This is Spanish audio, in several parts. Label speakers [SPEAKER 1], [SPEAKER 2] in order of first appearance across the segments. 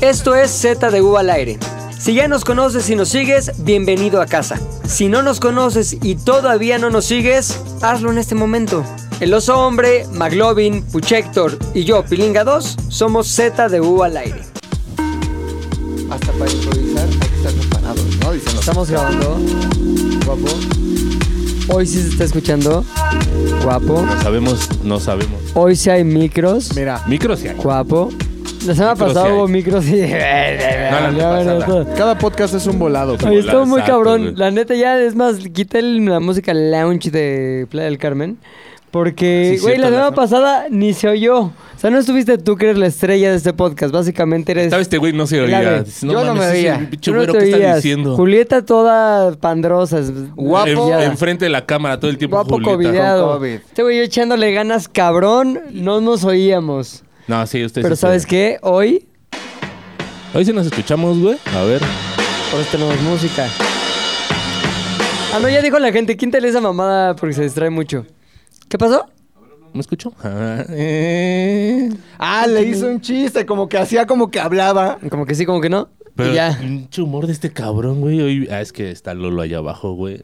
[SPEAKER 1] Esto es Z de U al aire. Si ya nos conoces y nos sigues, bienvenido a casa. Si no nos conoces y todavía no nos sigues, hazlo en este momento. El oso hombre, Maglovin, Puchector y yo, Pilinga 2, somos Z de U al aire.
[SPEAKER 2] Hasta para improvisar hay que estar preparados, ¿no? Dicen los
[SPEAKER 1] Estamos grabando.
[SPEAKER 2] guapo.
[SPEAKER 1] Hoy sí se está escuchando. Guapo.
[SPEAKER 3] No sabemos, no sabemos.
[SPEAKER 1] Hoy sí hay micros.
[SPEAKER 2] Mira,
[SPEAKER 3] Micro sí hay.
[SPEAKER 1] Guapo. La semana
[SPEAKER 3] Micros
[SPEAKER 1] pasada
[SPEAKER 3] sí hay.
[SPEAKER 1] hubo micros y.
[SPEAKER 3] la antepasada.
[SPEAKER 2] cada podcast es un volado.
[SPEAKER 3] Ay,
[SPEAKER 1] Ahí estuvo muy
[SPEAKER 3] Exacto,
[SPEAKER 1] cabrón.
[SPEAKER 3] güey.
[SPEAKER 1] La neta, ya es más, quité el- la música lounge de Playa del Carmen. Porque,
[SPEAKER 3] Sí,
[SPEAKER 1] güey, la
[SPEAKER 3] cierto, la
[SPEAKER 1] semana
[SPEAKER 3] sem-
[SPEAKER 1] pasada ni se oyó. O sea, no estuviste tú que eres la estrella de este podcast. Básicamente eres.
[SPEAKER 3] ¿Sabes? Este güey no se
[SPEAKER 1] El
[SPEAKER 3] oía.
[SPEAKER 1] ave.
[SPEAKER 3] Dices,
[SPEAKER 2] Yo no me
[SPEAKER 3] ese
[SPEAKER 2] veía.
[SPEAKER 3] pinche
[SPEAKER 1] Tú no
[SPEAKER 3] güero,
[SPEAKER 1] te
[SPEAKER 3] ¿qué está
[SPEAKER 1] oías.
[SPEAKER 3] diciendo?
[SPEAKER 1] Julieta toda pandrosa. es-
[SPEAKER 2] Guapo.
[SPEAKER 3] En-
[SPEAKER 1] Ya.
[SPEAKER 3] Enfrente de la cámara todo el tiempo.
[SPEAKER 1] Guapo
[SPEAKER 3] Julieta.
[SPEAKER 1] covideado.
[SPEAKER 2] Con COVID.
[SPEAKER 1] Este güey yo echándole ganas, cabrón. No nos oíamos.
[SPEAKER 3] No, sí, usted
[SPEAKER 1] Pero
[SPEAKER 3] sí
[SPEAKER 1] ¿sabes
[SPEAKER 3] se-
[SPEAKER 1] qué? Hoy,
[SPEAKER 3] Hoy sí nos escuchamos, güey. A ver.
[SPEAKER 1] por eso tenemos música. Ah, no, ya dijo la gente. ¿Quién te lee esa mamada? Porque se distrae mucho. ¿Qué pasó?
[SPEAKER 3] ¿Me escucho? Ah, eh.
[SPEAKER 2] Ah, le hizo un chiste, como que hacía como que hablaba.
[SPEAKER 1] Como que sí, como que no.
[SPEAKER 3] Pero
[SPEAKER 1] y ya.
[SPEAKER 3] pinche humor de este cabrón, güey. Hoy- Ah, es que está Lolo allá abajo, güey.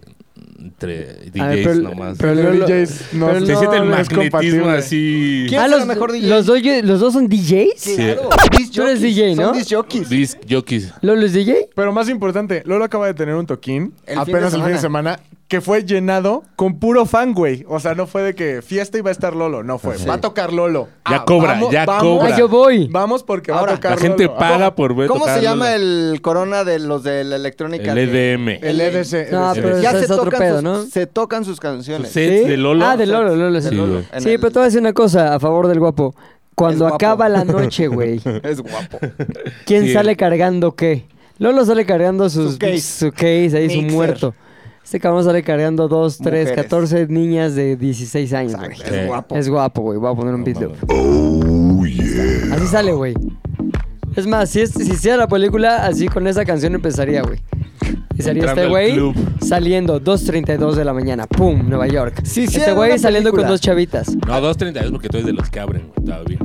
[SPEAKER 3] Entre DJs
[SPEAKER 1] ver, pero-
[SPEAKER 3] nomás.
[SPEAKER 1] pero-
[SPEAKER 4] Los
[SPEAKER 1] Lolo-
[SPEAKER 4] DJs no,
[SPEAKER 1] pero
[SPEAKER 3] se
[SPEAKER 4] no-
[SPEAKER 3] siente el
[SPEAKER 4] no es
[SPEAKER 3] magnetismo
[SPEAKER 4] compatible.
[SPEAKER 3] así.
[SPEAKER 2] ¿Quién
[SPEAKER 1] Ah,
[SPEAKER 2] será
[SPEAKER 1] los,
[SPEAKER 2] mejor DJ?
[SPEAKER 1] Los dos, los dos son DJs.
[SPEAKER 2] Claro, disc
[SPEAKER 1] Tú eres
[SPEAKER 2] jockeys,
[SPEAKER 1] DJ, ¿no?
[SPEAKER 2] Son disc jockeys.
[SPEAKER 3] Disc jockeys.
[SPEAKER 1] ¿Lolo es DJ?
[SPEAKER 4] Pero más importante, Lolo acaba de tener un toquín
[SPEAKER 2] El fin de
[SPEAKER 4] apenas el fin
[SPEAKER 2] semana.
[SPEAKER 4] de semana que fue llenado con puro fan, güey. O sea, no fue de que fiesta iba a estar Lolo, no fue. Va a tocar Lolo.
[SPEAKER 3] Ya cobra, ya cobra.
[SPEAKER 1] Ah, yo voy.
[SPEAKER 4] Vamos porque
[SPEAKER 2] Ahora,
[SPEAKER 4] va a tocar
[SPEAKER 3] La gente
[SPEAKER 4] Lolo.
[SPEAKER 3] paga por ver
[SPEAKER 2] ¿Cómo
[SPEAKER 3] tocar
[SPEAKER 2] se
[SPEAKER 3] a Lolo.
[SPEAKER 2] llama el corona de los de la electrónica?
[SPEAKER 3] El E
[SPEAKER 2] de-
[SPEAKER 3] EDM.
[SPEAKER 4] El
[SPEAKER 2] E
[SPEAKER 4] EDC.
[SPEAKER 1] E No,
[SPEAKER 4] EDC.
[SPEAKER 1] pero
[SPEAKER 2] Ya
[SPEAKER 1] Ese
[SPEAKER 2] se
[SPEAKER 1] es otro
[SPEAKER 2] tocan,
[SPEAKER 1] pedo,
[SPEAKER 2] sus,
[SPEAKER 1] ¿no?
[SPEAKER 2] se tocan sus
[SPEAKER 3] Sus
[SPEAKER 2] canciones.
[SPEAKER 3] sets de Lolo.
[SPEAKER 1] Ah, de Lolo, Lolo.
[SPEAKER 3] Sí,
[SPEAKER 1] Sí,
[SPEAKER 3] güey.
[SPEAKER 2] En
[SPEAKER 1] Sí,
[SPEAKER 2] el-
[SPEAKER 1] pero te voy a decir una cosa a favor del guapo. Cuando
[SPEAKER 2] Es guapo.
[SPEAKER 1] acaba la noche, güey,
[SPEAKER 2] Es guapo.
[SPEAKER 1] ¿quién
[SPEAKER 3] Sí.
[SPEAKER 1] sale cargando qué? Lolo sale cargando sus, su,
[SPEAKER 2] case.
[SPEAKER 1] case. ahí su
[SPEAKER 2] Mixer.
[SPEAKER 1] muerto. Este cabrón sale cargando dos, tres,
[SPEAKER 2] Mujeres.
[SPEAKER 1] 14 niñas de 16 años, güey.
[SPEAKER 2] Exacto,
[SPEAKER 3] Sí.
[SPEAKER 2] es guapo.
[SPEAKER 1] Es guapo, güey. Voy a poner un beatloop.
[SPEAKER 3] Oh,
[SPEAKER 1] Así sale, güey. Es más, si, es- si hiciera la película, así con esa canción empezaría, güey. Y sería este
[SPEAKER 3] Entrando al
[SPEAKER 1] güey
[SPEAKER 3] club.
[SPEAKER 1] saliendo 2.32 de la mañana. ¡Pum! Nueva York.
[SPEAKER 2] Si
[SPEAKER 1] este
[SPEAKER 2] hicieran
[SPEAKER 1] güey
[SPEAKER 2] una
[SPEAKER 1] saliendo con
[SPEAKER 2] película.
[SPEAKER 1] dos chavitas.
[SPEAKER 3] No, 2.30 es porque tú eres de los que abren, güey, todavía.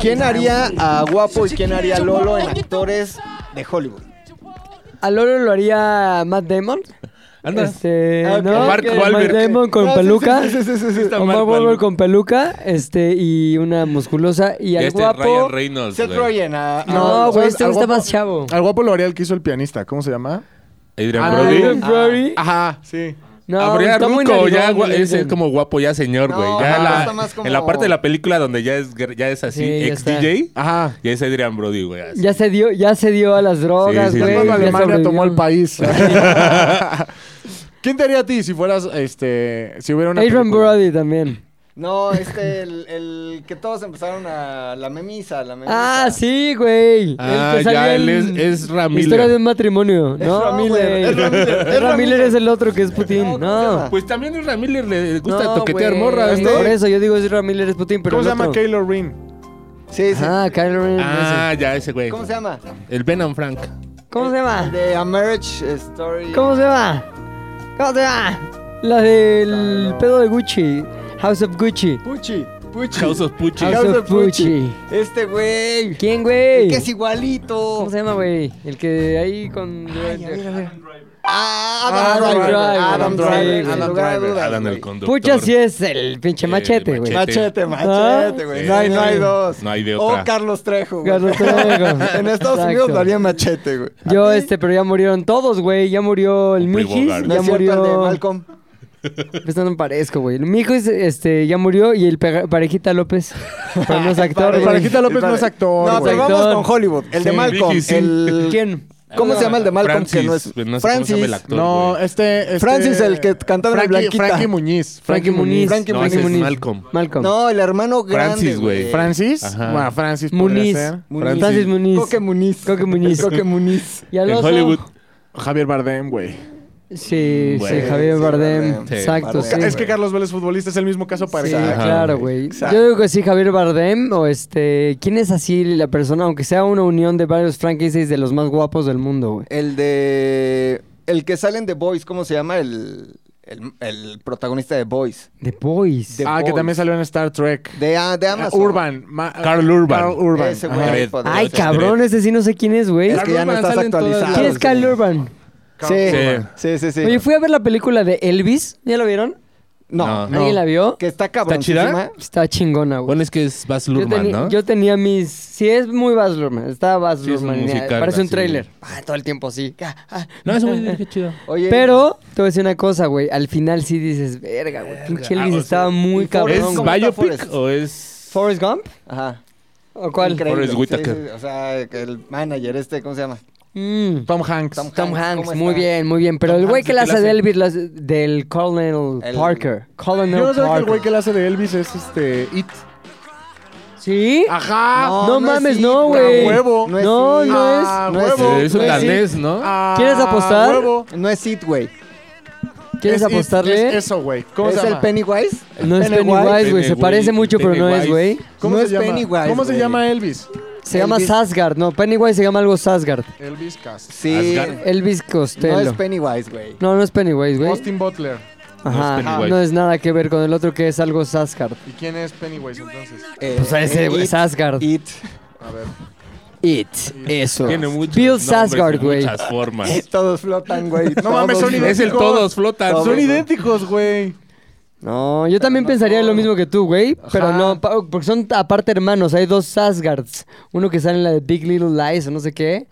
[SPEAKER 2] ¿Quién haría a Guapo y quién haría a Lolo en actores de Hollywood?
[SPEAKER 1] A Lolo lo haría Matt Damon.
[SPEAKER 3] Anda.
[SPEAKER 1] Este,
[SPEAKER 2] Ah, ok.
[SPEAKER 1] ¿no?
[SPEAKER 3] Mark
[SPEAKER 1] Que
[SPEAKER 3] Wahlberg.
[SPEAKER 1] Matt Damon con
[SPEAKER 2] Ah, sí,
[SPEAKER 1] peluca.
[SPEAKER 2] sí, sí, sí, sí, sí.
[SPEAKER 3] Está
[SPEAKER 1] O
[SPEAKER 3] Mark
[SPEAKER 1] Mark Wahlberg
[SPEAKER 3] Wahlberg.
[SPEAKER 1] con peluca. Este, y una musculosa. Y
[SPEAKER 3] Ya
[SPEAKER 1] al
[SPEAKER 3] este
[SPEAKER 1] guapo.
[SPEAKER 3] Ryan Reynolds,
[SPEAKER 2] Seth
[SPEAKER 3] güey.
[SPEAKER 2] Rogen. a-
[SPEAKER 4] Ah,
[SPEAKER 2] a-
[SPEAKER 1] No, güey, este
[SPEAKER 4] Al
[SPEAKER 1] güey está
[SPEAKER 4] guapo-
[SPEAKER 1] más chavo.
[SPEAKER 4] Al guapo lo haría el que hizo el pianista. ¿Cómo se llama?
[SPEAKER 3] Adrian
[SPEAKER 4] Ah,
[SPEAKER 3] Brody.
[SPEAKER 1] Adrian Brody.
[SPEAKER 4] Ajá, sí.
[SPEAKER 1] No,
[SPEAKER 3] Habría
[SPEAKER 1] está muy
[SPEAKER 3] ruco,
[SPEAKER 1] narigón,
[SPEAKER 3] Ah, ya, gua-
[SPEAKER 1] le
[SPEAKER 3] ese es
[SPEAKER 1] dicen.
[SPEAKER 3] como guapo ya señor,
[SPEAKER 2] No,
[SPEAKER 3] güey. ya
[SPEAKER 2] ajá,
[SPEAKER 3] la-
[SPEAKER 2] está más como-
[SPEAKER 3] En la parte de la película donde ya es, gr- ya es así,
[SPEAKER 1] Sí, ya
[SPEAKER 3] ex DJ,
[SPEAKER 4] Ajá.
[SPEAKER 3] ya es Adrian Brody, güey. así.
[SPEAKER 1] Ya se dio, ya se dio a las drogas,
[SPEAKER 3] Sí, sí,
[SPEAKER 1] güey.
[SPEAKER 3] sí.
[SPEAKER 4] Cuando
[SPEAKER 1] ya
[SPEAKER 4] Alemania
[SPEAKER 1] sobrevivió.
[SPEAKER 4] tomó el país. ¿Quién te haría a ti si fueras, este, si hubiera una
[SPEAKER 1] Adrian
[SPEAKER 4] película?
[SPEAKER 1] Brody también.
[SPEAKER 2] No, este, el, el que todos empezaron a la memisa, la memisa.
[SPEAKER 1] Ah, sí, güey.
[SPEAKER 3] Ah,
[SPEAKER 1] El que salió
[SPEAKER 3] ya, él
[SPEAKER 1] en
[SPEAKER 3] es- es Ramírez.
[SPEAKER 1] Historia de un matrimonio.
[SPEAKER 2] Es
[SPEAKER 1] no,
[SPEAKER 2] Ramírez,
[SPEAKER 1] güey.
[SPEAKER 2] es Ramírez, es
[SPEAKER 1] Ezra
[SPEAKER 2] Ramírez.
[SPEAKER 1] Miller es el otro que es Putin.
[SPEAKER 2] No, ¿cómo se
[SPEAKER 1] No.
[SPEAKER 2] llama?
[SPEAKER 3] Pues también el Ramírez le gusta
[SPEAKER 1] No,
[SPEAKER 3] toquetear
[SPEAKER 1] güey.
[SPEAKER 3] morras, ¿no?
[SPEAKER 1] Por eso yo digo es Miller es Putin, pero
[SPEAKER 4] ¿Cómo se
[SPEAKER 1] el
[SPEAKER 4] llama
[SPEAKER 1] otro.
[SPEAKER 4] Keylor Rin?
[SPEAKER 2] Sí, sí.
[SPEAKER 1] Ah, Kylo Ren.
[SPEAKER 3] Ah, ya, ese güey.
[SPEAKER 2] ¿Cómo se llama?
[SPEAKER 3] El Venom Frank.
[SPEAKER 1] ese. ¿Cómo se llama?
[SPEAKER 2] De A Marriage Story.
[SPEAKER 1] ¿Cómo se llama? ¿Cómo se llama? La del pedo de Gucci. House of Gucci.
[SPEAKER 2] Puchi. Puchi.
[SPEAKER 3] House of Pucci.
[SPEAKER 1] House of Gucci.
[SPEAKER 2] Este güey.
[SPEAKER 1] ¿Quién,
[SPEAKER 2] El
[SPEAKER 1] güey?
[SPEAKER 2] Que es igualito.
[SPEAKER 1] ¿Cómo se llama, güey? El que ahí con...
[SPEAKER 2] Ah,
[SPEAKER 4] Adam
[SPEAKER 2] Adam, Driver.
[SPEAKER 1] Driver.
[SPEAKER 2] Adam Driver.
[SPEAKER 1] Sí,
[SPEAKER 2] sin
[SPEAKER 1] güey.
[SPEAKER 2] lugar a dudas,
[SPEAKER 3] Ah, Adam
[SPEAKER 2] güey.
[SPEAKER 3] el conductor.
[SPEAKER 1] Pucha, sí es el pinche
[SPEAKER 3] Eh,
[SPEAKER 1] machete, güey.
[SPEAKER 2] Machete,
[SPEAKER 3] machete.
[SPEAKER 2] machete, güey.
[SPEAKER 3] Sí.
[SPEAKER 2] No, hay, no hay dos.
[SPEAKER 3] No hay de
[SPEAKER 2] O
[SPEAKER 3] otra.
[SPEAKER 2] Oh, Carlos Trejo, güey.
[SPEAKER 1] Carlos Trejo.
[SPEAKER 2] en Estados
[SPEAKER 1] Exacto.
[SPEAKER 2] Unidos lo haría machete, güey.
[SPEAKER 1] Yo, este, pero ya murieron todos, güey. Ya murió el
[SPEAKER 3] Humphrey
[SPEAKER 1] Mijis,
[SPEAKER 3] Bogart.
[SPEAKER 2] No
[SPEAKER 1] ya
[SPEAKER 2] es cierto, el de
[SPEAKER 1] murió...
[SPEAKER 2] Malcolm.
[SPEAKER 1] Pues no me parezco, güey. El Mijis, este, ya murió y el pega- Parejita López. Pero no es actor,
[SPEAKER 4] El
[SPEAKER 1] güey.
[SPEAKER 4] Parejita López
[SPEAKER 2] El pare-
[SPEAKER 4] no es actor,
[SPEAKER 2] No,
[SPEAKER 4] güey.
[SPEAKER 2] pero vamos
[SPEAKER 1] Actor.
[SPEAKER 2] con Hollywood. El de
[SPEAKER 3] Sí.
[SPEAKER 2] Malcolm.
[SPEAKER 3] Dije, sí.
[SPEAKER 2] el-
[SPEAKER 1] ¿Quién? Ah,
[SPEAKER 2] ¿Cómo se llama el de Malcolm?
[SPEAKER 3] Francis,
[SPEAKER 2] que no es...
[SPEAKER 3] pero no sé cómo se
[SPEAKER 2] Francis.
[SPEAKER 3] llama el actor,
[SPEAKER 4] No,
[SPEAKER 3] güey.
[SPEAKER 4] este, este-
[SPEAKER 2] Francis, el que cantaba en la
[SPEAKER 4] Frankie,
[SPEAKER 2] Blanquita.
[SPEAKER 4] Frankie Muñiz.
[SPEAKER 1] Frankie Muniz.
[SPEAKER 2] Frankie
[SPEAKER 3] No, ese es Malcolm.
[SPEAKER 1] Malcolm.
[SPEAKER 2] No, el hermano grande,
[SPEAKER 3] Francis, güey.
[SPEAKER 2] Eh,
[SPEAKER 4] ¿Francis?
[SPEAKER 3] Ajá.
[SPEAKER 4] Bueno, Francis podría
[SPEAKER 1] Muniz.
[SPEAKER 4] ser.
[SPEAKER 1] Muniz. Francis Muniz.
[SPEAKER 2] Coque Muniz.
[SPEAKER 1] Coque Muniz.
[SPEAKER 2] Coque Muniz.
[SPEAKER 1] Y al
[SPEAKER 3] En
[SPEAKER 1] oso-
[SPEAKER 3] Hollywood.
[SPEAKER 4] Javier Bardem, güey.
[SPEAKER 1] Sí,
[SPEAKER 3] Güey.
[SPEAKER 1] sí, Javier
[SPEAKER 2] Sí,
[SPEAKER 1] Bardem.
[SPEAKER 2] Bardem.
[SPEAKER 3] Sí,
[SPEAKER 1] Exacto,
[SPEAKER 2] Bardem.
[SPEAKER 1] sí.
[SPEAKER 4] Es que Carlos Vélez, futbolista, es el mismo caso para
[SPEAKER 1] Sí,
[SPEAKER 3] Ajá,
[SPEAKER 1] claro,
[SPEAKER 3] güey.
[SPEAKER 1] güey.
[SPEAKER 2] Exacto.
[SPEAKER 1] Yo digo que sí, Javier Bardem, o este, ¿quién es así la persona, aunque sea una unión de varios franquicias de los más guapos del mundo, güey?
[SPEAKER 2] El de... El que sale en The Boys, ¿cómo se llama? El... El, el protagonista de Boys.
[SPEAKER 1] The Boys.
[SPEAKER 2] The
[SPEAKER 4] ah, que
[SPEAKER 2] Boys.
[SPEAKER 4] también salió en Star Trek.
[SPEAKER 2] De, ah, de Amazon.
[SPEAKER 4] Urban. Ma-
[SPEAKER 3] Carl Urban.
[SPEAKER 4] Carl Urban.
[SPEAKER 2] Ese
[SPEAKER 4] Ajá.
[SPEAKER 2] güey. es poderoso.
[SPEAKER 1] Ay, cabrón, ese sí no sé quién es, güey.
[SPEAKER 2] Es que ya no
[SPEAKER 3] Carl Urban
[SPEAKER 2] estás
[SPEAKER 3] sale en todas
[SPEAKER 2] actualizado.
[SPEAKER 1] ¿Quién es Carl Urban?
[SPEAKER 2] Sí.
[SPEAKER 3] Urban.
[SPEAKER 2] sí, sí, sí.
[SPEAKER 1] Oye, fui a ver la película de Elvis. ¿Ya lo vieron?
[SPEAKER 2] no,
[SPEAKER 3] No.
[SPEAKER 2] no.
[SPEAKER 1] ¿Alguien la vio?
[SPEAKER 2] Que está cabrón.
[SPEAKER 3] chida?
[SPEAKER 1] Está chingona, güey.
[SPEAKER 3] Bueno, es que es Baz
[SPEAKER 1] Yo,
[SPEAKER 3] Luhrmann,
[SPEAKER 1] teni-
[SPEAKER 3] ¿no?
[SPEAKER 1] yo tenía mis. Sí, es muy Baz Luhrmann. Estaba Baz
[SPEAKER 3] Sí, es un
[SPEAKER 1] Luhrmann. y-
[SPEAKER 3] musical,
[SPEAKER 1] Parece un
[SPEAKER 3] así.
[SPEAKER 1] tráiler. Ah, todo el tiempo así. Ah, ah.
[SPEAKER 3] No, ese güey, qué chido.
[SPEAKER 2] Oye,
[SPEAKER 1] Pero te voy a decir una cosa, güey. Al final sí dices, verga, güey. Pinche
[SPEAKER 3] Ah, o
[SPEAKER 1] Elvis
[SPEAKER 3] sea,
[SPEAKER 1] estaba
[SPEAKER 2] ¿y
[SPEAKER 1] muy
[SPEAKER 2] Forrest
[SPEAKER 1] cabrón.
[SPEAKER 3] ¿Es
[SPEAKER 2] ¿cómo
[SPEAKER 1] güey.
[SPEAKER 2] está
[SPEAKER 3] biopic
[SPEAKER 2] Forrest?
[SPEAKER 3] o es...?
[SPEAKER 1] ¿Forrest Gump?
[SPEAKER 2] Ajá.
[SPEAKER 1] ¿O cuál?
[SPEAKER 2] Increíble.
[SPEAKER 3] Forrest
[SPEAKER 2] Sí,
[SPEAKER 3] Whitaker.
[SPEAKER 2] sí, o sea, que el manager este, ¿cómo se llama?
[SPEAKER 1] Mm,
[SPEAKER 4] Tom Hanks.
[SPEAKER 2] Tom-
[SPEAKER 1] Tom
[SPEAKER 2] ¿cómo
[SPEAKER 1] Hanks,
[SPEAKER 2] está?
[SPEAKER 1] muy bien, muy bien. Pero
[SPEAKER 3] Tom
[SPEAKER 1] el güey
[SPEAKER 3] Hanks,
[SPEAKER 1] que
[SPEAKER 3] ¿de
[SPEAKER 1] la
[SPEAKER 3] qué
[SPEAKER 1] hace
[SPEAKER 3] la
[SPEAKER 1] de
[SPEAKER 3] hace?
[SPEAKER 1] Elvis, la hace del Colonel
[SPEAKER 2] El-
[SPEAKER 1] Parker. Colonel
[SPEAKER 4] Yo no sé que el güey
[SPEAKER 1] Parker.
[SPEAKER 4] que le hace de Elvis es este. It.
[SPEAKER 1] ¿Sí?
[SPEAKER 4] Ajá.
[SPEAKER 1] Ah, No,
[SPEAKER 2] no es
[SPEAKER 1] mames,
[SPEAKER 2] It,
[SPEAKER 1] no,
[SPEAKER 4] güey.
[SPEAKER 1] güey.
[SPEAKER 4] A huevo.
[SPEAKER 1] No,
[SPEAKER 2] es
[SPEAKER 1] no,
[SPEAKER 2] It.
[SPEAKER 1] es.
[SPEAKER 4] Ah,
[SPEAKER 2] no
[SPEAKER 4] huevo.
[SPEAKER 2] es-
[SPEAKER 3] Es un
[SPEAKER 2] no es-
[SPEAKER 3] danés, ¿no?
[SPEAKER 4] Ah,
[SPEAKER 1] ¿Quieres apostar?
[SPEAKER 4] huevo.
[SPEAKER 2] Ah. No es it, güey.
[SPEAKER 1] ¿Quieres
[SPEAKER 4] Es- es-
[SPEAKER 1] apostarle?
[SPEAKER 4] es eso, güey. ¿Cómo
[SPEAKER 2] ¿Es
[SPEAKER 4] se
[SPEAKER 2] el
[SPEAKER 4] llama?
[SPEAKER 2] Pennywise?
[SPEAKER 1] no es
[SPEAKER 4] Pennywise.
[SPEAKER 1] Pennywise, güey. Se
[SPEAKER 3] Pennywise,
[SPEAKER 1] parece mucho, pero no es, güey.
[SPEAKER 3] Pennywise.
[SPEAKER 4] ¿Cómo
[SPEAKER 2] No
[SPEAKER 4] se
[SPEAKER 2] es
[SPEAKER 4] llama?
[SPEAKER 2] Pennywise,
[SPEAKER 4] ¿Cómo se
[SPEAKER 2] güey.
[SPEAKER 4] llama Elvis?
[SPEAKER 1] Se llama
[SPEAKER 2] Elvis.
[SPEAKER 1] Sasgard. No, Pennywise se llama algo Sasgard.
[SPEAKER 4] Elvis Cass.
[SPEAKER 2] Sí.
[SPEAKER 3] Asgard.
[SPEAKER 1] Elvis
[SPEAKER 2] No
[SPEAKER 1] Costello.
[SPEAKER 2] es Pennywise, güey.
[SPEAKER 1] No, no es Pennywise, güey.
[SPEAKER 4] Austin Butler.
[SPEAKER 1] Ajá.
[SPEAKER 3] es Pennywise.
[SPEAKER 1] No es nada que ver con el otro que es algo Sasgard.
[SPEAKER 4] ¿Y quién es Pennywise entonces?
[SPEAKER 2] Eh,
[SPEAKER 1] Pues a ese,
[SPEAKER 2] eh,
[SPEAKER 1] güey.
[SPEAKER 2] It,
[SPEAKER 1] Sasgard.
[SPEAKER 2] It.
[SPEAKER 4] A ver.
[SPEAKER 1] It. Eso.
[SPEAKER 3] Tiene muchos
[SPEAKER 1] Bill
[SPEAKER 3] nombres y
[SPEAKER 1] Sarsgaard, güey.
[SPEAKER 3] Muchas formas.
[SPEAKER 2] Todos flotan, güey.
[SPEAKER 4] No mames,
[SPEAKER 2] Todos
[SPEAKER 4] son
[SPEAKER 2] flotan.
[SPEAKER 3] Es el todos flotan.
[SPEAKER 2] Todos.
[SPEAKER 4] Son idénticos, güey.
[SPEAKER 1] No, yo también
[SPEAKER 2] no
[SPEAKER 1] pensaría
[SPEAKER 2] todo.
[SPEAKER 1] lo mismo que tú, güey. Pero
[SPEAKER 2] Ajá.
[SPEAKER 1] no, pa- porque son aparte hermanos. Hay dos Sasgards. Uno que sale en la de Big Little Lies o no sé qué.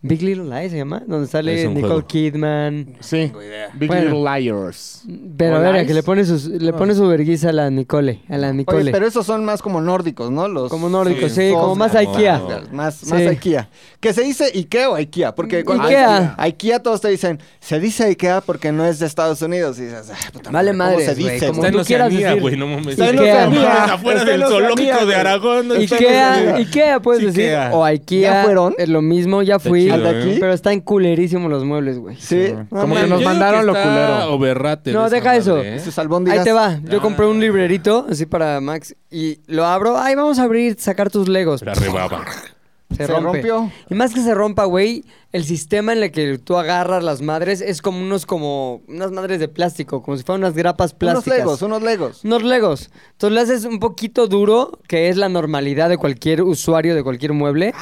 [SPEAKER 1] Big Little Lies se llama. Donde
[SPEAKER 3] Es
[SPEAKER 1] sale
[SPEAKER 3] un
[SPEAKER 1] Nicole
[SPEAKER 3] juego.
[SPEAKER 1] Kidman.
[SPEAKER 4] Sí. Big
[SPEAKER 1] Bueno.
[SPEAKER 4] Little Liars.
[SPEAKER 1] Pero
[SPEAKER 2] ¿O
[SPEAKER 1] a ver,
[SPEAKER 2] Lies?
[SPEAKER 1] que le pone, sus, le pone su vergüenza a la Nicole. A la Nicole.
[SPEAKER 2] Oye, pero esos son más como nórdicos, ¿no? Los
[SPEAKER 1] Como nórdicos,
[SPEAKER 3] Sí.
[SPEAKER 1] sí, como más
[SPEAKER 2] Sasgard,
[SPEAKER 1] Ikea.
[SPEAKER 2] Sasgard, Más,
[SPEAKER 1] Sí. Mm,
[SPEAKER 2] más IKEA. Que se dice IKEA o IKEA, porque cuando
[SPEAKER 1] Ikea.
[SPEAKER 2] IKEA. IKEA todos te dicen, se dice IKEA porque no es de Estados Unidos. Y dices, "Ah, puta
[SPEAKER 1] Vale
[SPEAKER 2] madre, ¿cómo
[SPEAKER 1] madres,
[SPEAKER 2] se
[SPEAKER 1] güey,
[SPEAKER 2] dice?
[SPEAKER 1] como
[SPEAKER 3] Está en
[SPEAKER 1] tú quieras
[SPEAKER 3] Oceanía,
[SPEAKER 1] decir.
[SPEAKER 3] güey, no mames.
[SPEAKER 2] Está en
[SPEAKER 3] No
[SPEAKER 1] Oceanía.
[SPEAKER 3] mames, afuera
[SPEAKER 2] Está en
[SPEAKER 3] del
[SPEAKER 2] Oceanía,
[SPEAKER 3] zoológico de
[SPEAKER 2] güey.
[SPEAKER 3] Aragón. no está en
[SPEAKER 1] Ikea,
[SPEAKER 3] Oceanía.
[SPEAKER 1] Ikea puedes
[SPEAKER 3] Ikea.
[SPEAKER 1] decir. O Ikea.
[SPEAKER 2] ¿Ya fueron?
[SPEAKER 1] Es lo mismo, ya
[SPEAKER 3] Está
[SPEAKER 1] fui.
[SPEAKER 3] chido,
[SPEAKER 2] ¿Al de aquí?
[SPEAKER 1] Pero están culerísimos los muebles, güey.
[SPEAKER 2] Sí.
[SPEAKER 4] Como
[SPEAKER 2] No
[SPEAKER 4] que
[SPEAKER 2] mames.
[SPEAKER 4] nos
[SPEAKER 3] Yo
[SPEAKER 4] mandaron
[SPEAKER 3] digo que
[SPEAKER 4] lo
[SPEAKER 3] está
[SPEAKER 4] culero.
[SPEAKER 3] overrated
[SPEAKER 1] No,
[SPEAKER 3] esa
[SPEAKER 1] deja eso.
[SPEAKER 3] madre, ¿eh?
[SPEAKER 2] Sus albóndigas.
[SPEAKER 1] Ahí te va. Yo
[SPEAKER 3] Ah.
[SPEAKER 1] compré un librerito así para Max y lo abro. Ay, vamos a abrir, sacar tus legos.
[SPEAKER 3] La rebaba.
[SPEAKER 1] Se,
[SPEAKER 2] Se
[SPEAKER 1] rompe.
[SPEAKER 2] rompió.
[SPEAKER 1] Y más que se rompa, güey, el sistema en el que tú agarras las madres es como unos como unas madres de plástico, como si fueran unas grapas
[SPEAKER 2] Unos
[SPEAKER 1] plásticas.
[SPEAKER 2] legos, unos legos.
[SPEAKER 1] Unos legos. Entonces le haces un poquito duro, que es la normalidad de cualquier usuario de cualquier mueble.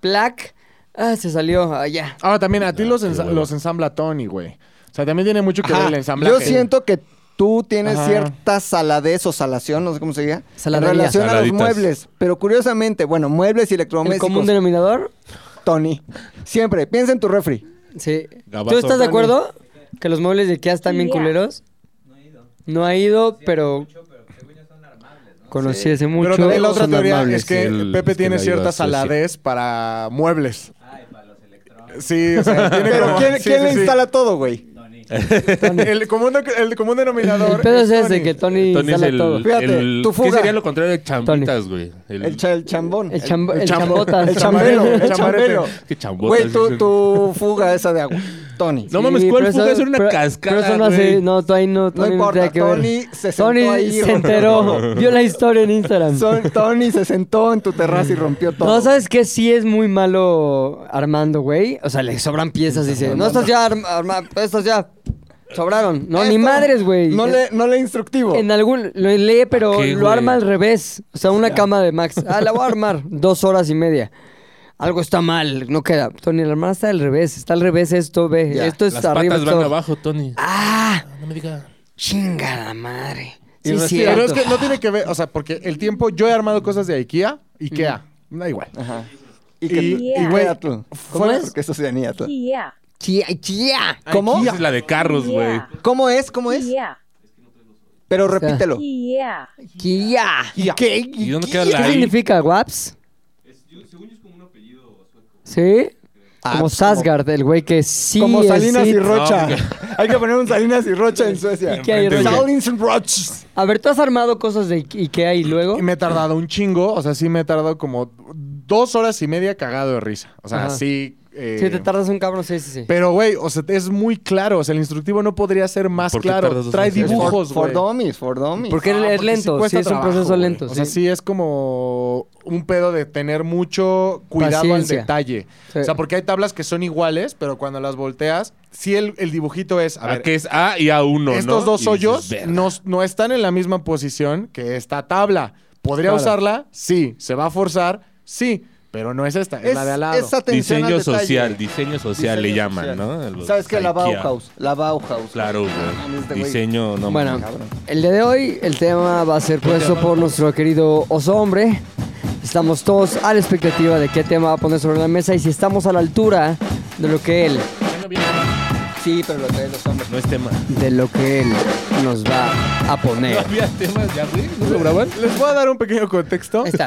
[SPEAKER 1] Plac. Ah, se salió. Ah, ya.
[SPEAKER 4] Ahora también a ti los, ensa-
[SPEAKER 3] hueva.
[SPEAKER 4] los ensambla Tony, güey. O sea, también tiene mucho que ver
[SPEAKER 2] Ajá.
[SPEAKER 4] el ensamblaje.
[SPEAKER 2] Yo siento que tú tienes
[SPEAKER 4] Ajá.
[SPEAKER 2] cierta saladez o salación, no sé cómo se diga, en
[SPEAKER 1] Saladería.
[SPEAKER 2] relación
[SPEAKER 3] Saladitas.
[SPEAKER 2] a los muebles. Pero curiosamente, bueno, muebles y
[SPEAKER 1] El
[SPEAKER 2] electrodomésticos,
[SPEAKER 1] común denominador.
[SPEAKER 2] Tony. Siempre, piensa en tu refri.
[SPEAKER 1] Sí.
[SPEAKER 3] Gabazo.
[SPEAKER 1] ¿Tú estás de acuerdo que los muebles de Ikea están bien culeros? No ha ido, pero... Conocí hace mucho.
[SPEAKER 4] Pero también la
[SPEAKER 1] son
[SPEAKER 4] otra teoría
[SPEAKER 1] armables,
[SPEAKER 4] es que
[SPEAKER 3] sí, el-
[SPEAKER 4] Pepe
[SPEAKER 3] es que
[SPEAKER 4] tiene
[SPEAKER 3] la
[SPEAKER 4] cierta
[SPEAKER 3] ayuda sucia.
[SPEAKER 4] saladez para muebles. Ah, para los electrónicos. Sí, o sea, tiene
[SPEAKER 2] Pero
[SPEAKER 4] como-
[SPEAKER 2] ¿quién,
[SPEAKER 4] sí,
[SPEAKER 2] quién
[SPEAKER 4] sí,
[SPEAKER 2] le
[SPEAKER 4] sí.
[SPEAKER 2] instala todo, güey?
[SPEAKER 4] El común, de- el común denominador.
[SPEAKER 1] El pedo es ese,
[SPEAKER 4] Tony.
[SPEAKER 1] que Tony,
[SPEAKER 3] Tony es
[SPEAKER 1] instala
[SPEAKER 3] el,
[SPEAKER 1] todo.
[SPEAKER 2] Fíjate,
[SPEAKER 3] el-
[SPEAKER 2] tu
[SPEAKER 3] ¿Qué
[SPEAKER 2] fuga.
[SPEAKER 3] sería lo contrario de chambitas, güey?
[SPEAKER 2] El, cha- el chambón.
[SPEAKER 1] El, chambo- el
[SPEAKER 4] chambo-
[SPEAKER 1] chambotas.
[SPEAKER 2] El chambero,
[SPEAKER 4] chamarete,
[SPEAKER 2] el
[SPEAKER 4] chamarete.
[SPEAKER 2] chambero.
[SPEAKER 3] Qué chambotas.
[SPEAKER 2] Güey, tu,
[SPEAKER 3] dicen.
[SPEAKER 2] tu fuga esa de agua. Tony.
[SPEAKER 3] No mames, ¿cuál
[SPEAKER 1] pero
[SPEAKER 3] fuga?
[SPEAKER 1] eso-
[SPEAKER 3] Eso era una
[SPEAKER 1] pero-
[SPEAKER 3] cascada,
[SPEAKER 1] Pero eso no
[SPEAKER 3] güey.
[SPEAKER 1] hace... No, Tony no,
[SPEAKER 2] No
[SPEAKER 1] Tony no
[SPEAKER 2] importa,
[SPEAKER 1] tenía que ver.
[SPEAKER 2] Tony se sentó
[SPEAKER 1] Tony
[SPEAKER 2] ahí.
[SPEAKER 1] se enteró. Vio la historia en Instagram.
[SPEAKER 2] Son- Tony se sentó en tu terraza y rompió todo.
[SPEAKER 1] No, ¿sabes qué? Sí es muy malo Armando, güey. O sea, le sobran piezas y dice, no, estas ya, Armando, estas ya sobraron. No, ni
[SPEAKER 2] Esto
[SPEAKER 1] madres, güey.
[SPEAKER 2] No le, no le instructivo.
[SPEAKER 1] En algún, lo lee, pero
[SPEAKER 3] ¿Para qué,
[SPEAKER 1] lo
[SPEAKER 3] güey?
[SPEAKER 1] arma al revés. O sea, una cama de Max. Ah, la voy a armar. Dos horas y media. Algo está mal, no queda. Tony, la armada está al revés. Está al revés esto, ve.
[SPEAKER 2] Ya,
[SPEAKER 1] Esto es
[SPEAKER 3] Las
[SPEAKER 1] arriba.
[SPEAKER 3] patas
[SPEAKER 1] esto
[SPEAKER 3] van
[SPEAKER 1] abajo.
[SPEAKER 3] abajo, Tony.
[SPEAKER 1] Ah,
[SPEAKER 3] No me digas.
[SPEAKER 1] chingada madre.
[SPEAKER 2] Y
[SPEAKER 1] Sí,
[SPEAKER 2] respira.
[SPEAKER 1] sí.
[SPEAKER 4] Pero es que no tiene que ver, o sea, porque el tiempo yo he armado cosas de IKEA, IKEA, da igual.
[SPEAKER 2] Ajá. Y que
[SPEAKER 4] Y-
[SPEAKER 2] y,
[SPEAKER 4] güey,
[SPEAKER 2] güey, tú.
[SPEAKER 1] ¿cómo
[SPEAKER 2] Fue-
[SPEAKER 1] es?
[SPEAKER 2] Porque eso sería niato.
[SPEAKER 5] Yeah.
[SPEAKER 1] Chía, chía.
[SPEAKER 2] ¿Cómo?
[SPEAKER 3] Esa es la de carros, güey.
[SPEAKER 5] Yeah.
[SPEAKER 2] ¿Cómo es? ¿Cómo es?
[SPEAKER 5] Yeah.
[SPEAKER 2] Pero repítelo.
[SPEAKER 5] Yeah.
[SPEAKER 1] Chía.
[SPEAKER 2] ¿Y qué?
[SPEAKER 3] ¿Y dónde queda
[SPEAKER 1] ¿Qué
[SPEAKER 3] la I?
[SPEAKER 1] significa Waps? según yo es como un apellido sueco. ¿Sí?
[SPEAKER 2] Ah,
[SPEAKER 1] como
[SPEAKER 2] pues,
[SPEAKER 1] Sasgard, el güey que sí
[SPEAKER 2] Como
[SPEAKER 1] es
[SPEAKER 2] Salinas
[SPEAKER 1] sí.
[SPEAKER 2] y Rocha.
[SPEAKER 3] No,
[SPEAKER 2] Hay que poner un Salinas y Rocha en Suecia.
[SPEAKER 1] Ikea y Rocha.
[SPEAKER 2] Salinas y Rochas.
[SPEAKER 1] A ver, ¿tú has armado cosas de Ike- Ikea y luego?
[SPEAKER 4] Y me he tardado un chingo, o sea, sí me he tardado como dos horas y media cagado de risa. O sea,
[SPEAKER 1] Ajá.
[SPEAKER 4] sí. eh,
[SPEAKER 1] Sí, te tardas un cabrón, sí, sí, sí.
[SPEAKER 4] Pero, güey, o sea, es muy claro. O sea, el instructivo no podría ser más
[SPEAKER 3] ¿Por qué
[SPEAKER 4] claro.
[SPEAKER 3] tardas dos
[SPEAKER 4] Trae
[SPEAKER 3] horas y media?
[SPEAKER 4] dibujos,
[SPEAKER 2] For
[SPEAKER 4] güey.
[SPEAKER 2] dummies, for dummies.
[SPEAKER 1] Porque
[SPEAKER 4] Ah,
[SPEAKER 1] es
[SPEAKER 4] porque sí
[SPEAKER 1] lento, sí,
[SPEAKER 4] cuesta
[SPEAKER 1] es un
[SPEAKER 4] trabajo,
[SPEAKER 1] proceso
[SPEAKER 4] güey.
[SPEAKER 1] lento.
[SPEAKER 4] O sea, sí es como un pedo de tener mucho cuidado
[SPEAKER 1] Paciencia.
[SPEAKER 4] al detalle.
[SPEAKER 1] Sí.
[SPEAKER 4] O sea, porque hay tablas que son iguales, pero cuando las volteas, sí el, el dibujito es, a
[SPEAKER 3] A
[SPEAKER 4] ver,
[SPEAKER 3] que es A y A1, ¿no?
[SPEAKER 4] estos dos
[SPEAKER 3] Y dices,
[SPEAKER 4] hoyos
[SPEAKER 3] "Verga".
[SPEAKER 4] no, no están en la misma posición que esta tabla. ¿Podría
[SPEAKER 2] Claro.
[SPEAKER 4] usarla? Sí. ¿Se va a forzar? Sí. Pero no es esta, es, la de al lado.
[SPEAKER 2] es atención
[SPEAKER 3] Diseño
[SPEAKER 2] al detalle.
[SPEAKER 3] social, diseño social
[SPEAKER 2] Diseño
[SPEAKER 3] le llaman,
[SPEAKER 2] social.
[SPEAKER 3] ¿no? Los
[SPEAKER 2] ¿Sabes qué? La
[SPEAKER 3] Ikea.
[SPEAKER 2] Bauhaus. La Bauhaus.
[SPEAKER 3] Claro,
[SPEAKER 2] mames, este
[SPEAKER 3] güey.
[SPEAKER 2] güey.
[SPEAKER 3] Diseño, no
[SPEAKER 1] Bueno,
[SPEAKER 3] mames.
[SPEAKER 1] el día de hoy el tema va a ser puesto por nuestro querido oso hombre. Estamos todos a la expectativa de qué tema va a poner sobre la mesa y si estamos a la altura de lo que él,
[SPEAKER 2] Sí, pero lo que es los hombres.
[SPEAKER 3] No es tema.
[SPEAKER 1] de lo que él nos va a poner.
[SPEAKER 3] había temas ya, güey.
[SPEAKER 4] ¿Lo graban? Les voy a dar un pequeño contexto.
[SPEAKER 1] Ahí está.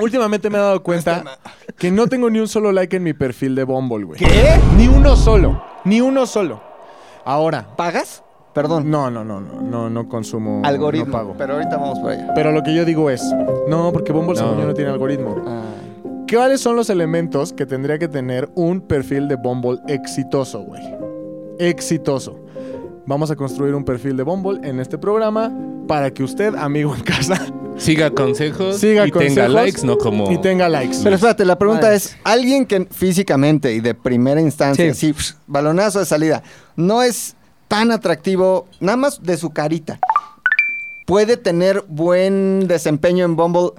[SPEAKER 4] Últimamente me he dado cuenta que no tengo ni un solo like en mi perfil de Bumble, güey. ¿Qué? Ni uno solo. Ni uno solo. Ahora.
[SPEAKER 2] ¿Pagas? Perdón.
[SPEAKER 4] No, no, no, no, no, no consumo.
[SPEAKER 2] Algoritmo.
[SPEAKER 4] No pago. Pero,
[SPEAKER 2] Pero ahorita vamos para allá.
[SPEAKER 4] lo que yo digo es, no, porque Bumble
[SPEAKER 3] No.
[SPEAKER 4] según yo no tiene algoritmo. ¿Cuáles son los elementos que tendría que tener un perfil de Bumble exitoso, güey? Exitoso. Vamos a construir un perfil de Bumble en este programa para que usted, amigo en casa,
[SPEAKER 3] Siga consejos
[SPEAKER 4] siga
[SPEAKER 3] y
[SPEAKER 4] consejos
[SPEAKER 3] tenga likes, no como...
[SPEAKER 4] y tenga likes.
[SPEAKER 2] Pero espérate, la pregunta
[SPEAKER 1] Madre.
[SPEAKER 2] es, alguien que físicamente y de primera instancia,
[SPEAKER 1] Sí.
[SPEAKER 2] sí, psh, balonazo de salida, no es tan atractivo, nada más de su carita, puede tener buen desempeño en Bumble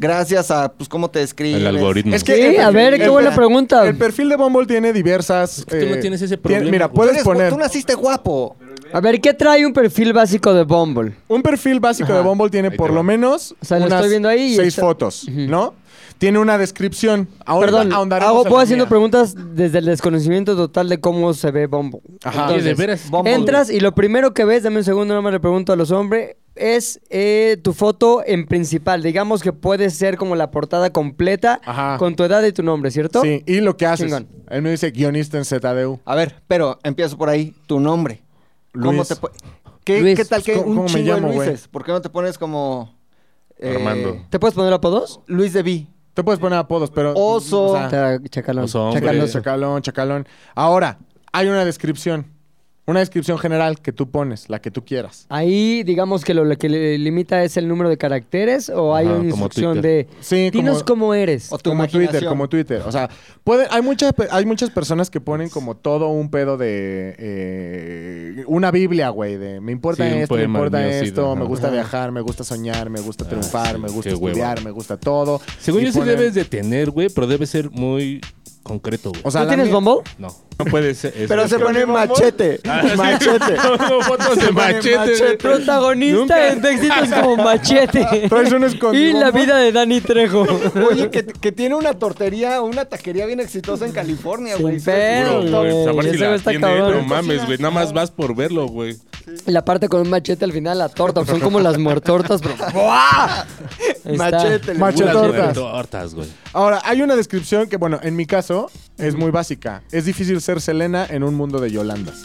[SPEAKER 2] gracias a, pues, cómo te describes.
[SPEAKER 3] El algoritmo.
[SPEAKER 4] Es que
[SPEAKER 1] Sí,
[SPEAKER 4] el
[SPEAKER 1] a ver,
[SPEAKER 4] el
[SPEAKER 1] qué buena pregunta.
[SPEAKER 4] El perfil de Bumble tiene diversas. eh,
[SPEAKER 3] que tú no tienes ese
[SPEAKER 4] tiene-
[SPEAKER 3] problema,
[SPEAKER 4] mira,
[SPEAKER 3] güey.
[SPEAKER 2] Tú
[SPEAKER 4] puedes
[SPEAKER 2] eres-
[SPEAKER 4] poner.
[SPEAKER 2] Tú naciste guapo.
[SPEAKER 1] A ver, ¿qué trae un perfil básico de Bumble?
[SPEAKER 4] Un perfil básico
[SPEAKER 1] Ajá.
[SPEAKER 4] de Bumble tiene
[SPEAKER 3] Ahí te
[SPEAKER 4] por
[SPEAKER 3] va.
[SPEAKER 4] lo menos
[SPEAKER 1] O sea, lo
[SPEAKER 4] unas
[SPEAKER 1] estoy viendo ahí y
[SPEAKER 4] seis
[SPEAKER 1] está-
[SPEAKER 4] fotos, ¿no? Tiene una descripción. Ahora
[SPEAKER 1] Perdón,
[SPEAKER 4] ahondaremos
[SPEAKER 1] hago,
[SPEAKER 4] en
[SPEAKER 1] voy
[SPEAKER 4] la
[SPEAKER 1] haciendo
[SPEAKER 4] mía.
[SPEAKER 1] preguntas desde el desconocimiento total de cómo se ve Bumble.
[SPEAKER 4] Ajá.
[SPEAKER 3] Oye,
[SPEAKER 1] Entonces,
[SPEAKER 3] de veras.
[SPEAKER 2] Bumble.
[SPEAKER 1] Entras y lo primero que ves, dame un segundo, no me le pregunto a los hombres, es eh, tu foto en principal. Digamos que puede ser como la portada completa
[SPEAKER 4] Ajá.
[SPEAKER 1] con tu edad y tu nombre, ¿cierto?
[SPEAKER 4] Sí, y lo que haces.
[SPEAKER 1] Chingón.
[SPEAKER 4] Él me dice guionista en ZDU.
[SPEAKER 2] A ver, pero empiezo por ahí, tu nombre. ¿Cómo
[SPEAKER 4] Luis. pues,
[SPEAKER 2] te po- ¿Qué,
[SPEAKER 1] Luis.
[SPEAKER 2] qué tal que
[SPEAKER 4] ¿Cómo-
[SPEAKER 2] un
[SPEAKER 4] cómo me
[SPEAKER 2] chingo de
[SPEAKER 4] llamo, güey?
[SPEAKER 2] Luises? ¿Por qué no te pones como... eh,
[SPEAKER 3] Armando.
[SPEAKER 1] ¿Te puedes poner apodos?
[SPEAKER 2] Luis de V.
[SPEAKER 4] Te puedes poner apodos, pero. mm,
[SPEAKER 2] Oso.
[SPEAKER 4] o sea,
[SPEAKER 1] Cha- Chacalón.
[SPEAKER 3] Oso, hombre.
[SPEAKER 1] Chacalón.
[SPEAKER 4] Chacalón, chacalón. Ahora, hay una descripción. Una descripción general que tú pones, la que tú quieras.
[SPEAKER 1] Ahí, digamos que lo, lo que le limita es el número de caracteres o hay
[SPEAKER 3] Ajá,
[SPEAKER 1] una
[SPEAKER 3] como
[SPEAKER 1] instrucción
[SPEAKER 3] Twitter.
[SPEAKER 1] de.
[SPEAKER 4] Sí, como-
[SPEAKER 1] Dinos cómo eres.
[SPEAKER 2] O tu
[SPEAKER 4] Pues como Twitter,
[SPEAKER 2] imaginación.
[SPEAKER 4] como Twitter. O sea, puede, hay, muchas, pe- hay muchas personas que ponen como todo un pedo de eh, una Biblia, güey. De me importa
[SPEAKER 3] Sí, un
[SPEAKER 4] esto, me
[SPEAKER 3] poema
[SPEAKER 4] importa
[SPEAKER 3] mío, sí,
[SPEAKER 4] esto,
[SPEAKER 3] ajá.
[SPEAKER 4] me gusta
[SPEAKER 3] Ajá.
[SPEAKER 4] viajar, me gusta soñar, me gusta triunfar,
[SPEAKER 3] sí,
[SPEAKER 4] me gusta
[SPEAKER 3] qué hueva.
[SPEAKER 4] estudiar, me gusta todo.
[SPEAKER 3] Según
[SPEAKER 4] Y
[SPEAKER 3] yo sí
[SPEAKER 4] ponen-
[SPEAKER 3] debes de tener, güey, pero debe ser muy concreto, güey.
[SPEAKER 4] O sea,
[SPEAKER 1] ¿Tú
[SPEAKER 4] la
[SPEAKER 1] tienes
[SPEAKER 4] mía-
[SPEAKER 1] Bumble?
[SPEAKER 3] no. No puede ser. es
[SPEAKER 2] Pero
[SPEAKER 3] lo
[SPEAKER 2] se
[SPEAKER 3] que-
[SPEAKER 2] pone machete.
[SPEAKER 4] Ah,
[SPEAKER 2] Machete.
[SPEAKER 3] Pongo fotos de machete. güey.
[SPEAKER 1] Protagonista en Texitos como Machete.
[SPEAKER 4] Traes un escondido,
[SPEAKER 1] y la
[SPEAKER 4] ¿no?
[SPEAKER 1] vida de Dani Trejo.
[SPEAKER 2] Oye, que, que tiene una tortería, una taquería bien exitosa en California,
[SPEAKER 1] Sin
[SPEAKER 2] güey.
[SPEAKER 1] pedo,
[SPEAKER 3] Seguro, güey.
[SPEAKER 1] güey.
[SPEAKER 3] Saber si
[SPEAKER 1] Ese
[SPEAKER 3] la
[SPEAKER 1] güey está
[SPEAKER 3] tiene,
[SPEAKER 1] cabrón.
[SPEAKER 3] no mames, güey. Nada más vas por verlo, güey.
[SPEAKER 1] La parte con un machete al final, la torta. Son como las muertortas, pero. Ahí está.
[SPEAKER 2] Machete. le-
[SPEAKER 4] Mach- Machetortas.
[SPEAKER 3] Puras Tortas, güey.
[SPEAKER 4] Ahora, hay una descripción que, bueno, en mi caso es muy básica. Es difícil ser Selena en un mundo de Yolandas.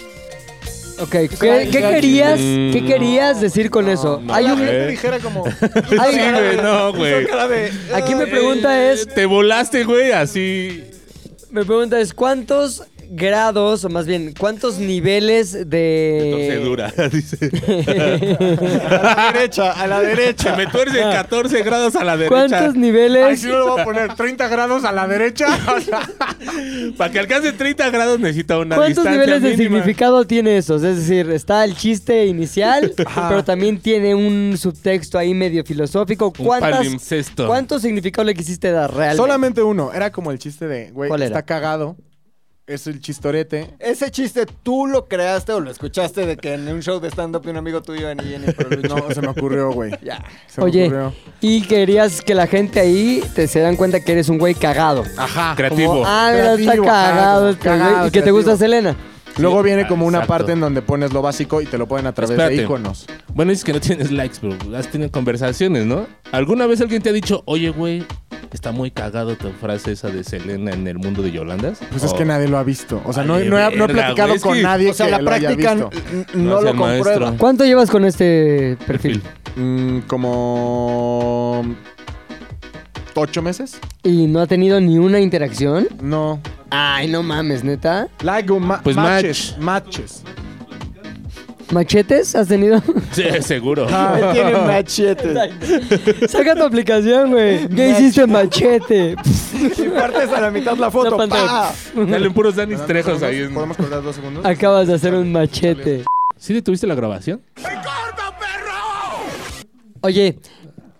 [SPEAKER 1] Ok, ¿qué, qué querías, ¿qué querías decir con eso?
[SPEAKER 3] no,
[SPEAKER 1] Hay
[SPEAKER 3] no,
[SPEAKER 1] un-
[SPEAKER 3] eh.
[SPEAKER 4] Te dijera como...
[SPEAKER 1] hay-
[SPEAKER 3] Sí, güey, no, güey.
[SPEAKER 1] aquí me pregunta es,
[SPEAKER 3] Te volaste, güey, así.
[SPEAKER 1] me pregunta es cuántos grados, o más bien, cuántos niveles de...
[SPEAKER 3] Torcedura, dice.
[SPEAKER 2] A la derecha, a la
[SPEAKER 3] Se
[SPEAKER 2] derecha.
[SPEAKER 3] me tuerce 14 grados a la derecha.
[SPEAKER 1] ¿Cuántos niveles?
[SPEAKER 4] Ay, si no lo voy a poner 30 grados a la derecha. O sea,
[SPEAKER 3] Para que alcance 30 grados necesita una
[SPEAKER 1] ¿Cuántos
[SPEAKER 3] distancia
[SPEAKER 1] niveles de
[SPEAKER 3] mínima.
[SPEAKER 1] significado tiene eso? Es decir, está el chiste inicial, pero también tiene un subtexto ahí medio filosófico.
[SPEAKER 3] Un
[SPEAKER 1] ¿Cuántas,
[SPEAKER 3] palimpsesto.
[SPEAKER 1] ¿Cuántos significados le quisiste dar realmente?
[SPEAKER 4] solamente uno. Era como el chiste de, güey,
[SPEAKER 1] ¿Cuál era?
[SPEAKER 4] está cagado. Es el chistorete.
[SPEAKER 2] Ese chiste tú lo creaste o lo escuchaste de que en un show de stand-up un amigo tuyo venía en improviso.
[SPEAKER 4] No, se me ocurrió, güey.
[SPEAKER 2] Ya.
[SPEAKER 4] Se me
[SPEAKER 1] Oye,
[SPEAKER 4] ocurrió.
[SPEAKER 1] y querías que la gente ahí te se dan cuenta que eres un güey cagado.
[SPEAKER 4] Ajá.
[SPEAKER 3] Creativo.
[SPEAKER 1] Como, ah, mira, está
[SPEAKER 4] Creativo,
[SPEAKER 1] cagado.
[SPEAKER 4] cagado,
[SPEAKER 1] este güey.
[SPEAKER 4] cagado,
[SPEAKER 1] y que te
[SPEAKER 4] creativo.
[SPEAKER 1] gusta Selena.
[SPEAKER 4] Luego viene
[SPEAKER 3] Ah,
[SPEAKER 4] como una
[SPEAKER 3] exacto.
[SPEAKER 4] parte en donde pones lo básico y te lo ponen a través de
[SPEAKER 3] Espérate.
[SPEAKER 4] iconos.
[SPEAKER 3] Bueno, dices que no tienes likes, pero has tenido conversaciones, ¿no? ¿Alguna vez alguien te ha dicho, oye, güey, está muy cagado tu frase esa de Selena en el mundo de Yolandas? Oh,
[SPEAKER 4] Pues es
[SPEAKER 3] O-
[SPEAKER 4] que nadie lo ha visto. O sea, no,
[SPEAKER 3] Vale,
[SPEAKER 4] no he, no he
[SPEAKER 3] verga,
[SPEAKER 4] platicado
[SPEAKER 3] güey, es
[SPEAKER 4] con
[SPEAKER 3] que-
[SPEAKER 4] nadie
[SPEAKER 2] O sea,
[SPEAKER 4] que
[SPEAKER 2] la
[SPEAKER 4] lo haya
[SPEAKER 2] práctica n-
[SPEAKER 4] visto.
[SPEAKER 2] n- no
[SPEAKER 3] Gracias,
[SPEAKER 2] lo
[SPEAKER 3] maestro.
[SPEAKER 2] comprueba.
[SPEAKER 1] ¿Cuánto llevas con este perfil?
[SPEAKER 4] Mm, como... ¿Ocho meses?
[SPEAKER 1] ¿Y no ha tenido ni una interacción?
[SPEAKER 4] No.
[SPEAKER 1] Ay, no mames, neta.
[SPEAKER 4] Like, un ma-
[SPEAKER 3] Pues
[SPEAKER 4] matches. Matches.
[SPEAKER 1] ¿Machetes has tenido?
[SPEAKER 3] Sí, seguro.
[SPEAKER 4] Ah.
[SPEAKER 2] Él tiene un machete.
[SPEAKER 1] Saca tu aplicación, güey. ¿Qué hiciste, machete?
[SPEAKER 2] Si partes a la mitad la
[SPEAKER 1] La
[SPEAKER 2] foto.
[SPEAKER 1] pantalla.
[SPEAKER 2] ¡pa!
[SPEAKER 3] Dale puros Danis Trejos ahí. en-
[SPEAKER 4] ¿Podemos cortar dos segundos?
[SPEAKER 1] Acabas de hacer un machete.
[SPEAKER 3] ¿Sí detuviste la grabación?
[SPEAKER 1] Oye,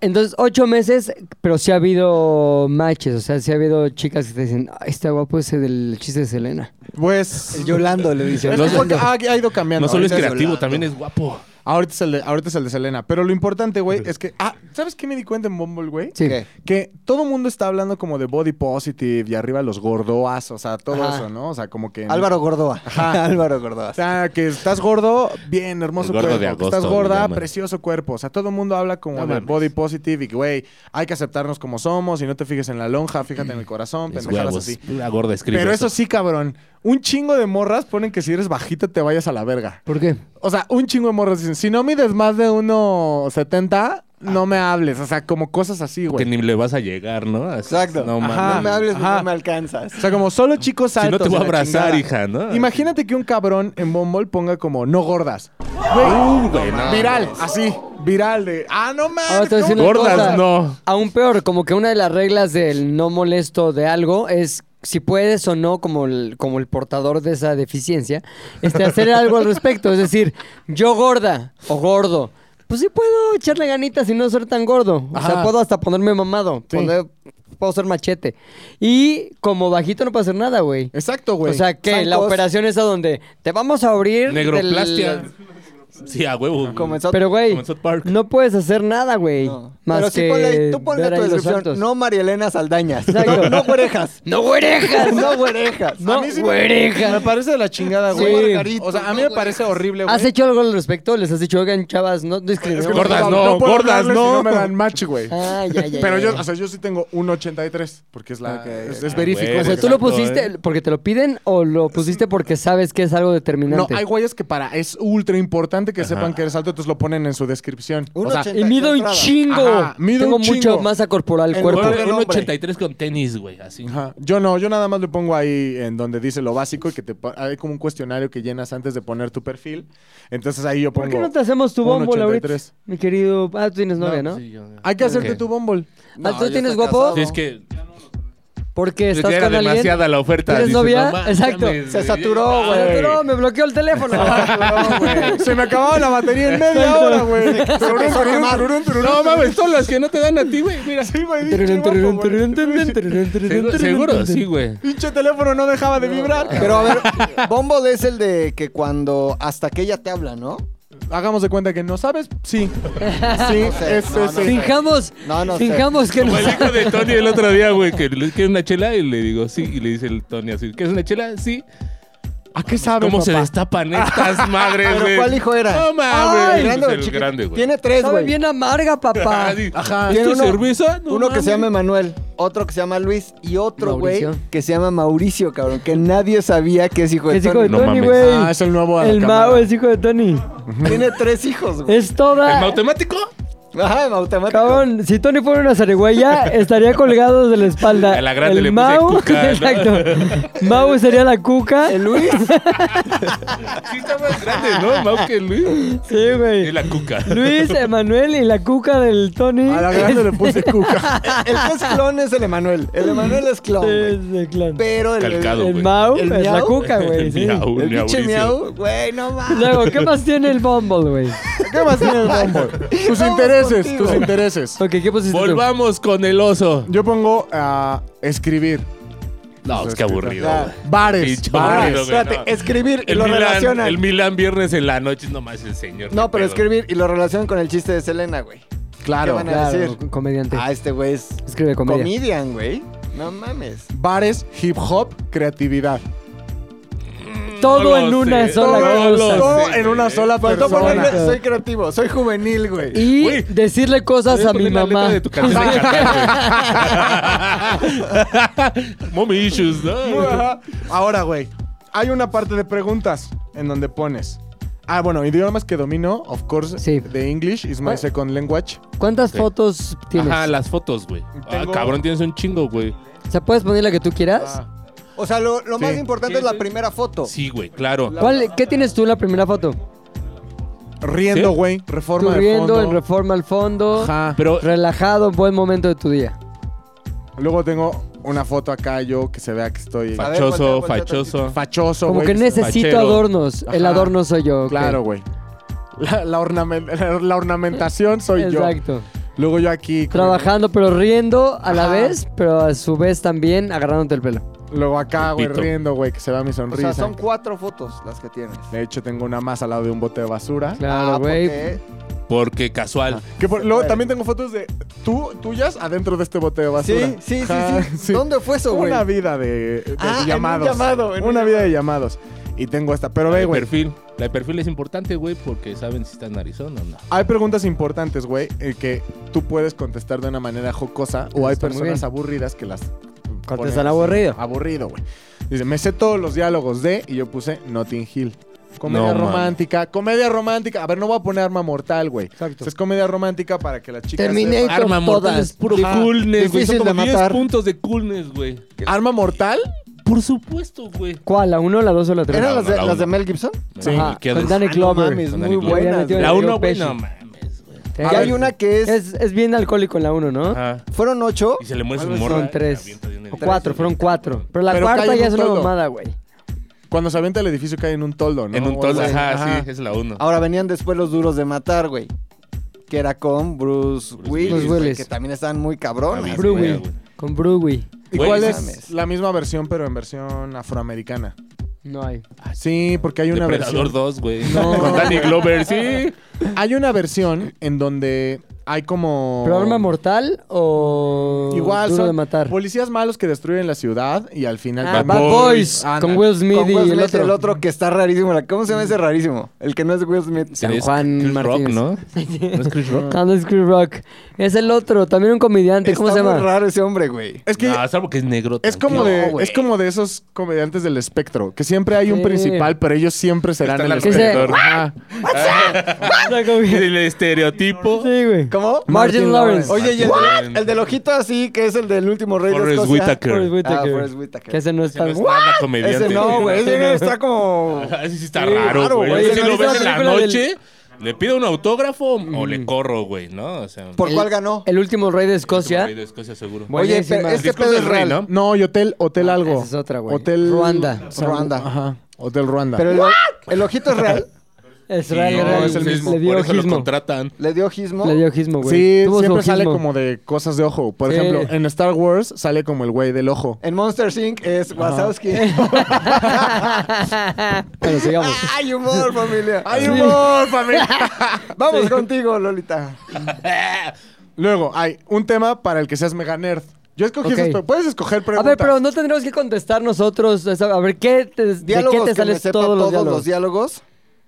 [SPEAKER 1] entonces ocho meses, pero sí ha habido matches. O sea, sí ha habido chicas que te dicen, "Ay, está guapo ese del chiste de Selena.
[SPEAKER 4] Pues.
[SPEAKER 2] El Yolando le dice.
[SPEAKER 4] Es
[SPEAKER 3] No
[SPEAKER 4] que
[SPEAKER 3] sé.
[SPEAKER 4] porque ha, ha ido cambiando.
[SPEAKER 3] No solo es
[SPEAKER 4] Ahorita
[SPEAKER 3] creativo,
[SPEAKER 2] Yolanda.
[SPEAKER 3] también es guapo.
[SPEAKER 4] Ahorita es, el de, ahorita es el de Selena. Pero lo importante, güey, es que. Ah, ¿sabes qué me di cuenta en Bumble, güey?
[SPEAKER 1] Sí.
[SPEAKER 2] ¿Qué?
[SPEAKER 4] Que todo mundo está hablando como de body positive y arriba los gordoas, o sea, todo
[SPEAKER 2] Ajá.
[SPEAKER 4] eso, ¿no? O sea, como que.
[SPEAKER 2] Álvaro Gordoa.
[SPEAKER 4] Ajá.
[SPEAKER 2] Álvaro Gordoa.
[SPEAKER 4] O sea, que estás gordo, bien, hermoso
[SPEAKER 3] El gordo
[SPEAKER 4] cuerpo.
[SPEAKER 3] de
[SPEAKER 4] que estás
[SPEAKER 3] agosto, le
[SPEAKER 4] gorda,
[SPEAKER 3] llaman.
[SPEAKER 4] precioso cuerpo. O sea, todo el mundo habla como
[SPEAKER 3] No
[SPEAKER 4] de
[SPEAKER 3] mames.
[SPEAKER 4] body positive y que, güey, hay que aceptarnos como somos y no te fijes en la lonja, fíjate en el corazón,
[SPEAKER 3] Es
[SPEAKER 4] pendejadas
[SPEAKER 3] huevos.
[SPEAKER 4] así.
[SPEAKER 3] La gorda escribe.
[SPEAKER 4] Pero eso sí, cabrón. Un chingo de morras ponen que si eres bajita te vayas a la verga.
[SPEAKER 1] ¿Por qué?
[SPEAKER 4] O sea, un chingo de morras dicen, si no mides más de 1.70, no me hables. O sea, como cosas así,
[SPEAKER 3] Que
[SPEAKER 4] güey.
[SPEAKER 3] ni le vas a llegar, ¿no? Así,
[SPEAKER 2] Exacto.
[SPEAKER 3] No mames.
[SPEAKER 4] Ajá.
[SPEAKER 2] No me hables,
[SPEAKER 4] Ajá.
[SPEAKER 2] no me alcanzas.
[SPEAKER 4] O sea, como solo chicos
[SPEAKER 3] Si no
[SPEAKER 4] altos.
[SPEAKER 3] te voy a
[SPEAKER 4] y la
[SPEAKER 3] abrazar,
[SPEAKER 4] chingada.
[SPEAKER 3] hija, ¿no?
[SPEAKER 4] Imagínate que un cabrón en Bumble ponga como no gordas. Güey,
[SPEAKER 3] Uh, güey, no.
[SPEAKER 4] viral, así, viral de, ah, no mames.
[SPEAKER 1] Ahora te voy a decir
[SPEAKER 4] ¿cómo
[SPEAKER 1] una
[SPEAKER 3] Gordas,
[SPEAKER 1] cosa.
[SPEAKER 3] no.
[SPEAKER 1] Aún peor, como que una de las reglas del no molesto de algo es si puedes o no, como el, como el portador de esa deficiencia, este, hacer algo al respecto. Es decir, yo gorda o gordo. Pues sí puedo echarle ganitas y no ser tan gordo. O sea,
[SPEAKER 4] Ajá.
[SPEAKER 1] puedo hasta ponerme mamado.
[SPEAKER 4] Sí.
[SPEAKER 1] poner- puedo ser machete. Y como bajito no puedo hacer nada, güey.
[SPEAKER 4] Exacto, güey.
[SPEAKER 1] O sea, que la
[SPEAKER 2] Zancos.
[SPEAKER 1] operación es a donde te vamos a abrir... del-
[SPEAKER 3] Negroplastia. Sí, a huevo. güey.
[SPEAKER 2] Comenzó.
[SPEAKER 1] Pero, güey,
[SPEAKER 3] Como en South Park.
[SPEAKER 1] no puedes hacer nada, güey.
[SPEAKER 2] No.
[SPEAKER 1] Más
[SPEAKER 2] Pero sí
[SPEAKER 1] que
[SPEAKER 2] ponle, ahí- tú ponle
[SPEAKER 1] ver
[SPEAKER 2] tu
[SPEAKER 1] ahí los actos.
[SPEAKER 2] descripción. No Marielena Saldañas.
[SPEAKER 1] Exacto.
[SPEAKER 2] No, no orejas.
[SPEAKER 1] ¡No orejas!
[SPEAKER 2] No orejas.
[SPEAKER 1] No,
[SPEAKER 4] A mí sí me-
[SPEAKER 1] güereja.
[SPEAKER 4] me parece de la chingada,
[SPEAKER 1] Sí.
[SPEAKER 4] güey. O sea, a mí me parece horrible, güey.
[SPEAKER 1] ¿Has hecho algo al respecto? ¿Les has dicho, oigan, chavas, no
[SPEAKER 4] Es
[SPEAKER 1] discriminemos?
[SPEAKER 4] que
[SPEAKER 3] Gordas,
[SPEAKER 4] puedo-
[SPEAKER 3] no,
[SPEAKER 4] puedo
[SPEAKER 3] gordas,
[SPEAKER 4] hablarles
[SPEAKER 3] no.
[SPEAKER 4] si no me dan match, güey.
[SPEAKER 1] Ah, ya, ya,
[SPEAKER 4] Pero
[SPEAKER 1] ya,
[SPEAKER 4] yo,
[SPEAKER 1] ya.
[SPEAKER 4] o sea, yo sí tengo un 83, porque es la...
[SPEAKER 2] Ok,
[SPEAKER 4] es,
[SPEAKER 2] ok.
[SPEAKER 4] es verífico.
[SPEAKER 3] Ah,
[SPEAKER 1] O sea,
[SPEAKER 4] güey.
[SPEAKER 1] ¿tú lo
[SPEAKER 3] Exacto,
[SPEAKER 1] pusiste
[SPEAKER 3] eh.
[SPEAKER 1] porque te lo piden o lo pusiste porque sabes que es algo
[SPEAKER 4] No,
[SPEAKER 1] determinante?
[SPEAKER 4] hay güeyes que para... Es ultra importante que
[SPEAKER 3] Ajá.
[SPEAKER 4] sepan que eres alto, entonces lo ponen en su descripción. O sea,
[SPEAKER 2] 1.80.
[SPEAKER 1] y mido un
[SPEAKER 2] Entrada.
[SPEAKER 1] chingo.
[SPEAKER 4] Ajá, mido
[SPEAKER 1] Tengo
[SPEAKER 4] un
[SPEAKER 1] mucha
[SPEAKER 4] chingo.
[SPEAKER 1] masa corporal
[SPEAKER 4] En
[SPEAKER 1] cuerpo.
[SPEAKER 3] Ponle
[SPEAKER 4] lugar
[SPEAKER 3] un
[SPEAKER 4] hombre.
[SPEAKER 3] 83 con tenis, güey, así.
[SPEAKER 4] Ajá. Yo no, yo nada más le pongo ahí en donde dice lo básico y que te po- hay como un cuestionario que llenas antes de poner tu perfil. Entonces ahí yo pongo.
[SPEAKER 1] ¿Por qué no te hacemos tu
[SPEAKER 4] un
[SPEAKER 1] bumble ahorita?
[SPEAKER 4] 83?
[SPEAKER 1] Mi querido. Ah, tú tienes novia, ¿no?
[SPEAKER 3] Sí, yo-
[SPEAKER 4] Hay que hacerte
[SPEAKER 3] Ok.
[SPEAKER 4] tu bumble.
[SPEAKER 2] No,
[SPEAKER 1] Ah, ¿Tú
[SPEAKER 2] yo
[SPEAKER 1] tienes
[SPEAKER 2] estoy
[SPEAKER 1] guapo?
[SPEAKER 2] casado.
[SPEAKER 3] Sí, es que
[SPEAKER 1] Porque
[SPEAKER 3] era
[SPEAKER 1] estás con alguien.
[SPEAKER 3] demasiada la oferta.
[SPEAKER 1] ¿Tienes
[SPEAKER 3] dices,
[SPEAKER 1] novia?
[SPEAKER 3] no mames,
[SPEAKER 1] Exacto.
[SPEAKER 3] mames,
[SPEAKER 2] Se
[SPEAKER 3] güey.
[SPEAKER 2] saturó,
[SPEAKER 3] Ah,
[SPEAKER 1] Ah,
[SPEAKER 2] güey.
[SPEAKER 1] no, me bloqueó el teléfono.
[SPEAKER 4] Se me acababa la batería en media hora, güey. Tururún,
[SPEAKER 2] empezó a
[SPEAKER 4] tururún,
[SPEAKER 2] quemar.
[SPEAKER 4] tururún, tururún.
[SPEAKER 3] No mames, son las que no te dan a ti, güey. Mira,
[SPEAKER 4] Sí, güey, dije,
[SPEAKER 1] Tururún,
[SPEAKER 4] qué guapo,
[SPEAKER 1] tururún,
[SPEAKER 4] güey.
[SPEAKER 1] tururún, tururún, tururún, tururún,
[SPEAKER 3] seguro,
[SPEAKER 1] tururún,
[SPEAKER 3] seguro,
[SPEAKER 1] tururún.
[SPEAKER 3] sí, güey.
[SPEAKER 4] Pinche teléfono no dejaba de vibrar.
[SPEAKER 2] Pero a ver, Bumble es el de que cuando hasta que ella te habla, ¿no?
[SPEAKER 4] Hagamos de cuenta que no sabes. Sí. Sí,
[SPEAKER 2] sé,
[SPEAKER 4] es
[SPEAKER 2] no, no
[SPEAKER 4] ese.
[SPEAKER 2] sé.
[SPEAKER 1] Fijamos,
[SPEAKER 2] No, no sé.
[SPEAKER 1] fijamos que
[SPEAKER 3] Como el
[SPEAKER 1] nos-
[SPEAKER 3] hijo de Tony el otro día, güey, que le quiere una chela y le digo sí. Y le dice el Tony así, ¿quieres una chela? Sí.
[SPEAKER 4] ¿A qué sabes,
[SPEAKER 3] ¿Cómo se
[SPEAKER 4] papá?
[SPEAKER 3] destapan estas madres,
[SPEAKER 2] ¿Pero
[SPEAKER 3] güey?
[SPEAKER 2] cuál hijo era?
[SPEAKER 3] No
[SPEAKER 2] Ay,
[SPEAKER 3] mames,
[SPEAKER 2] grande o
[SPEAKER 3] el
[SPEAKER 2] chiquito.
[SPEAKER 3] grande, güey.
[SPEAKER 2] Tiene tres,
[SPEAKER 1] Sabe
[SPEAKER 2] güey.
[SPEAKER 1] bien amarga, papá.
[SPEAKER 3] Ah, sí.
[SPEAKER 4] Ajá.
[SPEAKER 3] ¿Esto
[SPEAKER 2] Tiene
[SPEAKER 3] es
[SPEAKER 2] uno-
[SPEAKER 3] cerveza? No
[SPEAKER 2] uno que se llama
[SPEAKER 3] mames.
[SPEAKER 2] Manuel, otro que se llama Luis y otro güey
[SPEAKER 1] Mauricio.
[SPEAKER 2] que se llama Mauricio, cabrón, que nadie sabía que es hijo de
[SPEAKER 1] Es hijo de
[SPEAKER 2] Tony.
[SPEAKER 3] No
[SPEAKER 1] Tony,
[SPEAKER 3] mames.
[SPEAKER 1] güey.
[SPEAKER 4] Ah, es el nuevo. a la
[SPEAKER 1] el
[SPEAKER 4] cámara.
[SPEAKER 1] Mao es hijo de Tony.
[SPEAKER 2] Tiene tres hijos, güey.
[SPEAKER 1] Es toda.
[SPEAKER 3] ¿El matemático?
[SPEAKER 2] Ajá, automático.
[SPEAKER 1] Cabrón, si Tony fuera una zarigüeya, estaría colgado de la espalda.
[SPEAKER 3] A la grande
[SPEAKER 1] el
[SPEAKER 3] le puse
[SPEAKER 1] Mao,
[SPEAKER 3] cuca, ¿no?
[SPEAKER 1] exacto. Mao sería la cuca.
[SPEAKER 2] El Luis,
[SPEAKER 3] Sí, está más grande, ¿no? Mau que Luis.
[SPEAKER 1] Sí,
[SPEAKER 3] Y
[SPEAKER 1] güey.
[SPEAKER 3] la cuca.
[SPEAKER 1] Luis, Emanuel y la cuca del Tony.
[SPEAKER 4] A la grande le puse cuca.
[SPEAKER 2] el que es clon es el Emanuel. El Emanuel es clon, güey.
[SPEAKER 1] Es de clan.
[SPEAKER 2] Pero el, el,
[SPEAKER 3] Calcado,
[SPEAKER 1] El
[SPEAKER 3] güey.
[SPEAKER 1] Mao
[SPEAKER 2] El
[SPEAKER 1] es la
[SPEAKER 2] Miau.
[SPEAKER 1] cuca, güey.
[SPEAKER 3] El
[SPEAKER 1] sí.
[SPEAKER 3] Miau.
[SPEAKER 2] el pinche
[SPEAKER 3] Mauricio.
[SPEAKER 2] miau, güey, no mames.
[SPEAKER 1] Luego, ¿qué más tiene el Bumble, güey?
[SPEAKER 4] ¿Qué más tiene el Bumble? Tus
[SPEAKER 2] Vamos
[SPEAKER 4] intereses,
[SPEAKER 2] contigo.
[SPEAKER 4] tus intereses.
[SPEAKER 1] Ok, ¿qué pusiste tú?
[SPEAKER 3] Volvamos con el oso.
[SPEAKER 4] Yo pongo a escribir.
[SPEAKER 3] No, es que aburrido,
[SPEAKER 2] Ya.
[SPEAKER 3] güey.
[SPEAKER 4] Bares.
[SPEAKER 3] Pinche
[SPEAKER 4] bares.
[SPEAKER 3] aburrido, güey,
[SPEAKER 2] Ah, Espérate,
[SPEAKER 3] no.
[SPEAKER 2] escribir y
[SPEAKER 3] El
[SPEAKER 2] lo
[SPEAKER 3] Milan,
[SPEAKER 2] relacionan.
[SPEAKER 3] el Milan viernes en la noche, nomás el señor.
[SPEAKER 2] No, pero
[SPEAKER 3] Qué pedo.
[SPEAKER 2] escribir y lo relacionan con el chiste de Selena, güey.
[SPEAKER 4] Claro.
[SPEAKER 2] ¿Qué van a
[SPEAKER 1] Claro,
[SPEAKER 2] decir?
[SPEAKER 1] com- comediante.
[SPEAKER 2] Ah, este güey es
[SPEAKER 1] Escribe comedia.
[SPEAKER 2] comedian, güey. No mames.
[SPEAKER 4] Bares, hip hop, creatividad.
[SPEAKER 1] Todo
[SPEAKER 3] No
[SPEAKER 1] en
[SPEAKER 3] lo
[SPEAKER 1] una
[SPEAKER 3] sé.
[SPEAKER 1] sola
[SPEAKER 3] No lo
[SPEAKER 1] cosa.
[SPEAKER 3] sé,
[SPEAKER 4] Todo
[SPEAKER 3] güey.
[SPEAKER 4] en una sola
[SPEAKER 2] Faltó
[SPEAKER 4] persona.
[SPEAKER 2] ponerle, soy creativo, soy juvenil, güey.
[SPEAKER 1] Y
[SPEAKER 3] Güey,
[SPEAKER 1] decirle cosas
[SPEAKER 3] Voy
[SPEAKER 1] a mi
[SPEAKER 3] poner la letra
[SPEAKER 1] mamá.
[SPEAKER 3] de tu canción de Qatar, güey. Mommy issues, ¿no?
[SPEAKER 4] Ajá. Ahora, güey. Hay una parte de preguntas en donde pones. Ah, bueno, idiomas que domino, of course,
[SPEAKER 1] Sí.
[SPEAKER 4] the English is my second language.
[SPEAKER 1] ¿Cuántas
[SPEAKER 3] Sí.
[SPEAKER 1] fotos tienes?
[SPEAKER 3] Ajá, las fotos, güey. Ah,
[SPEAKER 4] Tengo-
[SPEAKER 3] cabrón, tienes un chingo, güey.
[SPEAKER 1] O sea, puedes poner la que tú quieras.
[SPEAKER 4] Ah,
[SPEAKER 2] O sea, lo, lo
[SPEAKER 4] Sí.
[SPEAKER 2] más importante es la primera foto.
[SPEAKER 3] Sí, güey, claro.
[SPEAKER 1] ¿Cuál, ¿Qué tienes tú en la primera foto?
[SPEAKER 4] Riendo,
[SPEAKER 3] ¿Sí?
[SPEAKER 4] güey. Reforma
[SPEAKER 1] Tú
[SPEAKER 4] de
[SPEAKER 1] riendo, en
[SPEAKER 4] fondo.
[SPEAKER 1] reforma al fondo.
[SPEAKER 4] Ajá.
[SPEAKER 3] Pero
[SPEAKER 1] Relajado, buen momento de tu día.
[SPEAKER 4] Luego tengo una foto acá yo que se vea que estoy
[SPEAKER 2] Fa-
[SPEAKER 3] fachoso,
[SPEAKER 2] voltea, voltea
[SPEAKER 3] fachoso.
[SPEAKER 4] fachoso,
[SPEAKER 1] Como
[SPEAKER 4] güey.
[SPEAKER 1] que
[SPEAKER 4] se vea-
[SPEAKER 1] necesito
[SPEAKER 3] fachero.
[SPEAKER 1] adornos. El
[SPEAKER 4] Ajá.
[SPEAKER 1] adorno soy yo. ok.
[SPEAKER 4] Claro, güey. La, la ornamen- la- la ornamentación soy yo.
[SPEAKER 1] Exacto.
[SPEAKER 4] Luego yo aquí. con-
[SPEAKER 1] Trabajando, pero riendo a la
[SPEAKER 4] Ajá.
[SPEAKER 1] vez, pero a su vez también agarrándote el pelo.
[SPEAKER 4] Luego acá, güey,
[SPEAKER 3] Pito.
[SPEAKER 4] riendo, güey, que se vea mi
[SPEAKER 2] O
[SPEAKER 4] sonrisa.
[SPEAKER 2] sea, son cuatro fotos las que tienes.
[SPEAKER 4] De hecho, tengo una más al lado de un bote de basura.
[SPEAKER 1] Claro,
[SPEAKER 2] Ah,
[SPEAKER 1] güey.
[SPEAKER 2] porque-
[SPEAKER 3] Porque casual.
[SPEAKER 4] Que por-
[SPEAKER 2] Se
[SPEAKER 4] luego
[SPEAKER 2] puede.
[SPEAKER 4] también tengo fotos de tú, tuyas adentro de este bote de basura.
[SPEAKER 2] Sí, sí, sí,
[SPEAKER 4] Ajá,
[SPEAKER 2] sí, ¿Dónde fue eso, güey?
[SPEAKER 4] Una vida de, de
[SPEAKER 2] Ah, en un
[SPEAKER 4] llamados.
[SPEAKER 2] llamado, en un
[SPEAKER 4] una vida de llamados. Y tengo esta. Pero ve,
[SPEAKER 3] el
[SPEAKER 4] güey.
[SPEAKER 3] perfil. La de perfil es importante, güey, porque saben si estás narizón o no.
[SPEAKER 4] Hay preguntas importantes, güey, eh, que tú puedes contestar de una manera jocosa o hay
[SPEAKER 1] Está muy
[SPEAKER 4] personas
[SPEAKER 1] bien.
[SPEAKER 4] aburridas que las
[SPEAKER 1] Contestan
[SPEAKER 4] ponen así,
[SPEAKER 1] aburrido.
[SPEAKER 4] Aburrido, güey. Dice, me sé todos los diálogos de y yo puse Notting Hill.
[SPEAKER 3] No,
[SPEAKER 4] Comedia
[SPEAKER 3] man.
[SPEAKER 4] romántica, comedia romántica. A ver, no voy a poner arma mortal, güey.
[SPEAKER 1] Exacto.
[SPEAKER 4] Es comedia romántica para que las chicas
[SPEAKER 1] Terminé.
[SPEAKER 4] sepan.
[SPEAKER 3] Arma mortal es puro
[SPEAKER 4] Ajá.
[SPEAKER 3] coolness, güey.
[SPEAKER 2] Difícil
[SPEAKER 3] Son como
[SPEAKER 2] de
[SPEAKER 3] 10
[SPEAKER 2] matar.
[SPEAKER 3] puntos de coolness, güey. Ah,
[SPEAKER 4] ¿Arma mortal?
[SPEAKER 3] Por supuesto, güey.
[SPEAKER 1] ¿Cuál? ¿La 1, la 2 o la 3?
[SPEAKER 2] ¿Eran
[SPEAKER 3] No,
[SPEAKER 2] las,
[SPEAKER 3] no,
[SPEAKER 2] de,
[SPEAKER 3] la
[SPEAKER 2] las de
[SPEAKER 3] uno.
[SPEAKER 2] Mel Gibson?
[SPEAKER 3] Sí, ¿qué
[SPEAKER 1] con
[SPEAKER 3] des-
[SPEAKER 1] Danny
[SPEAKER 3] Ah, no
[SPEAKER 1] Glover.
[SPEAKER 2] mames,
[SPEAKER 3] Con
[SPEAKER 2] muy
[SPEAKER 3] Danny Glover.
[SPEAKER 1] Ya
[SPEAKER 2] buenas.
[SPEAKER 1] metió el
[SPEAKER 3] La
[SPEAKER 1] dedo
[SPEAKER 3] 1, güey,
[SPEAKER 1] pecho.
[SPEAKER 3] no mames, güey.
[SPEAKER 1] Sí.
[SPEAKER 2] Y Ah, hay una que es...
[SPEAKER 1] Es, es bien alcohólico en la 1, ¿no?
[SPEAKER 4] Ah,
[SPEAKER 3] Ajá.
[SPEAKER 2] Fueron ocho.
[SPEAKER 3] Y se le muere su
[SPEAKER 1] Son
[SPEAKER 3] morra. y la
[SPEAKER 1] tres.
[SPEAKER 3] avienta de un
[SPEAKER 1] O
[SPEAKER 3] edificio.
[SPEAKER 1] cuatro, fueron cuatro. Pero la
[SPEAKER 4] Pero
[SPEAKER 1] cuarta
[SPEAKER 4] cae en
[SPEAKER 1] ya
[SPEAKER 4] un
[SPEAKER 1] es una
[SPEAKER 4] toldo.
[SPEAKER 1] mamada, güey.
[SPEAKER 4] Cuando se avienta el edificio cae en un toldo, ¿no?
[SPEAKER 3] En un
[SPEAKER 4] O
[SPEAKER 3] toldo,
[SPEAKER 4] algo
[SPEAKER 3] ajá,
[SPEAKER 4] así.
[SPEAKER 3] sí, es la 1.
[SPEAKER 2] Ahora venían después los duros de matar, güey. Que era con Bruce,
[SPEAKER 3] Bruce
[SPEAKER 2] Willis,
[SPEAKER 1] Willis. Ah,
[SPEAKER 2] güey,
[SPEAKER 1] Willis.
[SPEAKER 2] que también estaban muy cabrones.
[SPEAKER 1] Bruce
[SPEAKER 2] güey.
[SPEAKER 1] Willis. Con Brewy.
[SPEAKER 4] ¿Y
[SPEAKER 3] Güey,
[SPEAKER 4] cuál
[SPEAKER 3] no
[SPEAKER 4] es
[SPEAKER 2] mames.
[SPEAKER 4] la misma versión, pero en versión afroamericana?
[SPEAKER 1] No hay.
[SPEAKER 4] Sí, porque hay una
[SPEAKER 3] Depredador
[SPEAKER 4] versión.
[SPEAKER 3] 2, güey. Este,
[SPEAKER 4] No.
[SPEAKER 3] Con Danny Glover, sí.
[SPEAKER 4] Hay una versión en donde hay como.
[SPEAKER 1] ¿Pero arma mortal o
[SPEAKER 4] Igual
[SPEAKER 1] duro
[SPEAKER 4] son
[SPEAKER 1] de matar?
[SPEAKER 4] policías malos que destruyen la ciudad y al final.
[SPEAKER 1] Ah,
[SPEAKER 3] Bad
[SPEAKER 1] Bad Boys.
[SPEAKER 3] Boys.
[SPEAKER 4] Ándale.
[SPEAKER 1] Con Will Smith
[SPEAKER 2] Con
[SPEAKER 1] y
[SPEAKER 2] Will
[SPEAKER 1] el
[SPEAKER 2] Smith,
[SPEAKER 1] otro.
[SPEAKER 2] el otro que está rarísimo. la- ¿Cómo se llama ese rarísimo? El que no es Will Smith.
[SPEAKER 1] San
[SPEAKER 3] Es
[SPEAKER 1] Juan
[SPEAKER 3] Chris
[SPEAKER 1] Martínez.
[SPEAKER 3] Rock, ¿no? ¿No es Chris Rock?
[SPEAKER 1] Ah, no es Chris Rock. Es el otro, también un comediante. ¿Cómo
[SPEAKER 2] Está
[SPEAKER 1] se
[SPEAKER 2] muy
[SPEAKER 1] llama?
[SPEAKER 2] raro ese hombre, güey.
[SPEAKER 4] Es que.
[SPEAKER 1] Ah,
[SPEAKER 3] no, salvo que es negro.
[SPEAKER 4] es como,
[SPEAKER 3] tranquilo.
[SPEAKER 4] de,
[SPEAKER 2] güey.
[SPEAKER 4] es como de esos comediantes del espectro, que siempre hay un
[SPEAKER 1] Sí.
[SPEAKER 4] principal, pero ellos siempre serán
[SPEAKER 3] Está
[SPEAKER 4] el
[SPEAKER 3] la
[SPEAKER 1] Ese-
[SPEAKER 4] espectro.
[SPEAKER 3] alrededor.
[SPEAKER 4] Ajá.
[SPEAKER 3] El estereotipo.
[SPEAKER 1] Sí, güey.
[SPEAKER 2] ¿Cómo?
[SPEAKER 1] Martin Lawrence.
[SPEAKER 2] Oye, y el,
[SPEAKER 3] Martin.
[SPEAKER 2] el del ojito así, que es el del último rey de
[SPEAKER 3] Forrest
[SPEAKER 2] Escocia.
[SPEAKER 3] Whitaker.
[SPEAKER 1] Forrest
[SPEAKER 2] Ah,
[SPEAKER 1] Whitaker.
[SPEAKER 2] Forrest Whitaker.
[SPEAKER 1] Que ese no está.
[SPEAKER 3] Ese no es nada comediante.
[SPEAKER 2] Ese no, güey. Ese está como...
[SPEAKER 3] Ah, Ese sí está
[SPEAKER 2] Sí,
[SPEAKER 3] raro,
[SPEAKER 2] raro,
[SPEAKER 3] güey.
[SPEAKER 2] güey.
[SPEAKER 3] Ese
[SPEAKER 2] Ese
[SPEAKER 3] si
[SPEAKER 2] no
[SPEAKER 3] lo
[SPEAKER 2] es
[SPEAKER 3] ves
[SPEAKER 2] la
[SPEAKER 3] en la
[SPEAKER 1] película
[SPEAKER 3] noche, le pido un autógrafo o le corro, güey, ¿no? O sea,
[SPEAKER 2] ¿Por
[SPEAKER 1] El-
[SPEAKER 2] cuál ganó?
[SPEAKER 1] El último rey de Escocia.
[SPEAKER 3] De Escocia, seguro.
[SPEAKER 2] Oye,
[SPEAKER 1] Buenísima.
[SPEAKER 2] pero este
[SPEAKER 3] Discurso
[SPEAKER 2] pedo
[SPEAKER 3] del
[SPEAKER 2] es
[SPEAKER 3] rey,
[SPEAKER 2] real.
[SPEAKER 3] ¿no?
[SPEAKER 4] No, y hotel, hotel algo.
[SPEAKER 1] Ah, esa es otra, güey.
[SPEAKER 4] Hotel
[SPEAKER 1] Ruanda.
[SPEAKER 2] Ruanda.
[SPEAKER 4] Ajá. Hotel Ruanda.
[SPEAKER 2] Pero el, el ojito es real.
[SPEAKER 1] Es
[SPEAKER 3] Sí,
[SPEAKER 1] real,
[SPEAKER 3] no,
[SPEAKER 1] real.
[SPEAKER 4] es el
[SPEAKER 3] sí,
[SPEAKER 4] mismo.
[SPEAKER 1] Le dio
[SPEAKER 3] Por eso lo
[SPEAKER 1] ojismo.
[SPEAKER 3] contratan.
[SPEAKER 2] Le dio gismo.
[SPEAKER 1] Le dio gismo, güey.
[SPEAKER 4] sí,
[SPEAKER 1] Tuvo su
[SPEAKER 4] siempre sale
[SPEAKER 1] ojismo.
[SPEAKER 4] como de cosas de ojo. Por
[SPEAKER 1] Sí.
[SPEAKER 4] ejemplo, en Star Wars sale como el güey del ojo.
[SPEAKER 2] En Monster Inc. es Wazowski.
[SPEAKER 1] Bueno, sigamos.
[SPEAKER 2] ¡Ay, humor, familia!
[SPEAKER 4] ¡Hay
[SPEAKER 1] Sí.
[SPEAKER 4] humor, familia!
[SPEAKER 2] Vamos contigo, Lolita.
[SPEAKER 4] Luego, hay un tema para el que seas mega nerd. Yo escogí
[SPEAKER 1] Ok.
[SPEAKER 4] esas pre- Puedes escoger
[SPEAKER 1] A
[SPEAKER 4] preguntas.
[SPEAKER 1] ver, pero no tendremos que contestar nosotros. o sea, A ver, ¿qué te- ¿de qué te
[SPEAKER 2] Diálogos que me
[SPEAKER 1] sales
[SPEAKER 2] sepa
[SPEAKER 1] todos los diálogos?
[SPEAKER 2] diálogos.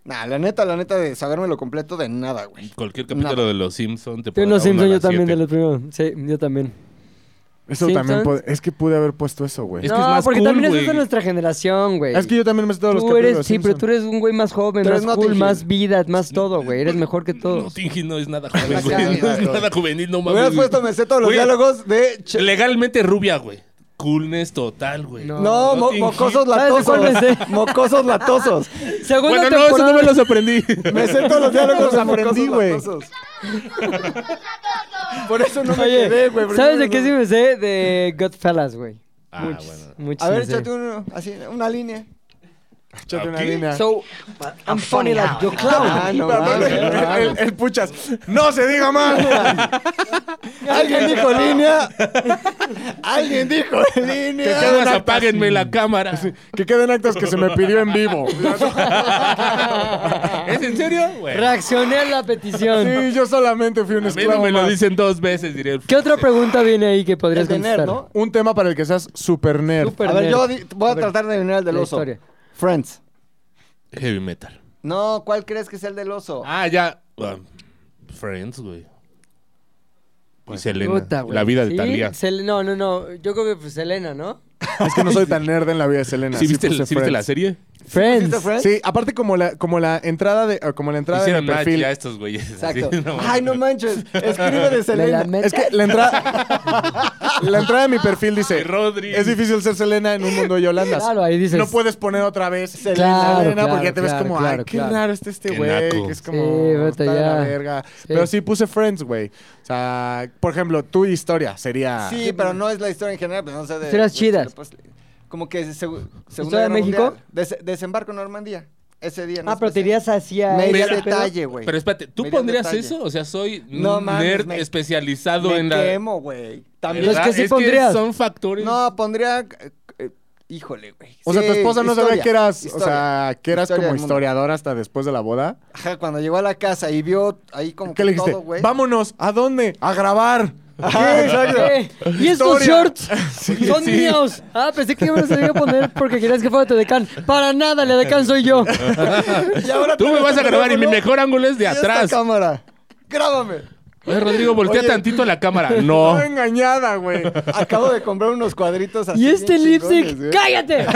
[SPEAKER 2] Nah, la neta, la neta de sabérmelo completo de nada, güey.
[SPEAKER 3] Cualquier capítulo
[SPEAKER 2] No.
[SPEAKER 3] de Los Simpsons te
[SPEAKER 1] Yo no
[SPEAKER 3] dar una
[SPEAKER 1] Simpson,
[SPEAKER 3] a
[SPEAKER 1] yo
[SPEAKER 3] las
[SPEAKER 1] también de
[SPEAKER 3] siete.
[SPEAKER 1] los primeros. Sí, yo también.
[SPEAKER 4] Eso
[SPEAKER 1] Simpsons.
[SPEAKER 4] también puede- Es que pude haber puesto eso, güey.
[SPEAKER 3] Es
[SPEAKER 4] Es,
[SPEAKER 3] que
[SPEAKER 1] no,
[SPEAKER 3] más
[SPEAKER 1] porque
[SPEAKER 3] cool,
[SPEAKER 1] también
[SPEAKER 3] güey.
[SPEAKER 1] es de nuestra generación, güey.
[SPEAKER 4] que, yo también me sé todos los
[SPEAKER 1] Tú
[SPEAKER 4] capítulos.
[SPEAKER 1] eres, sí, pero tú eres un güey más joven,
[SPEAKER 2] Pero
[SPEAKER 1] más
[SPEAKER 2] es Notting
[SPEAKER 1] cool,
[SPEAKER 2] Hill.
[SPEAKER 1] más vida, más todo, güey. Eres mejor que
[SPEAKER 3] No,
[SPEAKER 1] todos.
[SPEAKER 3] Tingy no es nada joven,
[SPEAKER 2] Ya,
[SPEAKER 3] güey. No
[SPEAKER 2] ya,
[SPEAKER 3] es
[SPEAKER 2] ya.
[SPEAKER 3] nada juvenil, no
[SPEAKER 2] Me
[SPEAKER 3] mames.
[SPEAKER 2] hubieras puesto, me sé todos los
[SPEAKER 3] Güey,
[SPEAKER 2] diálogos de... Ch-
[SPEAKER 3] Legalmente rubia, güey. Coolness total, güey.
[SPEAKER 1] No.
[SPEAKER 2] no, mo-
[SPEAKER 3] Notting
[SPEAKER 2] mocosos
[SPEAKER 3] Hill.
[SPEAKER 1] ¿Sabes de
[SPEAKER 2] latosos.
[SPEAKER 1] cuál me sé?
[SPEAKER 2] Mocosos latosos.
[SPEAKER 1] Segunda
[SPEAKER 3] Bueno, no, eso
[SPEAKER 1] temporada.
[SPEAKER 3] no me los aprendí.
[SPEAKER 2] Me sé todos los diálogos
[SPEAKER 4] Los
[SPEAKER 2] de
[SPEAKER 4] aprendí,
[SPEAKER 2] aprendí,
[SPEAKER 4] güey.
[SPEAKER 2] güey. Por eso no me
[SPEAKER 1] Oye,
[SPEAKER 2] quedé, güey. porque
[SPEAKER 1] ¿sabes
[SPEAKER 2] no-
[SPEAKER 1] de qué sí me sé? De Godfellas, güey.
[SPEAKER 3] Ah, bueno.
[SPEAKER 1] Muchos
[SPEAKER 2] A ver,
[SPEAKER 1] me sé.
[SPEAKER 2] échate uno, así, una línea.
[SPEAKER 4] Échate una
[SPEAKER 3] Ok.
[SPEAKER 4] línea.
[SPEAKER 1] So, I'm funny like your clown.
[SPEAKER 2] Ah, no,
[SPEAKER 4] Pero, pero,
[SPEAKER 2] mames.
[SPEAKER 4] el, el- el puchas. ¡No se diga más!
[SPEAKER 2] Alguien dijo línea. Alguien dijo línea.
[SPEAKER 3] Nada más apáguenme la cámara.
[SPEAKER 4] que queden actos que se me pidió en vivo.
[SPEAKER 3] ¿Es en serio? Güey.
[SPEAKER 1] Reaccioné a la petición.
[SPEAKER 4] Sí, yo solamente fui un
[SPEAKER 3] A mí no
[SPEAKER 4] esclavo.
[SPEAKER 3] me lo
[SPEAKER 4] más.
[SPEAKER 3] dicen dos veces, diré.
[SPEAKER 1] ¿Qué otra pregunta viene ahí que podrías
[SPEAKER 2] El de
[SPEAKER 1] contestar?
[SPEAKER 2] nerd, ¿no?
[SPEAKER 4] Un tema para el que seas super nerd.
[SPEAKER 1] Súper
[SPEAKER 2] a ver,
[SPEAKER 1] nerd.
[SPEAKER 2] yo di- voy a tratar de adivinar el del
[SPEAKER 1] La
[SPEAKER 2] oso.
[SPEAKER 1] historia.
[SPEAKER 2] Friends.
[SPEAKER 3] Heavy metal.
[SPEAKER 2] No, ¿cuál crees que es el del oso?
[SPEAKER 3] Ah, ya. Um, Friends, güey. Y Selena.
[SPEAKER 1] Pues, Puta, güey.
[SPEAKER 3] la vida de
[SPEAKER 1] Sí,
[SPEAKER 3] Talía.
[SPEAKER 1] Sel- no, no, no. Yo creo que fue pues, Selena, ¿no?
[SPEAKER 4] Es que no soy tan nerd en la vida de Selena.
[SPEAKER 3] ¿Sí viste,
[SPEAKER 4] puse
[SPEAKER 3] sí viste la
[SPEAKER 4] Friends.
[SPEAKER 3] serie?
[SPEAKER 2] ¿Viste
[SPEAKER 4] Friends.
[SPEAKER 2] Friends?
[SPEAKER 4] Sí, aparte como la, como la entrada de o como la entrada de
[SPEAKER 3] Hicieron
[SPEAKER 4] mi
[SPEAKER 3] match
[SPEAKER 4] perfil.
[SPEAKER 3] ya estos güeyes.
[SPEAKER 2] Exacto.
[SPEAKER 3] Sí, no mames.
[SPEAKER 2] Ay, no manches. Escribe de
[SPEAKER 1] Me la
[SPEAKER 2] Selena.
[SPEAKER 1] met-
[SPEAKER 4] Es que la entrada la entrada de mi perfil
[SPEAKER 3] Ay,
[SPEAKER 4] dice
[SPEAKER 3] Rodri.
[SPEAKER 4] es difícil ser Selena en un mundo de Yolandas.
[SPEAKER 1] Claro, ahí dices.
[SPEAKER 4] No puedes poner otra vez Selena,
[SPEAKER 1] Claro,
[SPEAKER 4] Selena,
[SPEAKER 1] claro,
[SPEAKER 4] porque ya te ves
[SPEAKER 1] claro,
[SPEAKER 4] como,
[SPEAKER 1] claro,
[SPEAKER 4] ay, qué
[SPEAKER 1] claro.
[SPEAKER 4] raro está este
[SPEAKER 3] Qué
[SPEAKER 4] güey,
[SPEAKER 3] naco.
[SPEAKER 4] que es como,
[SPEAKER 1] Sí, vete
[SPEAKER 4] está de
[SPEAKER 1] ya.
[SPEAKER 4] la verga. Pero sí puse Friends, güey. O sea, por ejemplo, tu historia sería...
[SPEAKER 2] Sí, pero no es la historia en general, pues no sé de.
[SPEAKER 1] Historias
[SPEAKER 2] de-
[SPEAKER 1] chidas.
[SPEAKER 2] de- pues, como que se, Segunda
[SPEAKER 6] ¿Historia de
[SPEAKER 2] Guerra
[SPEAKER 6] México?
[SPEAKER 2] Mundial. Des- desembarco en Normandía. Ese día. en
[SPEAKER 1] Ah, pero te
[SPEAKER 2] especial.
[SPEAKER 1] irías hacia.
[SPEAKER 2] Me iría
[SPEAKER 1] ese
[SPEAKER 2] de
[SPEAKER 1] pedo.
[SPEAKER 2] detalle, güey.
[SPEAKER 3] Pero espérate, ¿tú
[SPEAKER 2] Mira el
[SPEAKER 3] pondrías
[SPEAKER 2] detalle.
[SPEAKER 3] eso? O sea, soy
[SPEAKER 2] No mames,
[SPEAKER 3] nerd
[SPEAKER 2] me-
[SPEAKER 3] especializado
[SPEAKER 2] Me
[SPEAKER 3] en la.
[SPEAKER 2] quemo, güey. También.
[SPEAKER 3] ¿Verdad?
[SPEAKER 1] Pues Es que sí pondrías.
[SPEAKER 3] son factores.
[SPEAKER 2] No, pondría. eh, eh, híjole, güey.
[SPEAKER 4] O sea,
[SPEAKER 2] Sí,
[SPEAKER 4] tu esposa no sabía
[SPEAKER 2] historia,
[SPEAKER 4] que eras, o
[SPEAKER 2] historia.
[SPEAKER 4] sea, que eras
[SPEAKER 2] Historia
[SPEAKER 4] como
[SPEAKER 2] del mundo.
[SPEAKER 4] historiadora hasta después de la boda.
[SPEAKER 2] Ajá, cuando llegó a la casa y vio ahí como
[SPEAKER 4] ¿Qué
[SPEAKER 2] que
[SPEAKER 4] le dijiste?
[SPEAKER 2] todo, güey.
[SPEAKER 4] Vámonos, ¿a dónde? A grabar.
[SPEAKER 1] ¿Qué? ¿Qué? ¿Y estos
[SPEAKER 4] Historia.
[SPEAKER 1] shorts? Son
[SPEAKER 3] sí.
[SPEAKER 1] míos. Ah, pensé que me los tenía que poner porque querías que fuera Tedecan. Para nada, el Tedecan soy yo.
[SPEAKER 2] Y ahora
[SPEAKER 3] Tú me
[SPEAKER 2] tienes
[SPEAKER 3] vas
[SPEAKER 2] tu
[SPEAKER 3] a grabar y mi
[SPEAKER 2] teléfono
[SPEAKER 3] mejor ángulo es de
[SPEAKER 2] y esta
[SPEAKER 3] atrás.
[SPEAKER 2] cámara. Grábame.
[SPEAKER 3] Oye, Rodrigo, voltea
[SPEAKER 2] Oye.
[SPEAKER 3] tantito la cámara. No.
[SPEAKER 4] Estaba engañada, güey.
[SPEAKER 2] Acabo de comprar unos cuadritos así.
[SPEAKER 1] Y este
[SPEAKER 2] bien chingones, ¿eh?
[SPEAKER 1] lipstick,
[SPEAKER 2] güey.
[SPEAKER 1] cállate.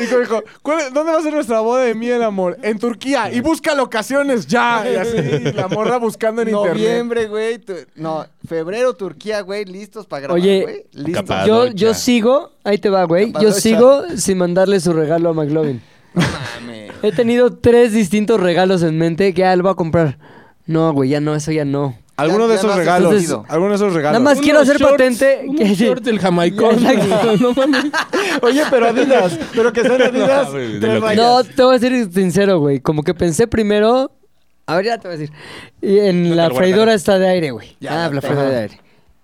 [SPEAKER 4] Dijo, dijo, "¿Cuál- ¿dónde va a ser nuestra boda de miel, amor? En Turquía. Y busca locaciones ya. Y así, y la morra buscando en internet.
[SPEAKER 2] Noviembre, güey. tu- No, febrero, Turquía, güey. Listos para grabar,
[SPEAKER 1] Oye,
[SPEAKER 2] güey. Listos.
[SPEAKER 3] Capaz.
[SPEAKER 1] Yo,
[SPEAKER 3] Padocha.
[SPEAKER 1] yo sigo, ahí te va, güey. Yo
[SPEAKER 2] Padocha.
[SPEAKER 1] sigo sin mandarle su regalo a McLovin.
[SPEAKER 2] No mames.
[SPEAKER 1] He tenido tres distintos regalos en mente que ah, lo voy a comprar. No, güey, ya no, eso ya no.
[SPEAKER 4] Alguno
[SPEAKER 2] Ya-
[SPEAKER 4] de
[SPEAKER 2] ya
[SPEAKER 4] esos
[SPEAKER 2] no has
[SPEAKER 4] regalos.
[SPEAKER 2] decidido.
[SPEAKER 4] Alguno de esos regalos.
[SPEAKER 1] Nada más
[SPEAKER 3] Unos
[SPEAKER 1] quiero hacer
[SPEAKER 3] shorts,
[SPEAKER 1] patente
[SPEAKER 3] unos
[SPEAKER 1] que-
[SPEAKER 3] shorts del jamaicón.
[SPEAKER 1] Exacto.
[SPEAKER 3] No mames.
[SPEAKER 2] Oye, pero Adidas. Pero que sean Adidas.
[SPEAKER 3] No, güey, de
[SPEAKER 2] tres
[SPEAKER 3] lo que-
[SPEAKER 2] rayas.
[SPEAKER 1] No, te voy a ser sincero, güey. Como que pensé primero. A ver, ya te voy a decir. Y en
[SPEAKER 3] No te
[SPEAKER 1] la
[SPEAKER 3] lo guardas.
[SPEAKER 1] freidora está de aire, güey.
[SPEAKER 2] Ya
[SPEAKER 1] ah,
[SPEAKER 2] la
[SPEAKER 1] la
[SPEAKER 2] tengo.
[SPEAKER 1] freidora de aire.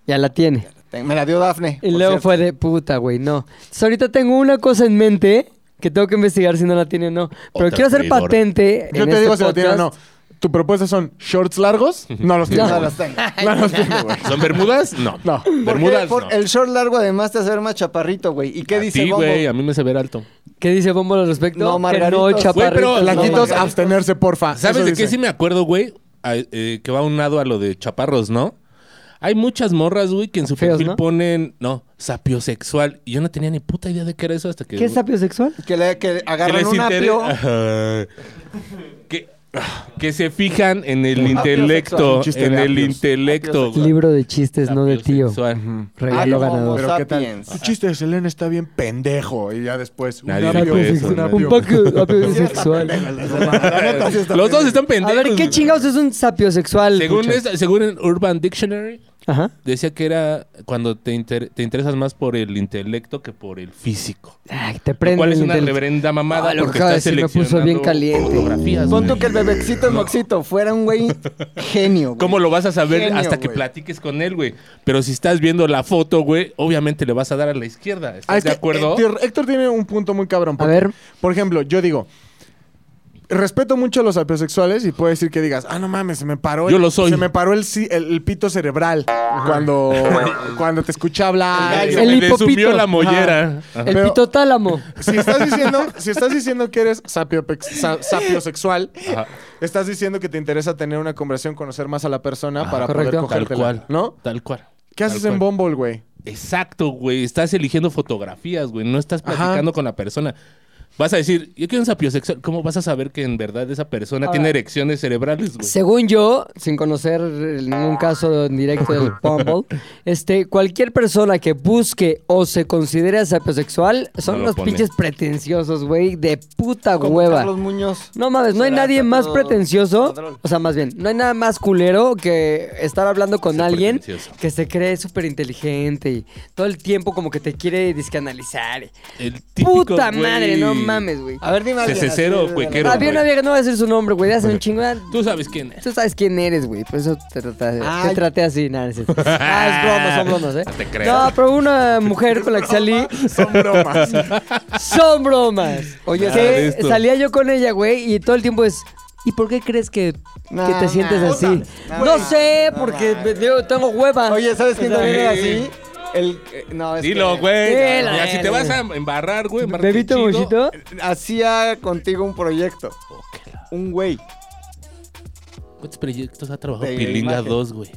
[SPEAKER 1] Ya la tiene.
[SPEAKER 2] Te- Me la dio Dafne.
[SPEAKER 1] Y luego fue de puta, güey, no. Entonces, ahorita tengo una cosa en mente que tengo que investigar si no la tiene o no. Pero
[SPEAKER 3] Otra
[SPEAKER 1] quiero hacer
[SPEAKER 3] freidora.
[SPEAKER 1] patente.
[SPEAKER 4] Yo
[SPEAKER 1] en
[SPEAKER 4] te
[SPEAKER 1] este
[SPEAKER 4] digo si lo tienen o no.
[SPEAKER 1] podcast.
[SPEAKER 4] ¿Tu propuesta son shorts largos? No los
[SPEAKER 2] No,
[SPEAKER 4] tiene.
[SPEAKER 2] no
[SPEAKER 4] güey.
[SPEAKER 2] las tengo.
[SPEAKER 4] No los tiene, güey.
[SPEAKER 3] ¿Son bermudas? No.
[SPEAKER 4] No.
[SPEAKER 3] Bermudas.
[SPEAKER 2] Porque
[SPEAKER 3] no.
[SPEAKER 2] por- El short largo además te hace ver más chaparrito, güey. ¿Y qué
[SPEAKER 3] A
[SPEAKER 2] dice
[SPEAKER 3] ti,
[SPEAKER 2] Bombo?
[SPEAKER 3] güey, a mí me se ver alto.
[SPEAKER 1] ¿Qué dice Bombo al respecto?
[SPEAKER 2] No,
[SPEAKER 1] Que
[SPEAKER 2] margaritos.
[SPEAKER 1] No,
[SPEAKER 2] Güey,
[SPEAKER 1] chaparrito.
[SPEAKER 3] pero-
[SPEAKER 1] la
[SPEAKER 2] No,
[SPEAKER 4] Flaquitos,
[SPEAKER 2] Margarita.
[SPEAKER 4] abstenerse, porfa.
[SPEAKER 3] ¿Sabes
[SPEAKER 4] Ah, Eso
[SPEAKER 3] de qué
[SPEAKER 4] dice.
[SPEAKER 3] sí me acuerdo, güey? A- eh, que va unado a lo de chaparros, ¿no? Hay muchas morras, güey, que en su
[SPEAKER 1] Feos,
[SPEAKER 3] perfil
[SPEAKER 1] ¿no?
[SPEAKER 3] ponen, no, sapiosexual. Y yo no tenía ni puta idea de qué era eso hasta que.
[SPEAKER 1] ¿Qué es sapio sexual?
[SPEAKER 2] Que, le, que
[SPEAKER 3] que
[SPEAKER 2] agarran
[SPEAKER 3] les
[SPEAKER 2] un
[SPEAKER 3] intere-
[SPEAKER 2] apio.
[SPEAKER 3] Ajá. que, que se fijan en el
[SPEAKER 2] Apio sexual.
[SPEAKER 3] intelecto.
[SPEAKER 4] Un chiste
[SPEAKER 3] En
[SPEAKER 4] de
[SPEAKER 3] el
[SPEAKER 4] apios.
[SPEAKER 3] intelecto. güey.
[SPEAKER 1] Libro de chistes, no de tío.
[SPEAKER 3] Sapiosexual.
[SPEAKER 1] Regalo
[SPEAKER 2] Ay, no,
[SPEAKER 1] ganador.
[SPEAKER 4] Pero qué tal.
[SPEAKER 2] Sapiens.
[SPEAKER 4] Tu chiste de Selena está bien pendejo. Y ya después. un
[SPEAKER 3] Nadie
[SPEAKER 4] apio,
[SPEAKER 3] dijo eso,
[SPEAKER 4] un
[SPEAKER 3] nadie.
[SPEAKER 4] apio.
[SPEAKER 1] Un poco apio sexual.
[SPEAKER 3] Los dos están
[SPEAKER 1] A
[SPEAKER 3] pendejos.
[SPEAKER 1] ver, ¿qué
[SPEAKER 3] güey.
[SPEAKER 1] chingados es un sapio sexual?
[SPEAKER 3] Según, esta- según en Urban Dictionary,
[SPEAKER 1] Ajá.
[SPEAKER 3] decía que era cuando te, inter- te interesas más por el intelectual que por el físico.
[SPEAKER 1] Ay, te
[SPEAKER 3] Lo
[SPEAKER 1] prende
[SPEAKER 3] cual
[SPEAKER 1] el
[SPEAKER 3] es una
[SPEAKER 1] intel-
[SPEAKER 3] reverenda mamada
[SPEAKER 1] Ah, lo
[SPEAKER 3] porque
[SPEAKER 1] acaba de
[SPEAKER 3] está
[SPEAKER 1] decir, me puso bien
[SPEAKER 3] seleccionando
[SPEAKER 1] caliente.
[SPEAKER 3] fotografías,
[SPEAKER 2] Pon tú
[SPEAKER 3] güey.
[SPEAKER 2] que el bebecito Moxito fuera un güey genio. güey.
[SPEAKER 3] ¿Cómo lo vas a saber
[SPEAKER 2] Genio,
[SPEAKER 3] hasta que
[SPEAKER 2] güey.
[SPEAKER 3] platiques con él, güey? Pero si estás viendo la foto, güey, obviamente le vas a dar a la izquierda. ¿Estás
[SPEAKER 4] Ah, es
[SPEAKER 3] de
[SPEAKER 4] que
[SPEAKER 1] eh,
[SPEAKER 3] acuerdo?
[SPEAKER 4] Héctor, Héctor tiene un punto muy cabrón.
[SPEAKER 1] A
[SPEAKER 4] porque,
[SPEAKER 1] ver,
[SPEAKER 4] Por ejemplo, yo digo, respeto mucho a los apiosexuales y puedo decir que digas, ah, no mames, se me paró. el-
[SPEAKER 3] Yo lo soy.
[SPEAKER 4] Se me paró el, ci- el- el pito cerebral cuando, cuando te escuché hablar.
[SPEAKER 3] Ay,
[SPEAKER 1] El
[SPEAKER 3] se me
[SPEAKER 1] hipopito.
[SPEAKER 3] desumió la mollera. Ajá.
[SPEAKER 1] el
[SPEAKER 4] Pero-
[SPEAKER 1] pitotálamo.
[SPEAKER 4] Si estás diciendo, si estás diciendo que eres sapiopex- sa- sapiosexual,
[SPEAKER 3] Ajá.
[SPEAKER 4] estás diciendo que te interesa tener una conversación, conocer más a la persona
[SPEAKER 3] Ajá,
[SPEAKER 4] para
[SPEAKER 1] Ah, correcto.
[SPEAKER 4] poder
[SPEAKER 3] Tal
[SPEAKER 4] cogértela,
[SPEAKER 3] cual.
[SPEAKER 4] ¿no?
[SPEAKER 3] Tal cual.
[SPEAKER 4] ¿Qué
[SPEAKER 3] Tal
[SPEAKER 4] haces
[SPEAKER 3] cual.
[SPEAKER 4] en Bumble, güey?
[SPEAKER 3] Exacto, güey. Estás eligiendo fotografías, güey. No estás
[SPEAKER 4] Ajá.
[SPEAKER 3] platicando con la persona. Vas a decir, yo quiero un sapiosexual. ¿Cómo vas a saber que en verdad esa persona tiene erecciones cerebrales, güey?
[SPEAKER 1] Pues, Según yo, sin conocer eh, ningún caso en directo del Bumble, este, cualquier persona que busque o se considere sapiosexual son
[SPEAKER 3] No lo
[SPEAKER 1] unos
[SPEAKER 3] pone.
[SPEAKER 1] pinches pretenciosos, güey, de puta
[SPEAKER 2] Como
[SPEAKER 1] hueva.
[SPEAKER 2] Carlos Muñoz.
[SPEAKER 1] No mames, no hay
[SPEAKER 2] Será
[SPEAKER 1] nadie más
[SPEAKER 2] todo
[SPEAKER 1] pretencioso,
[SPEAKER 2] control.
[SPEAKER 1] o sea, más bien, no hay nada más culero que estar hablando con
[SPEAKER 3] Ser
[SPEAKER 1] alguien
[SPEAKER 3] pretencioso.
[SPEAKER 1] que se cree súper inteligente y todo el tiempo como que te quiere discanalizar.
[SPEAKER 3] El típico,
[SPEAKER 1] puta madre,
[SPEAKER 3] güey,
[SPEAKER 1] no mames, güey.
[SPEAKER 2] A ver, dime alguien así,
[SPEAKER 3] Cecero,
[SPEAKER 2] de- de-
[SPEAKER 3] güey,
[SPEAKER 2] de-
[SPEAKER 3] que era-
[SPEAKER 1] Había una
[SPEAKER 3] güey.
[SPEAKER 1] vieja, no voy a decir su nombre, güey, hace un chingo.
[SPEAKER 3] Tú sabes quién es.
[SPEAKER 1] Tú sabes quién eres, güey. Por eso te traté, te
[SPEAKER 2] Ay.
[SPEAKER 1] traté así, nada. no es cierto. Ah, es broma, son bromas, ¿eh?
[SPEAKER 3] No te creo.
[SPEAKER 1] No, pero una mujer con la que salí.
[SPEAKER 4] Son bromas.
[SPEAKER 1] Son bromas.
[SPEAKER 2] Oye,
[SPEAKER 3] Nada de
[SPEAKER 1] Que
[SPEAKER 3] esto.
[SPEAKER 1] salía yo con ella, güey, y todo el tiempo es. ¿Y por qué crees que,
[SPEAKER 2] No,
[SPEAKER 1] que te
[SPEAKER 2] no,
[SPEAKER 1] sientes
[SPEAKER 2] no,
[SPEAKER 1] así?
[SPEAKER 2] no,
[SPEAKER 1] No,
[SPEAKER 2] no,
[SPEAKER 1] sé,
[SPEAKER 2] no,
[SPEAKER 1] porque
[SPEAKER 2] no,
[SPEAKER 1] me- yo tengo hueva.
[SPEAKER 2] Oye, ¿sabes quién
[SPEAKER 1] O sea,
[SPEAKER 2] también era
[SPEAKER 3] sí.
[SPEAKER 2] así? El, eh, no, es
[SPEAKER 3] Dilo,
[SPEAKER 2] que-
[SPEAKER 3] güey.
[SPEAKER 1] Sí, la
[SPEAKER 3] Mira, si te
[SPEAKER 1] verga,
[SPEAKER 3] vas a
[SPEAKER 1] güey.
[SPEAKER 3] embarrar, güey. embárrate
[SPEAKER 1] ¿Bebito mochito?
[SPEAKER 3] chido.
[SPEAKER 2] Hacía contigo un proyecto. Un güey.
[SPEAKER 3] ¿Cuántos proyectos ha trabajado
[SPEAKER 2] De
[SPEAKER 3] Pilinga
[SPEAKER 2] imagen.
[SPEAKER 3] 2, güey?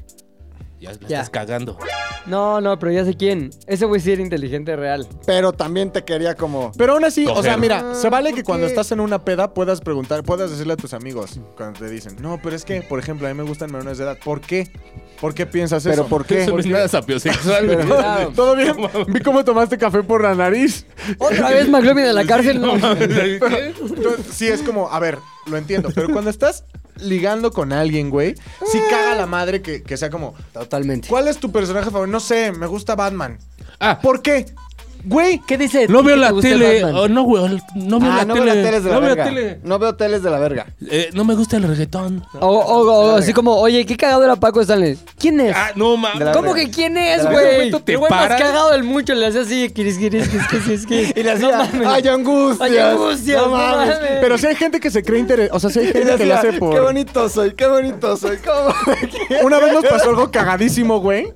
[SPEAKER 3] Ya la
[SPEAKER 6] Ya.
[SPEAKER 3] estás cagando.
[SPEAKER 1] No, no, pero ya sé quién. Ese güey sí era inteligente real.
[SPEAKER 2] Pero también te quería como.
[SPEAKER 4] Pero aún así, o sea,
[SPEAKER 3] Coger.
[SPEAKER 4] mira, se vale
[SPEAKER 2] ¿por
[SPEAKER 4] que cuando
[SPEAKER 2] qué?
[SPEAKER 4] estás en una peda puedas preguntar, puedas decirle a tus amigos cuando te dicen, no, pero es que, por ejemplo, a mí me gustan menores de edad. ¿Por qué? ¿Por qué piensas
[SPEAKER 2] ¿Pero
[SPEAKER 4] eso?
[SPEAKER 2] por qué?
[SPEAKER 3] Eso no es nada sapiosexual. ¿verdad?
[SPEAKER 1] Claro.
[SPEAKER 4] ¿Todo bien? Vi cómo tomaste café por la nariz.
[SPEAKER 1] Otra vez McLovin a la cárcel.
[SPEAKER 3] No
[SPEAKER 1] no.
[SPEAKER 3] mames, ¿sabes qué?
[SPEAKER 4] Entonces, sí, es como, a ver, lo entiendo, pero cuando estás ligando con alguien, güey, sí caga la madre que, que sea como,
[SPEAKER 1] Totalmente.
[SPEAKER 4] ¿cuál es tu personaje favorito? No sé, me gusta Batman.
[SPEAKER 3] Ah,
[SPEAKER 4] ¿Por qué? Güey,
[SPEAKER 1] ¿Qué dice?
[SPEAKER 3] no veo
[SPEAKER 1] ¿Te
[SPEAKER 3] la
[SPEAKER 1] gusta el
[SPEAKER 3] tele.
[SPEAKER 1] Batman?
[SPEAKER 3] Oh, no, güey. No veo
[SPEAKER 2] Ah,
[SPEAKER 3] la
[SPEAKER 2] no veo
[SPEAKER 3] tele.
[SPEAKER 2] las teles de la
[SPEAKER 3] no veo
[SPEAKER 2] verga.
[SPEAKER 3] la tele.
[SPEAKER 2] No veo teles de la verga.
[SPEAKER 3] Eh, no me gusta el reggaetón.
[SPEAKER 1] O, o- o- o así como, oye, qué cagado era Paco Stanley. ¿Quién es?
[SPEAKER 3] Ah, no mames.
[SPEAKER 2] De la
[SPEAKER 1] ¿Cómo
[SPEAKER 2] verga.
[SPEAKER 1] que quién es,
[SPEAKER 2] la
[SPEAKER 3] verga. En
[SPEAKER 1] güey?
[SPEAKER 3] ese momento te
[SPEAKER 1] El güey más
[SPEAKER 3] paras.
[SPEAKER 1] cagado del mucho le hace así, quiris, quiris, quiris, quiris, quiris.
[SPEAKER 2] Y le
[SPEAKER 1] No
[SPEAKER 2] hacía, "Ah,
[SPEAKER 1] mames.
[SPEAKER 2] ¡ay, angustias!
[SPEAKER 1] Ay, angustias,
[SPEAKER 2] ¡No mames!
[SPEAKER 4] pero si hay gente que se cree interesante, o sea, si hay
[SPEAKER 2] Y
[SPEAKER 4] gente
[SPEAKER 2] le
[SPEAKER 4] que lo
[SPEAKER 2] hacía, ¡Qué
[SPEAKER 4] hace por...
[SPEAKER 2] bonito soy! ¡Qué bonito soy! ¿Cómo?
[SPEAKER 4] Una vez nos pasó algo cagadísimo, güey.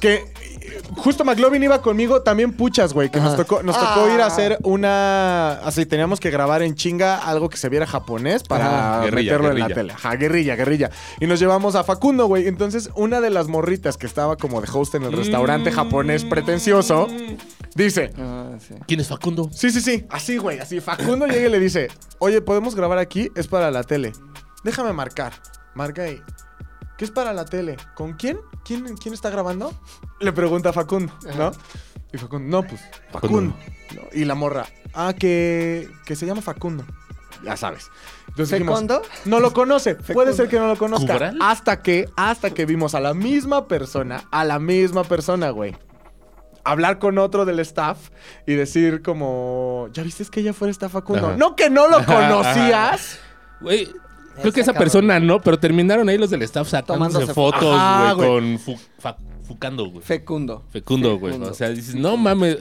[SPEAKER 4] Que eh, justo McLovin iba conmigo, también puchas, güey. Que nos tocó, nos tocó ir a hacer una. Así teníamos que grabar en chinga algo que se viera japonés para
[SPEAKER 3] Ajá. Guerrilla,
[SPEAKER 4] meterlo en la
[SPEAKER 3] guerrilla.
[SPEAKER 4] tele. Ajá, guerrilla, guerrilla. Y nos llevamos a Facundo, güey. Entonces, una de las morritas que estaba como de host en el restaurante
[SPEAKER 3] Mm.
[SPEAKER 4] japonés pretencioso dice.
[SPEAKER 2] Ah, sí.
[SPEAKER 3] ¿Quién es Facundo?
[SPEAKER 4] Sí, sí, sí. Así, güey. Así. Facundo llega y le dice: Oye, ¿podemos grabar aquí? Es para la tele. Déjame marcar. Marca ahí. ¿Qué es para la tele? ¿Con quién? ¿Quién, quién está grabando? Le pregunta a Facundo, ¿no? Y Facundo, no, pues,
[SPEAKER 3] Facundo.
[SPEAKER 4] Facundo. ¿no? Y la morra, ah, que, que se llama Facundo. Ya sabes. Entonces dijimos,
[SPEAKER 2] ¿Fecundo?
[SPEAKER 4] no lo conoce. Puede ser que no lo conozca.
[SPEAKER 3] ¿Cubral?
[SPEAKER 4] Hasta que, hasta que vimos a la misma persona, a la misma persona, güey. Hablar con otro del staff y decir como, ¿ya viste es que ella fuera está Facundo?
[SPEAKER 3] Ajá.
[SPEAKER 4] No que no lo
[SPEAKER 3] Ajá, ajá.
[SPEAKER 4] conocías.
[SPEAKER 3] Güey. Creo
[SPEAKER 1] Ese
[SPEAKER 3] que esa
[SPEAKER 1] cabrón.
[SPEAKER 3] persona no, pero terminaron ahí los del staff sacándose
[SPEAKER 2] Tomándose
[SPEAKER 3] fotos,
[SPEAKER 4] Ajá,
[SPEAKER 3] güey, con fu fa- Fucando, güey.
[SPEAKER 2] Fecundo.
[SPEAKER 3] Fecundo, güey.
[SPEAKER 2] Fecundo.
[SPEAKER 3] O sea, dices, no mames. eh,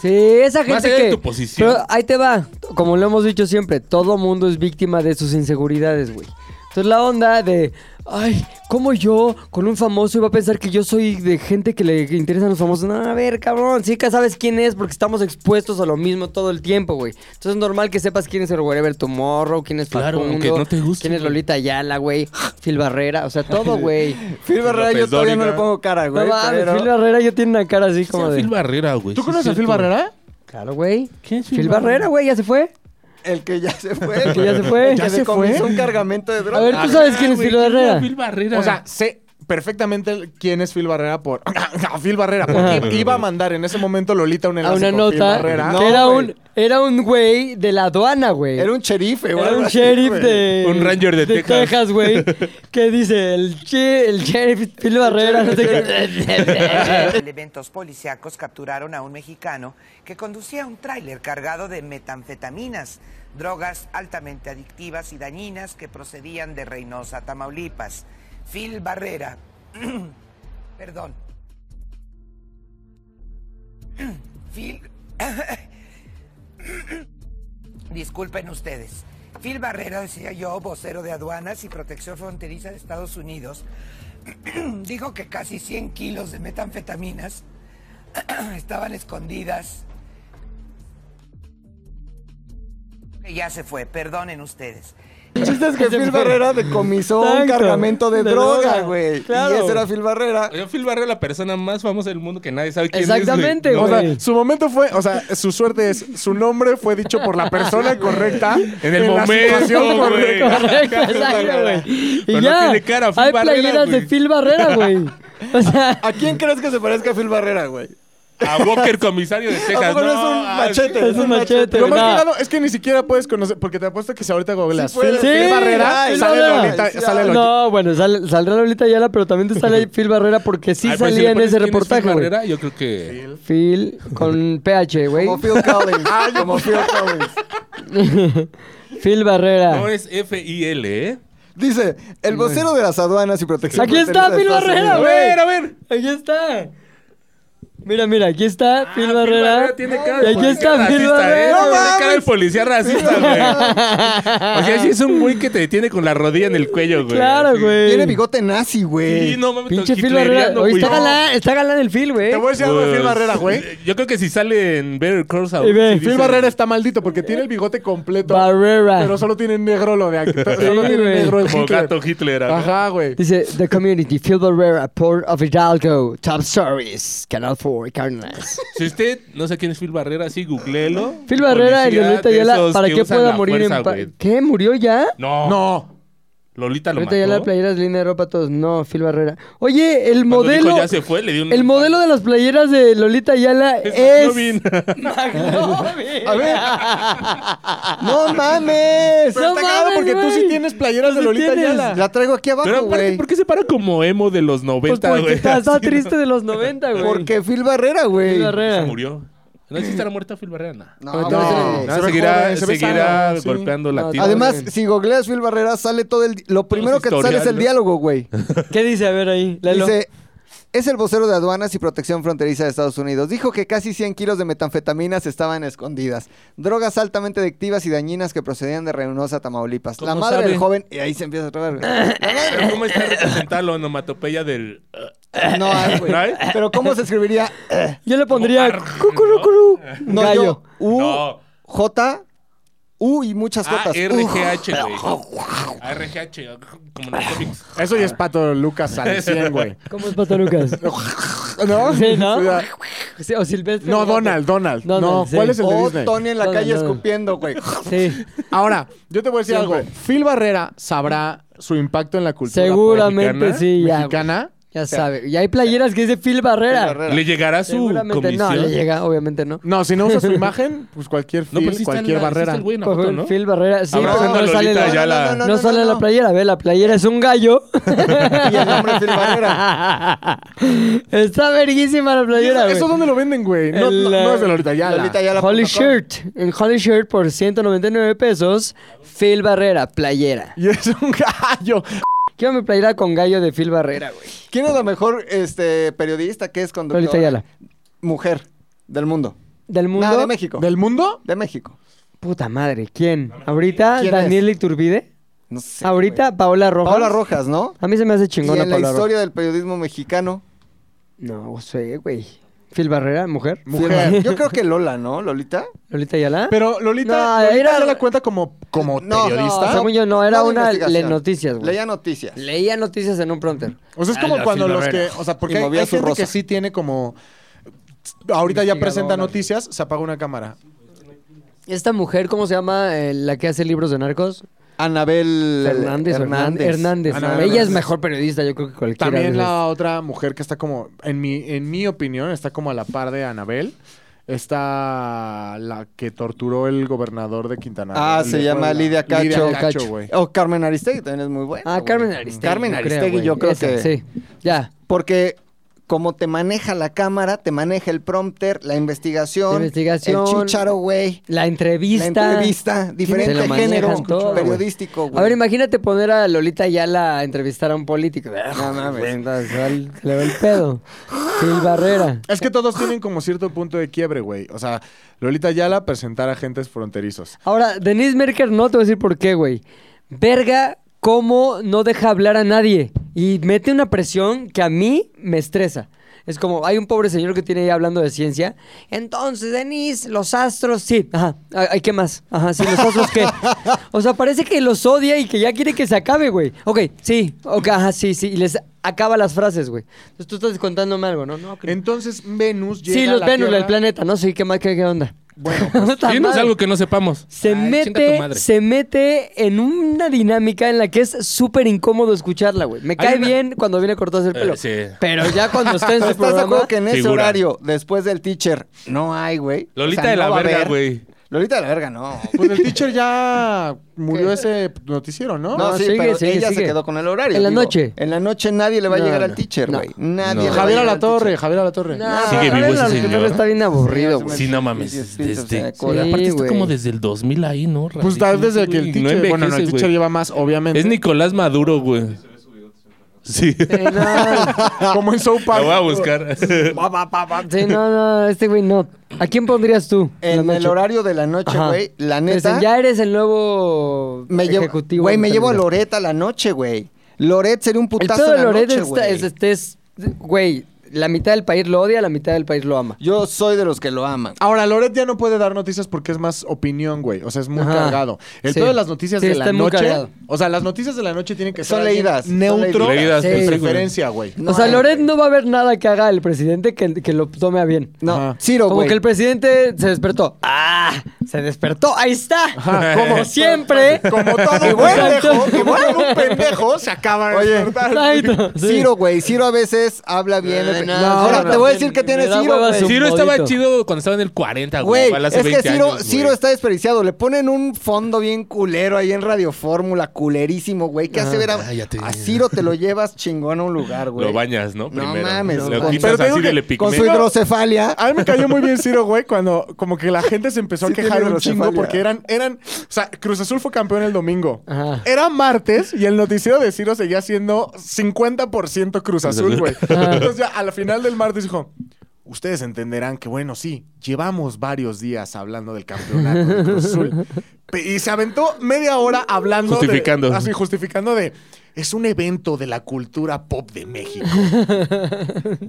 [SPEAKER 1] Sí, esa gente
[SPEAKER 3] allá de
[SPEAKER 1] que...
[SPEAKER 3] tu posición.
[SPEAKER 1] Pero ahí te va. Como lo hemos dicho siempre, todo mundo es víctima de sus inseguridades, güey. Entonces la onda de... Ay, ¿cómo yo con un famoso iba a pensar que yo soy de gente que le interesan los famosos? No, a ver, cabrón, sí que sabes quién es porque estamos expuestos a lo mismo todo el tiempo, güey. Entonces es normal que sepas quién es el Wherever Tomorrow, quién es
[SPEAKER 3] Claro,
[SPEAKER 1] Facundo,
[SPEAKER 3] aunque no te guste,
[SPEAKER 1] quién es
[SPEAKER 3] güey.
[SPEAKER 1] Lolita Ayala, güey, Phil Barrera, o sea, todo, güey.
[SPEAKER 2] Phil Barrera yo
[SPEAKER 3] López
[SPEAKER 2] todavía no
[SPEAKER 3] Dóriga.
[SPEAKER 2] le pongo cara,
[SPEAKER 1] No
[SPEAKER 2] güey.
[SPEAKER 1] mames,
[SPEAKER 2] pero-
[SPEAKER 1] Phil Barrera yo tiene una cara así
[SPEAKER 3] o sea,
[SPEAKER 1] como de...
[SPEAKER 3] Phil Barrera, güey.
[SPEAKER 4] ¿Tú
[SPEAKER 3] sí
[SPEAKER 4] conoces
[SPEAKER 3] es
[SPEAKER 4] a Phil
[SPEAKER 3] cierto.
[SPEAKER 4] Barrera?
[SPEAKER 1] Claro, güey.
[SPEAKER 3] ¿Quién es
[SPEAKER 1] Phil Barrera, güey, ya se fue.
[SPEAKER 2] El que ya se fue.
[SPEAKER 1] que ya se fue.
[SPEAKER 2] Que
[SPEAKER 4] ¿Ya
[SPEAKER 2] me
[SPEAKER 4] se fue?
[SPEAKER 2] comenzó un cargamento de droga. Ah,
[SPEAKER 1] A ver, ¿tú sabes quién es
[SPEAKER 3] güey,
[SPEAKER 1] Phil Barrera?
[SPEAKER 3] Phil Barrera.
[SPEAKER 4] O sea, sé perfectamente el- quién es Phil Barrera por... Phil Barrera, porque iba a mandar en ese momento Lolita un
[SPEAKER 3] Ah,
[SPEAKER 1] a una
[SPEAKER 4] enlace con Phil
[SPEAKER 1] nota
[SPEAKER 4] Barrera.
[SPEAKER 1] que era
[SPEAKER 2] No,
[SPEAKER 1] un era un güey de la aduana, güey.
[SPEAKER 2] Era un eh, sherife, güey.
[SPEAKER 1] Era un sheriff de
[SPEAKER 3] Un ranger de Texas.
[SPEAKER 1] güey, que dice el che- el sheriff Phil Barrera, no sé qué.
[SPEAKER 5] Elementos policíacos capturaron a un mexicano que conducía un tráiler cargado de metanfetaminas, drogas altamente adictivas y dañinas que procedían de Reynosa, Tamaulipas. Phil Barrera, perdón. Phil, Disculpen ustedes. Phil Barrera, decía yo, vocero de aduanas y protección fronteriza de Estados Unidos, dijo que casi 100 kilos de metanfetaminas estaban escondidas. Ya se fue, perdonen ustedes.
[SPEAKER 2] El chiste es que Phil Barrera decomisó un
[SPEAKER 1] Exacto.
[SPEAKER 2] cargamento de,
[SPEAKER 1] De
[SPEAKER 2] droga,
[SPEAKER 1] droga,
[SPEAKER 2] güey.
[SPEAKER 1] claro.
[SPEAKER 2] Y ese era Phil Barrera.
[SPEAKER 3] Oye, Phil Barrera, la persona más famosa del mundo que nadie sabe quién
[SPEAKER 1] Exactamente,
[SPEAKER 3] es.
[SPEAKER 4] O
[SPEAKER 1] güey.
[SPEAKER 4] sea, su momento fue, o sea, su suerte es, su nombre fue dicho por la persona correcta
[SPEAKER 3] En el
[SPEAKER 4] la
[SPEAKER 3] momento,
[SPEAKER 4] situación
[SPEAKER 3] güey.
[SPEAKER 4] correcta.
[SPEAKER 1] Correcto, exacto, güey.
[SPEAKER 3] Pero
[SPEAKER 1] Y
[SPEAKER 3] no
[SPEAKER 1] ya.
[SPEAKER 3] tiene cara, Phil
[SPEAKER 1] Hay
[SPEAKER 3] Barrera,
[SPEAKER 1] playeras de
[SPEAKER 3] güey. Ah,
[SPEAKER 1] Phil Barrera, güey. O sea,
[SPEAKER 2] ¿A quién crees que se parezca a Phil Barrera, güey?
[SPEAKER 3] güey. A Walker, comisario de
[SPEAKER 2] ¿A
[SPEAKER 3] Texas.
[SPEAKER 2] poco no es un
[SPEAKER 3] ah,
[SPEAKER 2] machete?
[SPEAKER 1] es un machete.
[SPEAKER 4] Lo más
[SPEAKER 1] nada.
[SPEAKER 4] cagado es que ni siquiera puedes conocer, porque te apuesto que si ahorita googleas
[SPEAKER 2] Sí
[SPEAKER 4] Phil,
[SPEAKER 2] puedes.
[SPEAKER 4] Phil
[SPEAKER 1] Sí,
[SPEAKER 4] Barrera,
[SPEAKER 1] Phil
[SPEAKER 4] sale
[SPEAKER 1] Barrera. ah,
[SPEAKER 4] Lolita,
[SPEAKER 2] Sí,
[SPEAKER 4] sale
[SPEAKER 2] ya.
[SPEAKER 4] Lolita.
[SPEAKER 1] No, bueno, sal- saldrá Lolita Ayala, pero también te sale Phil Barrera porque sí
[SPEAKER 3] Ay, pero pues, si
[SPEAKER 1] salía
[SPEAKER 3] le
[SPEAKER 1] en
[SPEAKER 3] pones
[SPEAKER 1] ese
[SPEAKER 3] quién es Phil
[SPEAKER 1] reportaje, güey.
[SPEAKER 3] Barrera, yo creo que.
[SPEAKER 1] Phil con PH, güey.
[SPEAKER 2] Como Phil Collins.
[SPEAKER 3] Ah,
[SPEAKER 2] como Phil Collins.
[SPEAKER 1] Phil Barrera.
[SPEAKER 3] No es F-I-L, ¿eh?
[SPEAKER 2] Dice, el vocero de las aduanas y protección.
[SPEAKER 1] Aquí está
[SPEAKER 2] fronteriza de
[SPEAKER 1] Phil
[SPEAKER 2] Estados
[SPEAKER 1] Barrera,
[SPEAKER 2] Unidos.
[SPEAKER 1] güey.
[SPEAKER 3] a ver.
[SPEAKER 1] Aquí está. Mira, mira, aquí está Phil
[SPEAKER 3] Ah, Phil
[SPEAKER 1] Barrera.
[SPEAKER 3] Barrera tiene cara de
[SPEAKER 1] y aquí
[SPEAKER 3] policía
[SPEAKER 1] está Phil
[SPEAKER 3] racista, ¿eh?
[SPEAKER 1] Barrera.
[SPEAKER 3] Tiene cara de policía racista, güey. O sea, sí es un güey que te detiene con la rodilla en el cuello, güey.
[SPEAKER 1] Claro,
[SPEAKER 3] Así.
[SPEAKER 1] güey.
[SPEAKER 2] Tiene bigote nazi, güey.
[SPEAKER 3] Sí, no mames,
[SPEAKER 1] Pinche Phil
[SPEAKER 3] hitleriano,
[SPEAKER 1] Barrera. Oye,
[SPEAKER 3] güey.
[SPEAKER 1] está
[SPEAKER 3] No.
[SPEAKER 1] galán, está galán el Phil, güey.
[SPEAKER 4] Te voy a decir algo de Phil
[SPEAKER 3] Pues,
[SPEAKER 4] Barrera, güey.
[SPEAKER 3] Yo creo que si sale en Better Call Saul,
[SPEAKER 1] Y ve,
[SPEAKER 3] sí
[SPEAKER 1] Phil
[SPEAKER 3] dicen-
[SPEAKER 4] Phil Barrera está maldito porque tiene el bigote completo.
[SPEAKER 1] Barrera.
[SPEAKER 4] Pero solo tiene negro lo de aquí. Solo
[SPEAKER 1] Sí,
[SPEAKER 4] tiene
[SPEAKER 1] güey.
[SPEAKER 4] negro el
[SPEAKER 3] Como
[SPEAKER 4] Hitler.
[SPEAKER 3] gato Hitler. ajá.
[SPEAKER 4] Ajá, güey.
[SPEAKER 1] Dice The Community, Phil Barrera, Port of Hidalgo, Top Stories, Canal 4, Cardinals.
[SPEAKER 3] Si usted no sé quién es Phil Barrera, sí, googleelo.
[SPEAKER 1] Phil Barrera y
[SPEAKER 3] Policía
[SPEAKER 1] Lolita
[SPEAKER 3] de
[SPEAKER 1] Ayala,
[SPEAKER 3] esos
[SPEAKER 1] para que
[SPEAKER 3] usan
[SPEAKER 1] pueda
[SPEAKER 3] la
[SPEAKER 1] morir
[SPEAKER 3] fuerza,
[SPEAKER 1] en paz.
[SPEAKER 3] güey.
[SPEAKER 1] ¿Qué? ¿Murió ya?
[SPEAKER 3] No,
[SPEAKER 4] No.
[SPEAKER 3] Lolita lo
[SPEAKER 1] Ahorita ya la
[SPEAKER 3] mató.
[SPEAKER 1] playeras línea de ropa todos. No, Phil Barrera. Oye, el
[SPEAKER 3] Cuando
[SPEAKER 1] modelo.
[SPEAKER 3] dijo ya se fue, le dio un...
[SPEAKER 1] El modelo de las playeras de Lolita Ayala
[SPEAKER 3] Es
[SPEAKER 1] es.
[SPEAKER 3] McLovin.
[SPEAKER 1] McLovin.
[SPEAKER 2] A ver. ¡No mames!
[SPEAKER 4] Pero
[SPEAKER 1] No
[SPEAKER 4] está cagado
[SPEAKER 1] mames,
[SPEAKER 4] porque tú sí
[SPEAKER 1] güey.
[SPEAKER 4] tienes playeras
[SPEAKER 1] Tú
[SPEAKER 4] de
[SPEAKER 1] sí
[SPEAKER 4] Lolita
[SPEAKER 1] Pues tienes.
[SPEAKER 4] Ayala.
[SPEAKER 2] La traigo aquí abajo,
[SPEAKER 3] Pero aparte,
[SPEAKER 2] güey.
[SPEAKER 3] ¿por qué se para como emo de los
[SPEAKER 1] Pues
[SPEAKER 3] 90,
[SPEAKER 1] porque
[SPEAKER 3] güey?
[SPEAKER 1] está, está
[SPEAKER 3] Así, ¿no?
[SPEAKER 1] triste de los 90, güey.
[SPEAKER 2] Porque Phil Barrera,
[SPEAKER 1] Phil
[SPEAKER 2] güey.
[SPEAKER 1] Barrera.
[SPEAKER 3] Se murió. No si estará muerta Phil Barrera, no.
[SPEAKER 2] No,
[SPEAKER 4] No,
[SPEAKER 2] güey.
[SPEAKER 3] Nada,
[SPEAKER 4] se ve
[SPEAKER 3] seguirá
[SPEAKER 4] joven, se ve
[SPEAKER 3] seguirá
[SPEAKER 4] sano, sí.
[SPEAKER 3] golpeando la
[SPEAKER 1] No,
[SPEAKER 3] tierra.
[SPEAKER 2] eh, Además, si googleas Phil Barrera, sale todo el... di- Lo primero
[SPEAKER 3] su
[SPEAKER 2] que te sale es
[SPEAKER 3] historial,
[SPEAKER 2] el
[SPEAKER 3] ¿no?
[SPEAKER 2] diálogo, güey.
[SPEAKER 1] ¿Qué dice? A ver ahí. Lalo.
[SPEAKER 2] Dice, es el vocero de aduanas y protección fronteriza de Estados Unidos. Dijo que casi 100 kilos de metanfetaminas estaban escondidas. Drogas altamente adictivas y dañinas que procedían de Reynosa, Tamaulipas. La
[SPEAKER 3] ¿Cómo
[SPEAKER 2] madre del
[SPEAKER 3] sabe?
[SPEAKER 2] joven... Y ahí se empieza a trabar, güey.
[SPEAKER 3] Pero ¿Cómo está representada la onomatopeya del...
[SPEAKER 2] No hay, güey.
[SPEAKER 3] ¿No hay?
[SPEAKER 2] Pero ¿cómo se escribiría? Eh,
[SPEAKER 1] Yo le pondría. cucurucurú.
[SPEAKER 2] No,
[SPEAKER 1] Gallo.
[SPEAKER 2] yo. U,
[SPEAKER 3] No.
[SPEAKER 2] J, U y muchas
[SPEAKER 3] Ah,
[SPEAKER 2] Jotas. Uf.
[SPEAKER 3] RGH, güey. Ah, RGH, como en los cómics.
[SPEAKER 4] Eso ya es pato Lucas al 100, güey.
[SPEAKER 1] ¿Cómo es Pato Lucas?
[SPEAKER 4] ¿No?
[SPEAKER 1] Sí, ¿no?
[SPEAKER 4] Sí, ah.
[SPEAKER 1] Sí, o Silvestre.
[SPEAKER 4] No, Donald, Donald.
[SPEAKER 1] Donald,
[SPEAKER 4] no,
[SPEAKER 1] sí.
[SPEAKER 4] ¿cuál es el de
[SPEAKER 2] O
[SPEAKER 4] Disney?
[SPEAKER 2] Oh, Tony en la
[SPEAKER 1] No, no,
[SPEAKER 2] calle
[SPEAKER 1] no.
[SPEAKER 2] escupiendo, güey.
[SPEAKER 1] Sí.
[SPEAKER 4] Ahora, yo te voy a decir
[SPEAKER 1] Siempre.
[SPEAKER 4] algo. Phil Barrera sabrá su impacto en la cultura
[SPEAKER 1] Seguramente
[SPEAKER 3] mexicana,
[SPEAKER 1] sí, ya. güey.
[SPEAKER 4] mexicana.
[SPEAKER 1] Ya sabe. Y hay playeras que dice Phil Barrera.
[SPEAKER 3] ¿Le llegará su
[SPEAKER 1] Seguramente
[SPEAKER 3] comisión?
[SPEAKER 1] no, le llega, obviamente no.
[SPEAKER 4] No, si no usa su imagen, pues cualquier Phil,
[SPEAKER 3] No, pero sí está
[SPEAKER 4] cualquier
[SPEAKER 3] en la- sí
[SPEAKER 4] barrera.
[SPEAKER 3] está el güey en la
[SPEAKER 1] Por
[SPEAKER 3] foto,
[SPEAKER 1] favor,
[SPEAKER 3] ¿no?
[SPEAKER 1] Pues, Phil Barrera, sí,
[SPEAKER 3] Abrazando
[SPEAKER 1] porque
[SPEAKER 3] a
[SPEAKER 1] no
[SPEAKER 3] Lolita
[SPEAKER 1] sale, la,
[SPEAKER 3] Ayala.
[SPEAKER 1] no, sale la playera, ve, la playera es un gallo.
[SPEAKER 2] Y el nombre es Phil Barrera.
[SPEAKER 1] Está verguísima la
[SPEAKER 4] ¿Y
[SPEAKER 1] playera,
[SPEAKER 4] eso,
[SPEAKER 1] güey.
[SPEAKER 4] eso dónde lo venden, güey? No,
[SPEAKER 1] El,
[SPEAKER 4] no, no
[SPEAKER 1] eh,
[SPEAKER 4] es de Lolita Ayala.
[SPEAKER 2] Lolita Ayala punto
[SPEAKER 1] Holy
[SPEAKER 2] com.
[SPEAKER 1] Shirt, en Holy Shirt por 199 pesos, Phil Barrera, playera.
[SPEAKER 4] Y es un gallo.
[SPEAKER 1] Quiero mi playera con gallo de Phil Barrera, güey.
[SPEAKER 2] ¿Quién es la mejor este, periodista que es conductora?
[SPEAKER 1] Lolita Ayala.
[SPEAKER 2] Mujer del mundo.
[SPEAKER 1] Del mundo.
[SPEAKER 2] No, de México.
[SPEAKER 4] ¿Del mundo?
[SPEAKER 2] De México.
[SPEAKER 1] Puta madre, ¿quién? ¿Ahorita
[SPEAKER 2] ¿Quién
[SPEAKER 1] Daniel Iturbide?
[SPEAKER 2] No sé.
[SPEAKER 1] ¿Ahorita Paola Rojas?
[SPEAKER 2] Paola Rojas, ¿no?
[SPEAKER 1] A mí se me hace
[SPEAKER 2] Y en
[SPEAKER 1] chingona
[SPEAKER 2] la
[SPEAKER 1] Paola Rojas.
[SPEAKER 2] historia del periodismo mexicano.
[SPEAKER 1] No sé, güey. Phil Barrera, mujer.
[SPEAKER 4] Mujer.
[SPEAKER 2] Yo creo que Lola, ¿no? Lolita.
[SPEAKER 1] Lolita Ayala.
[SPEAKER 4] Pero Lolita,
[SPEAKER 1] No,
[SPEAKER 4] Lolita
[SPEAKER 1] era-
[SPEAKER 4] Ayala cuenta como, como
[SPEAKER 2] No,
[SPEAKER 4] periodista.
[SPEAKER 1] No, según yo no, era
[SPEAKER 2] Fue de
[SPEAKER 1] una
[SPEAKER 2] investigación.
[SPEAKER 1] le noticias, güey.
[SPEAKER 2] Leía noticias.
[SPEAKER 1] Leía noticias en un prompter.
[SPEAKER 4] O sea, es
[SPEAKER 3] Ah,
[SPEAKER 4] como
[SPEAKER 3] la
[SPEAKER 4] cuando
[SPEAKER 3] Phil
[SPEAKER 4] los que.
[SPEAKER 3] Barrera.
[SPEAKER 4] O sea, porque
[SPEAKER 2] Y
[SPEAKER 4] hay,
[SPEAKER 2] movía
[SPEAKER 4] hay
[SPEAKER 2] su
[SPEAKER 4] gente
[SPEAKER 2] rosa.
[SPEAKER 4] que sí tiene como. Ahorita ya presenta
[SPEAKER 1] Investigadora.
[SPEAKER 4] noticias, se apaga una cámara.
[SPEAKER 1] Esta mujer, ¿cómo se llama? eh, la que hace libros de narcos.
[SPEAKER 2] Anabel
[SPEAKER 1] Hernández. Hernández.
[SPEAKER 2] Ah,
[SPEAKER 1] Hernández.
[SPEAKER 4] Ana
[SPEAKER 1] Ella
[SPEAKER 4] Hernández.
[SPEAKER 1] es mejor periodista, yo creo que cualquiera.
[SPEAKER 4] También
[SPEAKER 1] de esas.
[SPEAKER 4] la otra mujer que está como, en mi, en mi opinión, está como a la par de Anabel. Está la que torturó el gobernador de Quintana Roo.
[SPEAKER 2] Ah, se llama Lidia Cacho.
[SPEAKER 4] Lidia Cacho, güey.
[SPEAKER 2] O Carmen Aristegui también es muy buena.
[SPEAKER 1] Ah,
[SPEAKER 2] güey.
[SPEAKER 1] Carmen Aristegui.
[SPEAKER 2] Carmen
[SPEAKER 1] yo creo,
[SPEAKER 2] Aristegui,
[SPEAKER 1] güey.
[SPEAKER 2] yo creo
[SPEAKER 1] Esa,
[SPEAKER 2] que.
[SPEAKER 1] Sí, ya.
[SPEAKER 2] Porque como te maneja la cámara, te maneja el prompter, la investigación,
[SPEAKER 1] La investigación.
[SPEAKER 2] el chicharo, güey,
[SPEAKER 1] La
[SPEAKER 2] la
[SPEAKER 1] entrevista.
[SPEAKER 2] entrevista,
[SPEAKER 1] Te lo
[SPEAKER 2] diferente
[SPEAKER 1] manejan
[SPEAKER 2] género
[SPEAKER 1] todo, güey.
[SPEAKER 2] periodístico, güey.
[SPEAKER 1] A ver, imagínate poner a Lolita Ayala a entrevistar a un político.
[SPEAKER 2] No mames.
[SPEAKER 1] Entonces, se va el- se Le va el pedo. Phil Barrera.
[SPEAKER 4] Es que todos tienen como cierto punto de quiebre, güey. O sea, Lolita Ayala presentar agentes fronterizos.
[SPEAKER 1] Ahora, Denise Merker no te voy a decir por qué, güey. Verga, cómo no deja hablar a nadie. Y mete una presión que a mí me estresa. Es como, hay un pobre señor que tiene ahí hablando de ciencia. Entonces, Denise, los astros, sí. Ajá. Ay, ay, ¿qué más? Ajá, sí, los astros, ¿qué? O sea, parece que los odia y que ya quiere que se acabe, güey. Ok, sí. Ok, ajá, sí, sí. Y les acaba las frases, güey. Entonces tú estás contándome algo, ¿no? no que-
[SPEAKER 4] Entonces Venus llega
[SPEAKER 1] sí,
[SPEAKER 4] a
[SPEAKER 1] los
[SPEAKER 4] la
[SPEAKER 1] Venus,
[SPEAKER 4] Tierra.
[SPEAKER 1] el planeta, ¿no? Sí, ¿qué más? ¿Qué, qué onda?
[SPEAKER 4] Bueno, pues,
[SPEAKER 1] Puta
[SPEAKER 3] Dinos
[SPEAKER 1] madre.
[SPEAKER 3] algo que no sepamos.
[SPEAKER 1] Se,
[SPEAKER 3] Ay, chinga tu
[SPEAKER 1] mete,
[SPEAKER 3] madre.
[SPEAKER 1] se mete en una dinámica en la que es súper incómodo escucharla, güey. Me cae
[SPEAKER 3] una-
[SPEAKER 1] bien cuando viene cortado el
[SPEAKER 3] Eh,
[SPEAKER 1] pelo.
[SPEAKER 3] sí.
[SPEAKER 1] Pero ya cuando está en su
[SPEAKER 2] Pero ¿Estás de
[SPEAKER 1] programa...
[SPEAKER 2] acuerdo que en ese
[SPEAKER 3] Figura.
[SPEAKER 2] horario, después del teacher, no hay, güey?
[SPEAKER 3] Lolita
[SPEAKER 2] O sea,
[SPEAKER 3] de la
[SPEAKER 2] no va a
[SPEAKER 3] verga,
[SPEAKER 2] haber.
[SPEAKER 3] güey.
[SPEAKER 2] Lolita de la verga, no.
[SPEAKER 4] pues el teacher ya murió ese noticiero, ¿no?
[SPEAKER 2] No,
[SPEAKER 1] No,
[SPEAKER 2] sí,
[SPEAKER 1] sigue,
[SPEAKER 2] pero
[SPEAKER 1] sigue,
[SPEAKER 2] ella
[SPEAKER 1] sigue.
[SPEAKER 2] se quedó con el horario.
[SPEAKER 1] En la noche.
[SPEAKER 2] En la noche nadie le va a
[SPEAKER 1] No,
[SPEAKER 2] llegar
[SPEAKER 1] no,
[SPEAKER 2] al teacher,
[SPEAKER 1] no.
[SPEAKER 2] güey. Nadie.
[SPEAKER 3] No.
[SPEAKER 2] le va a
[SPEAKER 4] Javier
[SPEAKER 2] llegar al
[SPEAKER 4] Alatorre,
[SPEAKER 2] teacher.
[SPEAKER 4] Javier Alatorre.
[SPEAKER 1] No,
[SPEAKER 3] Sigue
[SPEAKER 1] a
[SPEAKER 3] vivo
[SPEAKER 1] ver,
[SPEAKER 3] ese
[SPEAKER 1] la-
[SPEAKER 3] señor.
[SPEAKER 2] ¿eh?
[SPEAKER 1] pero Está bien aburrido, güey.
[SPEAKER 3] Sí, no mames.
[SPEAKER 2] Pinches pinzas de
[SPEAKER 3] Desde,
[SPEAKER 2] cola.
[SPEAKER 1] Sí,
[SPEAKER 3] aparte está
[SPEAKER 1] güey.
[SPEAKER 3] como desde el 2000 ahí, ¿no?
[SPEAKER 4] Pues
[SPEAKER 3] Rarísimo,
[SPEAKER 4] tal vez desde que el
[SPEAKER 3] güey. No
[SPEAKER 4] teacher. bueno, no, el
[SPEAKER 3] envejece,
[SPEAKER 4] teacher
[SPEAKER 3] güey.
[SPEAKER 4] lleva más, obviamente.
[SPEAKER 3] Es Nicolás Maduro, güey. Sí.
[SPEAKER 1] Eh, no,
[SPEAKER 4] Como en South
[SPEAKER 3] La
[SPEAKER 4] Park.
[SPEAKER 3] voy a buscar.
[SPEAKER 1] sí, no, no, este güey no. ¿A quién pondrías tú?
[SPEAKER 2] En el horario de la noche,
[SPEAKER 1] Ajá.
[SPEAKER 2] güey, la
[SPEAKER 1] Te dicen,
[SPEAKER 2] neta.
[SPEAKER 1] ya eres el nuevo
[SPEAKER 2] me llevo,
[SPEAKER 1] ejecutivo.
[SPEAKER 2] Güey,
[SPEAKER 1] de
[SPEAKER 2] me llevo a
[SPEAKER 1] Televisa".
[SPEAKER 2] Loret a la noche, güey. Loret sería un
[SPEAKER 1] El
[SPEAKER 2] putazo
[SPEAKER 1] pedo
[SPEAKER 2] en
[SPEAKER 1] de
[SPEAKER 2] la
[SPEAKER 1] Loret
[SPEAKER 2] noche,
[SPEAKER 1] está-
[SPEAKER 2] güey.
[SPEAKER 1] es, este es- güey, la mitad del país lo odia, la mitad del país lo ama.
[SPEAKER 2] Yo soy de los que lo aman.
[SPEAKER 1] Ah,
[SPEAKER 4] Ahora, Loret ya no puede dar noticias porque es más opinión, güey. O sea, es muy
[SPEAKER 1] Ajá.
[SPEAKER 4] cargado. El
[SPEAKER 1] Sí.
[SPEAKER 4] pedo de las noticias
[SPEAKER 1] Sí,
[SPEAKER 4] de la
[SPEAKER 1] está muy
[SPEAKER 4] noche.
[SPEAKER 1] cargado.
[SPEAKER 4] O sea, las noticias de la noche tienen que
[SPEAKER 2] Son
[SPEAKER 4] ser alguien
[SPEAKER 2] leídas, son
[SPEAKER 4] Neutro.
[SPEAKER 3] leídas.
[SPEAKER 1] Sí. Sí,
[SPEAKER 4] de
[SPEAKER 1] güey.
[SPEAKER 4] preferencia, güey.
[SPEAKER 1] o sea,
[SPEAKER 2] No,
[SPEAKER 1] Loret
[SPEAKER 2] güey.
[SPEAKER 1] no va a haber nada que haga el presidente que, que lo tome a bien.
[SPEAKER 2] No,
[SPEAKER 4] Ajá.
[SPEAKER 2] Ciro,
[SPEAKER 1] Como
[SPEAKER 2] güey.
[SPEAKER 1] que el presidente se despertó. ¡Ah! Se despertó. ¡Ahí está! Como siempre.
[SPEAKER 4] Como todo
[SPEAKER 1] buen
[SPEAKER 4] pendejo,
[SPEAKER 1] pendejo,
[SPEAKER 4] como todo pendejo, se acaba de despertar.
[SPEAKER 1] Exacto. Sí.
[SPEAKER 2] Ciro, güey. Ciro a veces habla bien.
[SPEAKER 1] No, no,
[SPEAKER 2] Ahora
[SPEAKER 1] no,
[SPEAKER 2] te
[SPEAKER 1] no,
[SPEAKER 2] voy a
[SPEAKER 1] no,
[SPEAKER 2] decir que
[SPEAKER 1] me
[SPEAKER 2] tiene
[SPEAKER 1] da
[SPEAKER 2] Ciro,
[SPEAKER 1] hueva
[SPEAKER 2] güey.
[SPEAKER 1] su-
[SPEAKER 3] Ciro estaba
[SPEAKER 1] modito.
[SPEAKER 3] chido cuando estaba en el 40, güey.
[SPEAKER 2] Güey,
[SPEAKER 3] igual hace
[SPEAKER 2] es que
[SPEAKER 3] 20
[SPEAKER 2] Ciro,
[SPEAKER 3] años,
[SPEAKER 2] Ciro
[SPEAKER 3] güey.
[SPEAKER 2] está desperdiciado. Le ponen un fondo bien culero ahí en Radio Fórmula, culerísimo, güey. ¿Qué
[SPEAKER 1] Ah,
[SPEAKER 2] hace ver a,
[SPEAKER 3] cállate.
[SPEAKER 2] a Ciro? Te lo llevas chingón a un lugar, güey.
[SPEAKER 3] Lo bañas,
[SPEAKER 2] No
[SPEAKER 3] ¿no? Primero.
[SPEAKER 2] mames,
[SPEAKER 3] Lo
[SPEAKER 2] con-
[SPEAKER 3] quitas
[SPEAKER 4] Pero te
[SPEAKER 3] así de
[SPEAKER 4] digo que
[SPEAKER 3] le
[SPEAKER 2] Con su
[SPEAKER 4] Ciro-
[SPEAKER 2] hidrocefalia.
[SPEAKER 4] A mí me cayó muy bien Ciro, güey, cuando como que la gente se empezó a
[SPEAKER 2] Sí
[SPEAKER 4] quejar
[SPEAKER 2] tiene
[SPEAKER 4] un chingo
[SPEAKER 2] hidrocefalia.
[SPEAKER 4] porque eran, eran, o sea, Cruz Azul fue campeón el domingo.
[SPEAKER 1] Ajá.
[SPEAKER 4] Era martes y el noticiero de Ciro seguía siendo 50% Cruz Azul, güey. Entonces ya al final del martes dijo, ustedes entenderán que bueno, sí, llevamos varios días hablando del campeonato de Cruz Azul. Pe- Y se aventó media hora hablando de-
[SPEAKER 3] Justificando.
[SPEAKER 4] así, justificando de... Es un evento de la cultura pop de México.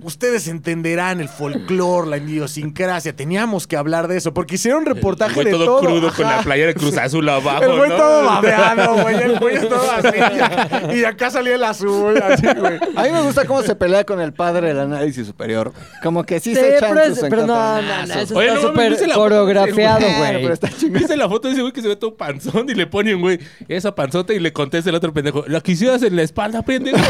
[SPEAKER 4] Ustedes entenderán el folclore, la idiosincrasia. Teníamos que hablar de eso porque hicieron reportaje
[SPEAKER 3] Güey,
[SPEAKER 4] de
[SPEAKER 3] todo,
[SPEAKER 4] todo.
[SPEAKER 3] crudo con
[SPEAKER 4] Ajá.
[SPEAKER 3] la playera de Cruz Azul abajo,
[SPEAKER 4] El güey
[SPEAKER 3] ¿no?
[SPEAKER 4] todo babeado, güey. El güey todo así. Y acá salía el azul, así, güey.
[SPEAKER 2] A mí me gusta cómo se pelea con el padre del análisis superior. güey. Como que sí,
[SPEAKER 1] Sí,
[SPEAKER 2] se echan
[SPEAKER 1] pero, es-
[SPEAKER 2] sus
[SPEAKER 1] pero no, no, no,
[SPEAKER 2] encontronazos.
[SPEAKER 1] eso
[SPEAKER 3] Oye,
[SPEAKER 1] está
[SPEAKER 3] no mames, ¿viste
[SPEAKER 1] súper
[SPEAKER 3] la foto
[SPEAKER 1] coreografiado,
[SPEAKER 3] del
[SPEAKER 2] Claro,
[SPEAKER 1] güey.
[SPEAKER 2] pero está chingón.
[SPEAKER 3] ¿Viste la foto de ese güey que se ve todo panzón y le ponen, güey, esa panzota y le contesta el otro pendejo? La quisieras en la espalda, pendejo.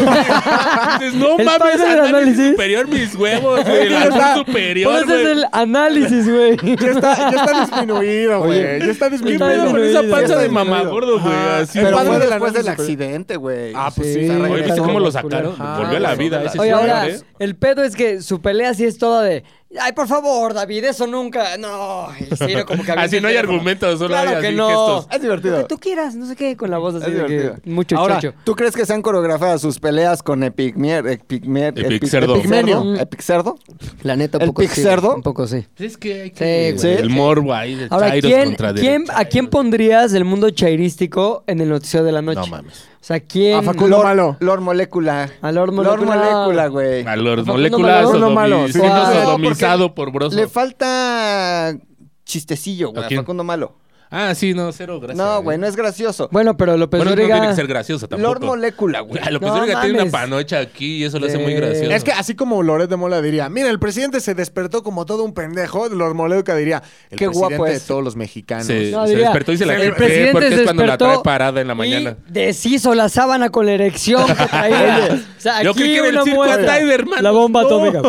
[SPEAKER 3] Y dices, no
[SPEAKER 1] El
[SPEAKER 3] mames,
[SPEAKER 1] padre del
[SPEAKER 3] análisis
[SPEAKER 1] análisis.
[SPEAKER 3] superior mis huevos, güey, el azul superior,
[SPEAKER 1] Pero ese es
[SPEAKER 3] güey.
[SPEAKER 1] el análisis, güey.
[SPEAKER 4] Ya está, ya está disminuido, güey. Ya está
[SPEAKER 3] ¿Qué
[SPEAKER 4] disminuido.
[SPEAKER 3] pedo con esa
[SPEAKER 1] disminuido,
[SPEAKER 3] panza
[SPEAKER 2] está
[SPEAKER 3] de
[SPEAKER 2] disminuido.
[SPEAKER 3] mamagordo, güey?
[SPEAKER 4] Ajá.
[SPEAKER 3] Así,
[SPEAKER 4] El
[SPEAKER 2] Pero
[SPEAKER 4] padre
[SPEAKER 2] fue
[SPEAKER 4] del
[SPEAKER 2] después del
[SPEAKER 4] análisis superior.
[SPEAKER 2] accidente, güey.
[SPEAKER 4] Ah, pues sí.
[SPEAKER 1] Sí.
[SPEAKER 4] se
[SPEAKER 3] Oye, ¿viste
[SPEAKER 4] regresó.
[SPEAKER 3] cómo lo sacaron?
[SPEAKER 4] Ajá,
[SPEAKER 3] Volvió a la
[SPEAKER 4] güey.
[SPEAKER 3] vida ese
[SPEAKER 1] Oye,
[SPEAKER 3] señor,
[SPEAKER 1] ahora,
[SPEAKER 3] ¿eh?
[SPEAKER 1] el pedo es que su pelea sí es toda de. Ay, por favor, David, eso nunca. No. Y Ciro como que avienta
[SPEAKER 3] Así
[SPEAKER 1] el
[SPEAKER 3] no hay
[SPEAKER 1] teléfono.
[SPEAKER 3] argumentos, solo
[SPEAKER 1] Claro
[SPEAKER 3] hay
[SPEAKER 1] que
[SPEAKER 3] así
[SPEAKER 1] no.
[SPEAKER 3] gestos.
[SPEAKER 2] Es divertido.
[SPEAKER 1] Lo que tú quieras, no sé qué, con la voz así
[SPEAKER 2] Es
[SPEAKER 1] de que
[SPEAKER 2] divertido.
[SPEAKER 1] mucho
[SPEAKER 2] Ahora,
[SPEAKER 1] chocho.
[SPEAKER 2] ¿tú crees que se han coreografiado sus peleas con Epigmier, Epigmier,
[SPEAKER 3] Epic Cerdo.
[SPEAKER 1] Mm.
[SPEAKER 2] Epigmenio, Epixerdo?
[SPEAKER 1] La neta,
[SPEAKER 2] un ¿El poco sí, Pixardo?
[SPEAKER 1] cerdo?
[SPEAKER 2] un
[SPEAKER 1] poco sí.
[SPEAKER 3] Pues es que hay
[SPEAKER 1] Sí,
[SPEAKER 3] que...
[SPEAKER 1] güey.
[SPEAKER 3] Sí, El morbo ahí de
[SPEAKER 1] Ahora,
[SPEAKER 3] Chairos
[SPEAKER 1] ¿quién,
[SPEAKER 3] contra
[SPEAKER 1] quién-
[SPEAKER 3] derechos.
[SPEAKER 1] ¿a quién pondrías del mundo chairístico en el noticiero de la noche?
[SPEAKER 3] No mames.
[SPEAKER 1] O sea, ¿quién?
[SPEAKER 4] A Facundo Malo.
[SPEAKER 2] Lord Molecula.
[SPEAKER 1] A Lord Molecula.
[SPEAKER 2] Molecula, güey.
[SPEAKER 3] A los
[SPEAKER 1] Facundo
[SPEAKER 3] moléculas
[SPEAKER 1] Malo.
[SPEAKER 4] Facundo Malo,
[SPEAKER 3] sodomi-
[SPEAKER 4] sí,
[SPEAKER 3] siendo
[SPEAKER 1] no, porque
[SPEAKER 3] sodomizado por broso.
[SPEAKER 2] Le falta chistecillo, güey,
[SPEAKER 3] ¿A
[SPEAKER 2] a
[SPEAKER 3] quién?
[SPEAKER 2] Facundo Malo.
[SPEAKER 3] Ah, sí, no, cero, gracias.
[SPEAKER 2] no, güey, no es gracioso.
[SPEAKER 1] Bueno, pues pero López
[SPEAKER 3] Bueno, no
[SPEAKER 1] Dóriga-
[SPEAKER 3] tiene que ser gracioso tampoco.
[SPEAKER 2] Lord Molecula, güey.
[SPEAKER 3] Ah, López
[SPEAKER 1] No
[SPEAKER 3] Dóriga tiene una
[SPEAKER 1] mames.
[SPEAKER 3] panocha aquí y eso lo hace muy
[SPEAKER 1] Eh,
[SPEAKER 3] gracioso.
[SPEAKER 4] Es que así como Loret de Mola diría, mira, el presidente se despertó como todo un pendejo, Lord Moleca diría, el
[SPEAKER 2] Qué guapo
[SPEAKER 4] presidente de
[SPEAKER 2] es.
[SPEAKER 4] todos los mexicanos.
[SPEAKER 3] se,
[SPEAKER 1] No,
[SPEAKER 3] se
[SPEAKER 1] diría,
[SPEAKER 3] despertó y se la
[SPEAKER 1] el
[SPEAKER 3] cree
[SPEAKER 1] presidente
[SPEAKER 3] porque
[SPEAKER 1] se
[SPEAKER 3] es cuando la trae
[SPEAKER 1] despertó
[SPEAKER 3] parada en la mañana.
[SPEAKER 1] Y deshizo la sábana con la erección que traía. o sea,
[SPEAKER 3] Yo
[SPEAKER 1] aquí
[SPEAKER 3] creí que era el
[SPEAKER 1] una
[SPEAKER 3] circo
[SPEAKER 1] muestra.
[SPEAKER 3] Tiger, hermano.
[SPEAKER 1] La bomba
[SPEAKER 3] No.
[SPEAKER 1] atómica.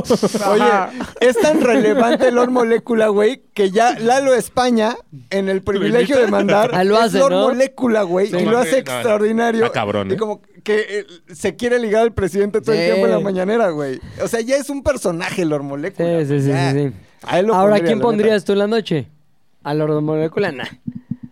[SPEAKER 2] Oye, es tan relevante Lord Molecula, güey, que ya Lalo España, en el privilegio de mandar,
[SPEAKER 1] Ah, lo
[SPEAKER 2] es
[SPEAKER 1] hace,
[SPEAKER 2] Lord
[SPEAKER 1] ¿no?
[SPEAKER 2] Molecula, güey,
[SPEAKER 3] Sí,
[SPEAKER 2] y lo
[SPEAKER 3] mames,
[SPEAKER 2] hace
[SPEAKER 3] no,
[SPEAKER 2] extraordinario.
[SPEAKER 3] está cabrón, ¿eh?
[SPEAKER 2] Y como que eh, se quiere ligar al presidente todo
[SPEAKER 1] Sí.
[SPEAKER 2] el tiempo en la mañanera, güey. O sea, ya es un personaje Lord Molecula.
[SPEAKER 1] Sí, sí, sí,
[SPEAKER 2] ya.
[SPEAKER 1] sí, sí.
[SPEAKER 2] A él lo
[SPEAKER 1] Ahora,
[SPEAKER 2] pondría,
[SPEAKER 1] ¿quién
[SPEAKER 2] la neta.
[SPEAKER 1] pondrías tú en la noche? A Lord Molecula, nah.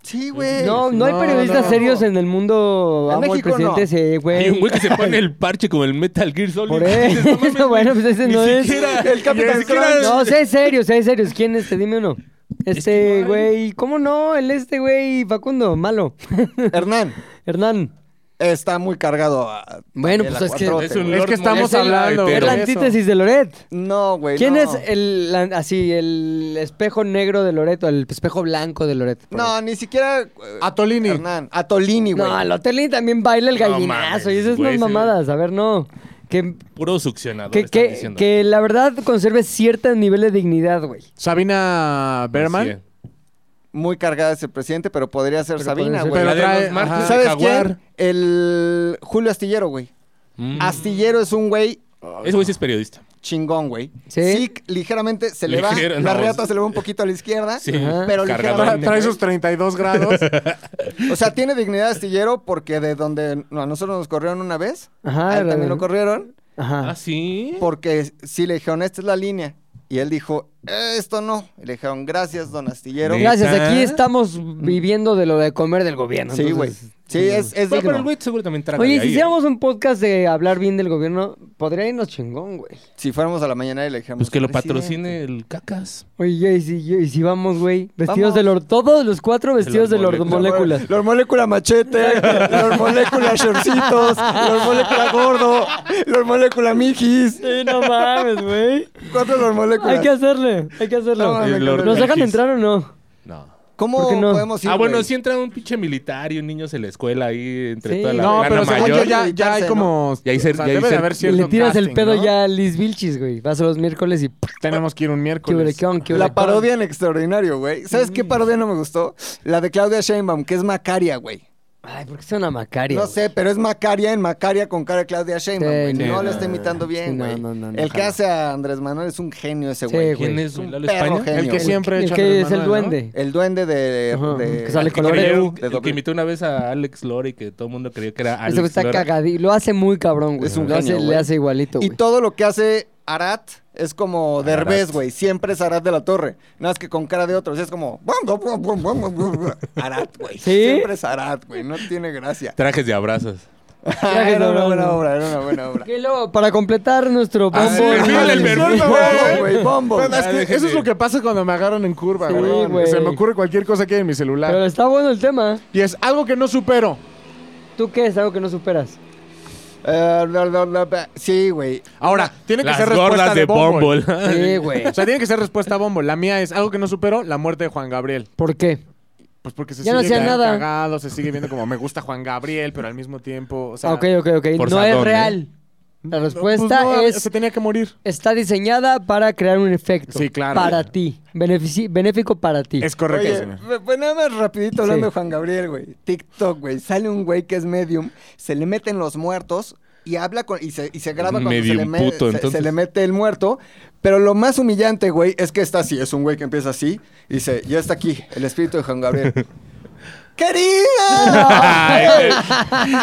[SPEAKER 2] Sí, güey.
[SPEAKER 1] No, no hay
[SPEAKER 4] no,
[SPEAKER 1] periodistas
[SPEAKER 4] no.
[SPEAKER 1] serios en el mundo.
[SPEAKER 2] En
[SPEAKER 1] Amo al
[SPEAKER 2] México,
[SPEAKER 1] presidente,
[SPEAKER 2] no.
[SPEAKER 1] sí,
[SPEAKER 3] Hay un
[SPEAKER 1] güey.
[SPEAKER 3] güey que se pone el parche como el Metal Gear Solid.
[SPEAKER 1] Por
[SPEAKER 3] Dices, no mames,
[SPEAKER 1] eso, bueno, pues ese
[SPEAKER 3] ni
[SPEAKER 1] no es.
[SPEAKER 3] siquiera-
[SPEAKER 2] El Capitán
[SPEAKER 3] ni siquiera-
[SPEAKER 2] Crunch.
[SPEAKER 1] No, sé serios, sé serios. ¿Quién este? Dime uno.
[SPEAKER 3] que
[SPEAKER 1] Este
[SPEAKER 3] no hay.
[SPEAKER 1] güey, ¿cómo no? El este güey, Facundo, malo.
[SPEAKER 2] Hernán
[SPEAKER 1] Hernán.
[SPEAKER 2] está muy cargado. a-
[SPEAKER 1] Bueno,
[SPEAKER 2] de
[SPEAKER 1] pues
[SPEAKER 2] la
[SPEAKER 1] es que-
[SPEAKER 2] cuatrote,
[SPEAKER 3] Es un
[SPEAKER 2] güey.
[SPEAKER 3] Lord
[SPEAKER 4] que estamos
[SPEAKER 3] Molecula
[SPEAKER 4] hablando,
[SPEAKER 1] Es
[SPEAKER 3] hetero.
[SPEAKER 1] la
[SPEAKER 4] eso.
[SPEAKER 1] antítesis de Loret.
[SPEAKER 2] No, güey.
[SPEAKER 1] ¿Quién
[SPEAKER 2] no.
[SPEAKER 1] es eh? el la- así el espejo negro de Loret o el espejo blanco de Loret? por
[SPEAKER 2] No, ni siquiera. eh,
[SPEAKER 4] Atolini.
[SPEAKER 2] Hernán. Atolini,
[SPEAKER 1] ejemplo?
[SPEAKER 2] güey.
[SPEAKER 1] no, el Otelín también baila el
[SPEAKER 3] No
[SPEAKER 1] gallinazo y
[SPEAKER 3] mames,
[SPEAKER 1] esas
[SPEAKER 3] güey,
[SPEAKER 1] unas
[SPEAKER 3] ese-
[SPEAKER 1] mamadas. A ver, no. Que,
[SPEAKER 3] Puro succionador.
[SPEAKER 1] que,
[SPEAKER 3] están
[SPEAKER 1] que-
[SPEAKER 3] diciendo.
[SPEAKER 1] que la verdad conserve cierto nivel de dignidad, güey.
[SPEAKER 4] Sabina Berman.
[SPEAKER 3] Sí. eh.
[SPEAKER 2] Muy cargada ese presidente, pero podría ser
[SPEAKER 1] Pero
[SPEAKER 2] Sabina,
[SPEAKER 1] podría ser-
[SPEAKER 2] güey.
[SPEAKER 4] Pero
[SPEAKER 3] La de
[SPEAKER 4] trae-
[SPEAKER 3] los martes
[SPEAKER 4] ajá.
[SPEAKER 3] de
[SPEAKER 2] ¿Sabes
[SPEAKER 3] Jaguar.
[SPEAKER 2] quién? El Julio Astillero, güey.
[SPEAKER 3] Mm.
[SPEAKER 2] Astillero es un güey
[SPEAKER 3] Ese güey sí es periodista.
[SPEAKER 2] chingón, güey.
[SPEAKER 1] Sí.
[SPEAKER 2] Sí. ligeramente se le
[SPEAKER 3] Ligero,
[SPEAKER 2] va. La
[SPEAKER 3] no,
[SPEAKER 2] reata
[SPEAKER 3] sí.
[SPEAKER 2] se le va un poquito a la izquierda.
[SPEAKER 3] Sí.
[SPEAKER 2] Pero
[SPEAKER 3] Cargadón.
[SPEAKER 4] Tra-
[SPEAKER 2] ligeramente.
[SPEAKER 4] Trae sus 32 grados.
[SPEAKER 2] güey. O sea, tiene dignidad Astillero porque de donde a nosotros nos corrieron una vez,
[SPEAKER 1] Ajá,
[SPEAKER 2] a él
[SPEAKER 1] la-
[SPEAKER 2] también lo corrieron.
[SPEAKER 1] Ajá.
[SPEAKER 2] Pues,
[SPEAKER 3] Ah, sí.
[SPEAKER 2] Porque si le dijeron, esta es la línea. Y él dijo, "Eh, esto no. Y le dijeron, gracias, don Astillero.
[SPEAKER 3] Neta.
[SPEAKER 1] Gracias, aquí estamos viviendo de lo de comer del gobierno.
[SPEAKER 2] Sí, güey.
[SPEAKER 1] entonces-
[SPEAKER 2] Sí, es, es
[SPEAKER 3] Bueno, pero
[SPEAKER 2] digno.
[SPEAKER 3] el güey seguro también traga
[SPEAKER 1] Oye,
[SPEAKER 3] de
[SPEAKER 1] si
[SPEAKER 3] ahí, ¿eh?
[SPEAKER 1] hiciéramos un podcast de hablar bien del gobierno, podría irnos chingón, güey.
[SPEAKER 2] Si fuéramos a la mañana y le dijéramos...
[SPEAKER 3] Pues que lo
[SPEAKER 2] "Presidente".
[SPEAKER 3] patrocine el cacas.
[SPEAKER 1] Oye, y si, y si vamos, güey, vestidos
[SPEAKER 2] Vamos.
[SPEAKER 1] de Lord, todos los cuatro vestidos de Lord
[SPEAKER 3] Lordmolécula.
[SPEAKER 1] Moléculas.
[SPEAKER 2] Los molécula machete, los molécula shortcitos, los molécula gordo, los molécula mijis.
[SPEAKER 1] Sí, no mames, güey.
[SPEAKER 2] ¿Cuántos los moléculas?
[SPEAKER 1] Hay que hacerle, hay que hacerlo.
[SPEAKER 2] No,
[SPEAKER 3] El Lord
[SPEAKER 1] ¿Nos dejan
[SPEAKER 3] Mijis.
[SPEAKER 1] entrar o no?
[SPEAKER 3] No.
[SPEAKER 2] ¿Cómo
[SPEAKER 1] ¿Por qué no?
[SPEAKER 2] podemos ir?
[SPEAKER 3] ah, bueno,
[SPEAKER 2] güey?
[SPEAKER 3] si entra un pinche militar y un niño se la escuela ahí entre
[SPEAKER 1] Sí.
[SPEAKER 3] toda la
[SPEAKER 4] No,
[SPEAKER 3] plana
[SPEAKER 4] pero según
[SPEAKER 3] mayor.
[SPEAKER 4] yo ya, ya hay
[SPEAKER 2] ¿no?
[SPEAKER 4] como...
[SPEAKER 3] Y ahí se-
[SPEAKER 4] o sea,
[SPEAKER 3] y ahí
[SPEAKER 4] debe
[SPEAKER 3] se-
[SPEAKER 4] de haber
[SPEAKER 1] Y
[SPEAKER 4] cierto
[SPEAKER 1] le tiras el
[SPEAKER 4] casting,
[SPEAKER 1] pedo
[SPEAKER 4] ¿no?
[SPEAKER 1] ya a Liz Vilchis, güey. Vas a los miércoles y... ¿Qué
[SPEAKER 4] Tenemos que ir un
[SPEAKER 1] huele,
[SPEAKER 4] miércoles.
[SPEAKER 1] qué on, qué huele,
[SPEAKER 2] La
[SPEAKER 1] qué on?
[SPEAKER 2] parodia en extraordinario, güey. ¿Sabes
[SPEAKER 1] Mm.
[SPEAKER 2] qué parodia no me gustó? La de Claudia Sheinbaum, que es Macaria, güey.
[SPEAKER 1] Ay, ¿por qué suena Macaria?
[SPEAKER 2] No
[SPEAKER 1] güey?
[SPEAKER 2] sé, pero es Macaria en Macaria con cara de Claudia Sheinbaum,
[SPEAKER 1] Sí,
[SPEAKER 2] güey.
[SPEAKER 1] sí,
[SPEAKER 2] no
[SPEAKER 3] no,
[SPEAKER 2] la está imitando
[SPEAKER 1] sí,
[SPEAKER 2] bien,
[SPEAKER 1] no,
[SPEAKER 2] güey.
[SPEAKER 1] no, no, no,
[SPEAKER 2] El que
[SPEAKER 1] jamás.
[SPEAKER 2] hace a Andrés Manuel es un genio ese,
[SPEAKER 1] Sí,
[SPEAKER 2] güey.
[SPEAKER 1] güey.
[SPEAKER 3] ¿Quién es? güey? ¿Lalo
[SPEAKER 2] perro
[SPEAKER 3] España?
[SPEAKER 2] genio.
[SPEAKER 4] El que
[SPEAKER 2] El-
[SPEAKER 4] siempre
[SPEAKER 1] el
[SPEAKER 4] echa
[SPEAKER 1] que
[SPEAKER 4] Andrés
[SPEAKER 1] es el
[SPEAKER 4] Manuel, ¿no?
[SPEAKER 1] duende.
[SPEAKER 2] El duende de...
[SPEAKER 1] Ajá,
[SPEAKER 2] de-
[SPEAKER 1] que sale
[SPEAKER 2] de
[SPEAKER 1] con
[SPEAKER 3] Que
[SPEAKER 1] Loreo.
[SPEAKER 3] creyeron-
[SPEAKER 2] de
[SPEAKER 3] el que
[SPEAKER 2] doble.
[SPEAKER 3] imitó una vez a Alex Lora y que todo el mundo creía que era Alex
[SPEAKER 1] Ese güey está
[SPEAKER 3] Lora.
[SPEAKER 1] cagadito. Lo hace muy cabrón, güey.
[SPEAKER 2] Es un
[SPEAKER 1] Lo hace,
[SPEAKER 2] genio,
[SPEAKER 1] le
[SPEAKER 2] güey.
[SPEAKER 1] hace igualito,
[SPEAKER 2] Y
[SPEAKER 1] güey.
[SPEAKER 2] todo lo que hace Arat es como
[SPEAKER 3] Arat.
[SPEAKER 2] Derbez, güey. Siempre es Arat de la Torre. Nada más que con cara de otros. Es como... Arat, güey.
[SPEAKER 1] ¿Sí?
[SPEAKER 2] Siempre es Arat, güey. No tiene gracia.
[SPEAKER 3] Trajes de abrazos.
[SPEAKER 2] era una buena obra, era una buena obra.
[SPEAKER 1] Que luego, para completar nuestro
[SPEAKER 3] Ah,
[SPEAKER 1] bombo...
[SPEAKER 3] sí, mira el
[SPEAKER 1] Disculpa,
[SPEAKER 3] perfil,
[SPEAKER 2] Bombo,
[SPEAKER 1] güey.
[SPEAKER 2] güey, bombo.
[SPEAKER 4] Pero Pues, es
[SPEAKER 3] Ya,
[SPEAKER 4] que
[SPEAKER 3] déjenme.
[SPEAKER 4] eso es lo que pasa cuando me agarran en curva,
[SPEAKER 1] Sí,
[SPEAKER 4] güey.
[SPEAKER 1] güey.
[SPEAKER 4] Se me ocurre cualquier cosa que hay en mi celular.
[SPEAKER 1] Pero está bueno el tema.
[SPEAKER 4] Y es algo que no supero.
[SPEAKER 1] ¿Tú qué es algo que no superas?
[SPEAKER 2] Eh, la, la, la, la, sí, güey.
[SPEAKER 4] Ahora, tiene que
[SPEAKER 3] Las
[SPEAKER 4] ser respuesta
[SPEAKER 3] gordas
[SPEAKER 4] de,
[SPEAKER 3] de
[SPEAKER 4] Bumble.
[SPEAKER 3] Bumble.
[SPEAKER 1] Sí, güey.
[SPEAKER 4] O sea, tiene que ser respuesta a Bumble. La mía es algo que no supero, la muerte de Juan Gabriel.
[SPEAKER 1] ¿Por qué?
[SPEAKER 4] Pues porque se
[SPEAKER 1] Ya no
[SPEAKER 4] sigue
[SPEAKER 1] hacía
[SPEAKER 4] quedando
[SPEAKER 1] nada.
[SPEAKER 4] cagado, se sigue viendo como me gusta Juan Gabriel, pero al mismo tiempo, o sea,
[SPEAKER 1] Ah, ok, ok, ok. No
[SPEAKER 3] por Sandón,
[SPEAKER 1] es
[SPEAKER 3] ¿eh?
[SPEAKER 1] real.
[SPEAKER 2] Mm,
[SPEAKER 1] La
[SPEAKER 4] no, pues
[SPEAKER 1] respuesta
[SPEAKER 4] no,
[SPEAKER 1] es...
[SPEAKER 2] este
[SPEAKER 4] se tenía que morir.
[SPEAKER 1] Está diseñada para crear un efecto.
[SPEAKER 4] Sí, claro.
[SPEAKER 1] Para ti. Benefici- Benéfico para ti.
[SPEAKER 4] Es correcto,
[SPEAKER 2] Oye,
[SPEAKER 4] señor.
[SPEAKER 2] me- pues nada más rapidito hablando
[SPEAKER 1] Sí.
[SPEAKER 2] de Juan Gabriel, güey. TikTok, güey. Sale un güey que es medium, se le meten los muertos y habla con, y, se, y se graba cuando se
[SPEAKER 3] Medium
[SPEAKER 2] le, me-
[SPEAKER 3] puto,
[SPEAKER 2] se- se,
[SPEAKER 3] entonces.
[SPEAKER 2] le mete el muerto. Pero lo más humillante, güey, es que está así. Es un güey que empieza así y dice, ya está aquí, el espíritu de Juan Gabriel. ¡Querida!
[SPEAKER 3] Ay,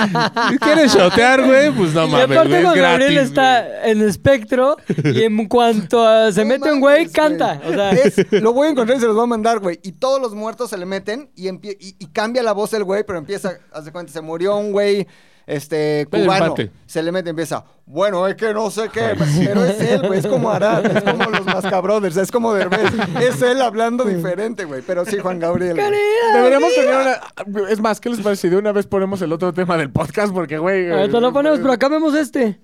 [SPEAKER 3] güey. ¿Quieres shotear, güey? Pues no
[SPEAKER 1] Y
[SPEAKER 3] mames,
[SPEAKER 1] aparte
[SPEAKER 3] güey. Es
[SPEAKER 1] Juan Gabriel
[SPEAKER 3] gratis,
[SPEAKER 1] está en espectro y en cuanto a- se
[SPEAKER 2] No
[SPEAKER 1] mete un
[SPEAKER 2] mames,
[SPEAKER 1] güey, canta. O sea,
[SPEAKER 2] Es- lo voy a encontrar y se los voy a mandar, güey. Y todos los muertos se le meten y, empie- y, y cambia la voz del güey, pero empieza, haz de cuenta, se murió un güey este,
[SPEAKER 3] Pedro
[SPEAKER 2] cubano.
[SPEAKER 3] Infante.
[SPEAKER 2] Se le mete y empieza, bueno, es que no sé qué, pero es él, güey. Es como Arad, es como los Mascabrothers, es como Derbez. Es él hablando diferente, güey. Pero sí, Juan Gabriel. güey.
[SPEAKER 4] Deberíamos tener una es más, ¿qué les parece si de una vez ponemos el otro tema del podcast porque güey?
[SPEAKER 1] ahorita Ah, lo ponemos, pero acá vemos este.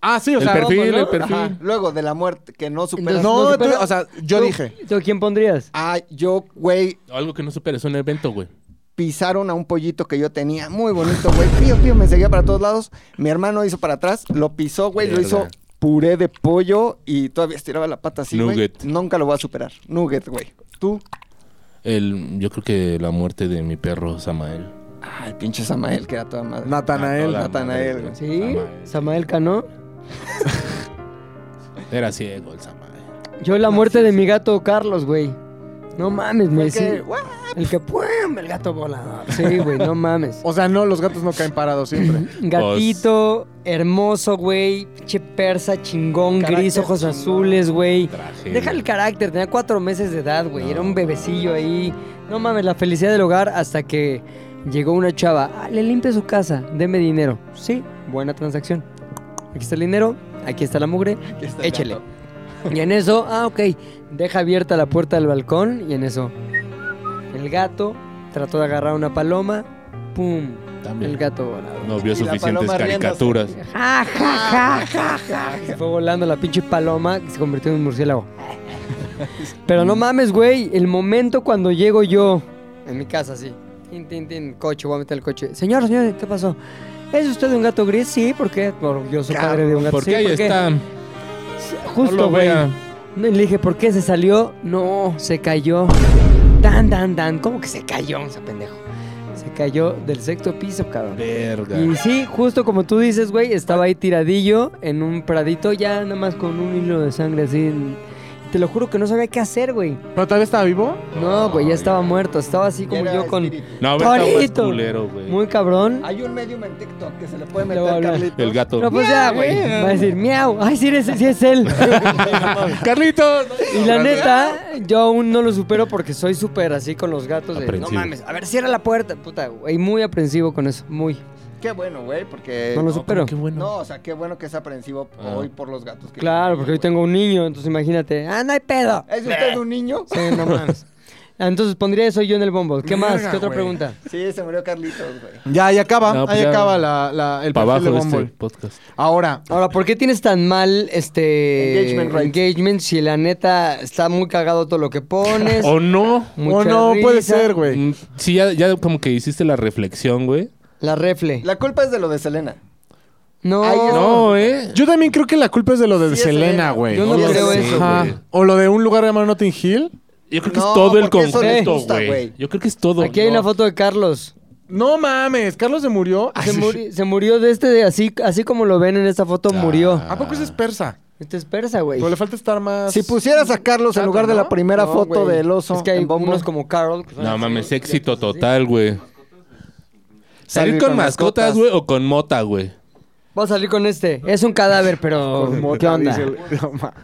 [SPEAKER 4] Ah, sí, o
[SPEAKER 3] güey. El
[SPEAKER 4] sea,
[SPEAKER 3] perfil,
[SPEAKER 1] ¿no?
[SPEAKER 3] el perfil.
[SPEAKER 2] Ajá. Luego de la muerte, que no supera.
[SPEAKER 1] Entonces,
[SPEAKER 4] No,
[SPEAKER 1] supera-
[SPEAKER 4] tú- o sea, yo
[SPEAKER 1] ¿Tú-
[SPEAKER 4] dije.
[SPEAKER 1] ¿Tú quién pondrías?
[SPEAKER 2] Ah, yo, güey,
[SPEAKER 3] Algo que no supera, es un evento, güey.
[SPEAKER 2] pisaron a un pollito que yo tenía, muy bonito, güey. Pío, pío, me seguía para todos lados. Mi hermano hizo para atrás, lo pisó, güey, lo
[SPEAKER 3] Mierda.
[SPEAKER 2] hizo puré de pollo y todavía estiraba la pata así, güey.
[SPEAKER 3] Nugget.
[SPEAKER 2] Nunca lo voy a superar. Nugget, güey. Tú.
[SPEAKER 3] El, yo creo que la muerte de mi perro Samael.
[SPEAKER 2] Ay, pinche Samael, que era toda madre.
[SPEAKER 4] Natanael,
[SPEAKER 3] Ah, toda
[SPEAKER 2] Natanael,
[SPEAKER 3] madre,
[SPEAKER 2] güey.
[SPEAKER 1] ¿Sí?
[SPEAKER 3] Samael.
[SPEAKER 1] Samael Cano.
[SPEAKER 3] Era ciego el Samael.
[SPEAKER 1] Yo la muerte de mi gato Carlos, güey. No mames, me
[SPEAKER 2] Porque,
[SPEAKER 1] sí.
[SPEAKER 2] güey,
[SPEAKER 1] El que ¡pum! el gato volador. Sí, güey, no mames.
[SPEAKER 4] O sea, no, los gatos no caen parados siempre.
[SPEAKER 1] Gatito, hermoso, güey. Pinche persa, chingón,
[SPEAKER 2] Carácter
[SPEAKER 1] gris, ojos
[SPEAKER 2] chingón.
[SPEAKER 1] azules, güey.
[SPEAKER 3] Traje.
[SPEAKER 1] Deja el carácter, tenía cuatro meses de edad, güey.
[SPEAKER 3] No,
[SPEAKER 1] Era un bebecillo ahí. No mames, la felicidad del hogar hasta que llegó una chava. "Ah, le limpia su casa, deme dinero. Sí, buena transacción. Aquí está el dinero, aquí está la mugre,
[SPEAKER 2] aquí está el
[SPEAKER 1] échele.
[SPEAKER 2] gato.
[SPEAKER 1] Y en eso, ah, ok, deja abierta la puerta del balcón y en eso, el gato trató de agarrar una paloma, pum,
[SPEAKER 3] También.
[SPEAKER 1] el gato volaba.
[SPEAKER 3] No vio
[SPEAKER 2] Y la
[SPEAKER 3] suficientes
[SPEAKER 2] paloma riéndose.
[SPEAKER 3] caricaturas.
[SPEAKER 1] Ja, ja, ja, ja, ja. Se fue volando la pinche paloma que se convirtió en un murciélago. Pero no mames, güey. El momento cuando llego yo en mi casa, así. Tin, tin, tin, coche, voy a meter el coche. Señor, señor, ¿qué pasó? ¿Es usted un gato gris? Sí, ¿por qué? Por- yo soy padre de un gato
[SPEAKER 3] Porque
[SPEAKER 1] sí,
[SPEAKER 3] ahí
[SPEAKER 1] ¿por qué?
[SPEAKER 3] está. no
[SPEAKER 1] Justo,
[SPEAKER 3] lo
[SPEAKER 1] güey.
[SPEAKER 3] vea.
[SPEAKER 1] No, y Le dije, ¿por qué se salió? No, se cayó. Dan, dan, dan. ¿Cómo que se cayó, ese pendejo? Se cayó del sexto piso, cabrón.
[SPEAKER 3] Verga.
[SPEAKER 1] Y sí, justo como tú dices, güey, estaba ahí tiradillo en un pradito, ya nada más con un hilo de sangre así. en- y te lo juro que no sabía qué hacer, güey.
[SPEAKER 4] ¿Pero todavía estaba vivo?
[SPEAKER 1] No, güey, ya estaba muerto. Estaba así como
[SPEAKER 2] Era
[SPEAKER 1] yo con.
[SPEAKER 2] espíritu.
[SPEAKER 3] No, a ver, está más
[SPEAKER 1] Torito.
[SPEAKER 3] culero, güey.
[SPEAKER 1] Muy cabrón.
[SPEAKER 2] Hay un medium en TikTok que se le puede
[SPEAKER 1] Le voy a
[SPEAKER 2] meter,
[SPEAKER 1] hablar.
[SPEAKER 2] Carlitos.
[SPEAKER 3] El gato.
[SPEAKER 1] No, pues ya, güey. Va a decir, miau. Ay, sí, eres, sí es él.
[SPEAKER 4] ¡Carlitos!
[SPEAKER 1] Y la neta, yo aún no lo supero porque soy súper así con los gatos. De, no
[SPEAKER 3] Aprensivo.
[SPEAKER 1] mames, a ver, cierra la puerta. Puta, güey, muy aprensivo con eso, muy.
[SPEAKER 2] Qué bueno, güey, porque...
[SPEAKER 1] No lo supero.
[SPEAKER 3] Qué bueno.
[SPEAKER 2] No, o sea, qué bueno que es aprensivo
[SPEAKER 3] Ah.
[SPEAKER 2] hoy por los gatos. que-
[SPEAKER 1] Claro, porque hoy tengo un niño, entonces imagínate. Ah, no hay pedo.
[SPEAKER 2] ¿Es usted un niño?
[SPEAKER 1] Sí, no mames. Ah, Entonces pondría eso yo en el bombo. ¿Qué más?
[SPEAKER 4] Verga,
[SPEAKER 1] ¿Qué otra
[SPEAKER 4] güey.
[SPEAKER 1] pregunta?
[SPEAKER 2] Sí, se murió Carlitos, güey.
[SPEAKER 4] Ya, ahí acaba.
[SPEAKER 3] No, pues
[SPEAKER 4] ahí
[SPEAKER 3] ya.
[SPEAKER 4] acaba la, la- el
[SPEAKER 3] Para
[SPEAKER 4] perfil de
[SPEAKER 3] abajo de
[SPEAKER 4] Bumble.
[SPEAKER 3] este podcast.
[SPEAKER 4] Ahora,
[SPEAKER 1] Ahora, ¿por qué tienes tan mal este
[SPEAKER 2] Engagement rate.
[SPEAKER 1] engagement si la neta está muy cagado todo lo que pones?
[SPEAKER 3] ¿O no?
[SPEAKER 1] mucha
[SPEAKER 4] o no puede
[SPEAKER 1] risa?
[SPEAKER 4] ser, güey.
[SPEAKER 3] Mm, Sí, ya, ya como que hiciste la reflexión, güey.
[SPEAKER 1] La refle.
[SPEAKER 2] La culpa es de lo de Selena.
[SPEAKER 1] No,
[SPEAKER 2] Ay,
[SPEAKER 3] No, ¿eh?
[SPEAKER 4] Yo también creo que la culpa es de lo de
[SPEAKER 2] Sí, es
[SPEAKER 4] Selena,
[SPEAKER 2] Selena.
[SPEAKER 4] güey.
[SPEAKER 1] Yo no
[SPEAKER 3] lo
[SPEAKER 1] creo
[SPEAKER 3] sé,
[SPEAKER 1] eso,
[SPEAKER 3] güey.
[SPEAKER 4] Ajá. O lo de un lugar llamado Notting Hill.
[SPEAKER 3] Yo creo que
[SPEAKER 2] No,
[SPEAKER 3] es todo el
[SPEAKER 2] porque eso le
[SPEAKER 3] conjunto,
[SPEAKER 2] gusta,
[SPEAKER 3] güey.
[SPEAKER 2] güey.
[SPEAKER 3] Yo creo que es todo.
[SPEAKER 1] aquí hay una foto de Carlos.
[SPEAKER 4] No mames, Carlos se murió.
[SPEAKER 1] Se, muri- se murió de este, de así, así como lo ven en esta foto, murió.
[SPEAKER 4] ¿A poco ese es persa?
[SPEAKER 1] Este es persa, güey.
[SPEAKER 4] Pero le falta estar más.
[SPEAKER 2] Si pusieras a Carlos en
[SPEAKER 4] Chato,
[SPEAKER 2] lugar de
[SPEAKER 4] ¿no?
[SPEAKER 2] la primera
[SPEAKER 1] Ah, No,
[SPEAKER 2] foto
[SPEAKER 1] güey.
[SPEAKER 2] del oso
[SPEAKER 1] Es que hay
[SPEAKER 2] en Bumble,
[SPEAKER 1] unos como Carl. que son
[SPEAKER 3] No
[SPEAKER 1] así.
[SPEAKER 3] mames, éxito total, güey. Salir con, mascotas,
[SPEAKER 2] mascotas.
[SPEAKER 3] güey, o con mota, güey.
[SPEAKER 1] Voy a salir con este. Es un cadáver, pero. ¿Qué onda?
[SPEAKER 4] Dice, güey. No ma-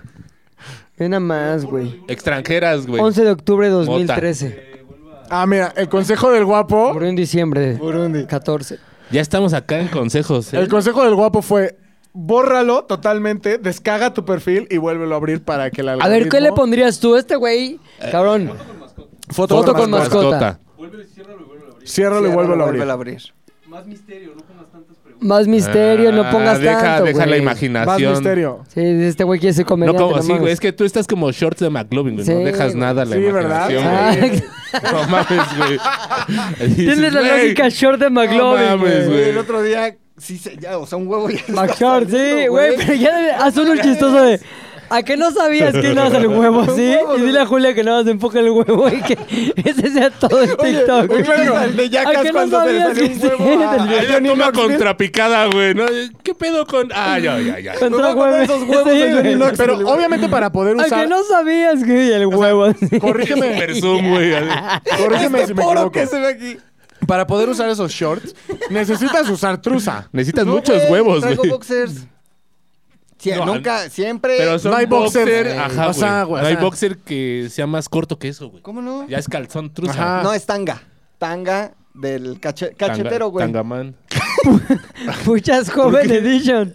[SPEAKER 1] Ve nada más, güey.
[SPEAKER 3] Extranjeras, güey.
[SPEAKER 1] 11 de octubre de 2013.
[SPEAKER 4] Ah, mira, el consejo del guapo.
[SPEAKER 1] Murió en diciembre.
[SPEAKER 4] Burundi.
[SPEAKER 1] 14.
[SPEAKER 3] Ya estamos acá en consejos. ¿eh?
[SPEAKER 4] El consejo del guapo fue. Bórralo totalmente, descarga tu perfil y vuélvelo a abrir para que la.
[SPEAKER 1] A ver, ¿qué le pondrías tú a este güey? Cabrón.
[SPEAKER 4] Foto,
[SPEAKER 1] Foto con
[SPEAKER 4] mascota.
[SPEAKER 1] mascota.
[SPEAKER 4] Ciérralo y vuélvelo a abrir.
[SPEAKER 2] vuélvelo a abrir.
[SPEAKER 1] Más misterio, no
[SPEAKER 3] Ah,
[SPEAKER 1] pongas
[SPEAKER 3] deja,
[SPEAKER 1] tanto,
[SPEAKER 3] Deja la
[SPEAKER 1] güey.
[SPEAKER 4] Más
[SPEAKER 3] imaginación.
[SPEAKER 4] misterio.
[SPEAKER 1] Sí, este güey quiere ser
[SPEAKER 3] No,
[SPEAKER 1] comediante.
[SPEAKER 3] como,
[SPEAKER 1] no
[SPEAKER 3] sí, güey,
[SPEAKER 1] mames.
[SPEAKER 3] es que tú estás como shorts de McLovin, güey.
[SPEAKER 1] Sí,
[SPEAKER 3] no dejas
[SPEAKER 1] güey.
[SPEAKER 3] nada a la
[SPEAKER 4] Sí, ¿verdad?
[SPEAKER 3] imaginación,
[SPEAKER 1] Ah,
[SPEAKER 3] güey. No mames, güey.
[SPEAKER 1] Tienes
[SPEAKER 3] Dices,
[SPEAKER 1] la
[SPEAKER 3] güey,
[SPEAKER 1] lógica short de
[SPEAKER 3] No
[SPEAKER 1] McLovin,
[SPEAKER 3] mames,
[SPEAKER 1] güey.
[SPEAKER 2] Güey,
[SPEAKER 3] güey.
[SPEAKER 2] el otro día, sí, se, ya, o sea, un huevo ya está
[SPEAKER 1] McShort, sí,
[SPEAKER 2] saliendo,
[SPEAKER 1] güey, pero ya haz uno chistoso de. ¿A que no sabías que no vas el huevo, sí? Y dile a Julia que no vas a empujar el huevo y que ese sea todo el TikTok.
[SPEAKER 2] Oye, claro, el de
[SPEAKER 1] ¿A
[SPEAKER 2] Jackass
[SPEAKER 1] que no
[SPEAKER 2] cuando se le
[SPEAKER 1] sabías
[SPEAKER 2] salió
[SPEAKER 1] que
[SPEAKER 2] un
[SPEAKER 1] sí?
[SPEAKER 2] huevo a-
[SPEAKER 1] Del-
[SPEAKER 3] Ahí la toma contrapicada, güey. ¿no? ¿Qué pedo con...? Ah, ya, ya, ya.
[SPEAKER 1] Contra
[SPEAKER 2] Me voy a poner esos huevos
[SPEAKER 1] Sí,
[SPEAKER 2] de Johnny
[SPEAKER 1] güey.
[SPEAKER 2] Knoxville,
[SPEAKER 4] Pero
[SPEAKER 2] güey.
[SPEAKER 4] obviamente para poder
[SPEAKER 1] ¿A
[SPEAKER 4] usar.
[SPEAKER 1] que no sabías que el huevo? así?
[SPEAKER 4] Corrígeme,
[SPEAKER 3] Super zoom, güey.
[SPEAKER 4] corrígeme si
[SPEAKER 2] Este
[SPEAKER 4] me
[SPEAKER 2] poro
[SPEAKER 4] equivoco.
[SPEAKER 2] que se ve aquí.
[SPEAKER 4] Para poder usar esos shorts, necesitas usar trusa.
[SPEAKER 3] Necesitas
[SPEAKER 2] No,
[SPEAKER 3] muchos
[SPEAKER 2] güey,
[SPEAKER 3] huevos,
[SPEAKER 2] traigo
[SPEAKER 3] güey.
[SPEAKER 2] boxers. Sie-
[SPEAKER 3] No,
[SPEAKER 2] nunca, siempre.
[SPEAKER 3] Pero son
[SPEAKER 4] No hay boxer,
[SPEAKER 3] boxer,
[SPEAKER 4] güey.
[SPEAKER 3] ajá,
[SPEAKER 4] O sea,
[SPEAKER 3] güey.
[SPEAKER 4] güey, o
[SPEAKER 3] No hay
[SPEAKER 4] sea.
[SPEAKER 3] boxer que sea más corto que eso, güey.
[SPEAKER 2] ¿Cómo no?
[SPEAKER 3] Ya es calzón truza.
[SPEAKER 4] Ajá.
[SPEAKER 2] No, es tanga. Tanga del cache-
[SPEAKER 3] Ah. Tanga-
[SPEAKER 2] cachetero, güey.
[SPEAKER 3] Tangamán.
[SPEAKER 1] Puchas Joven Edition.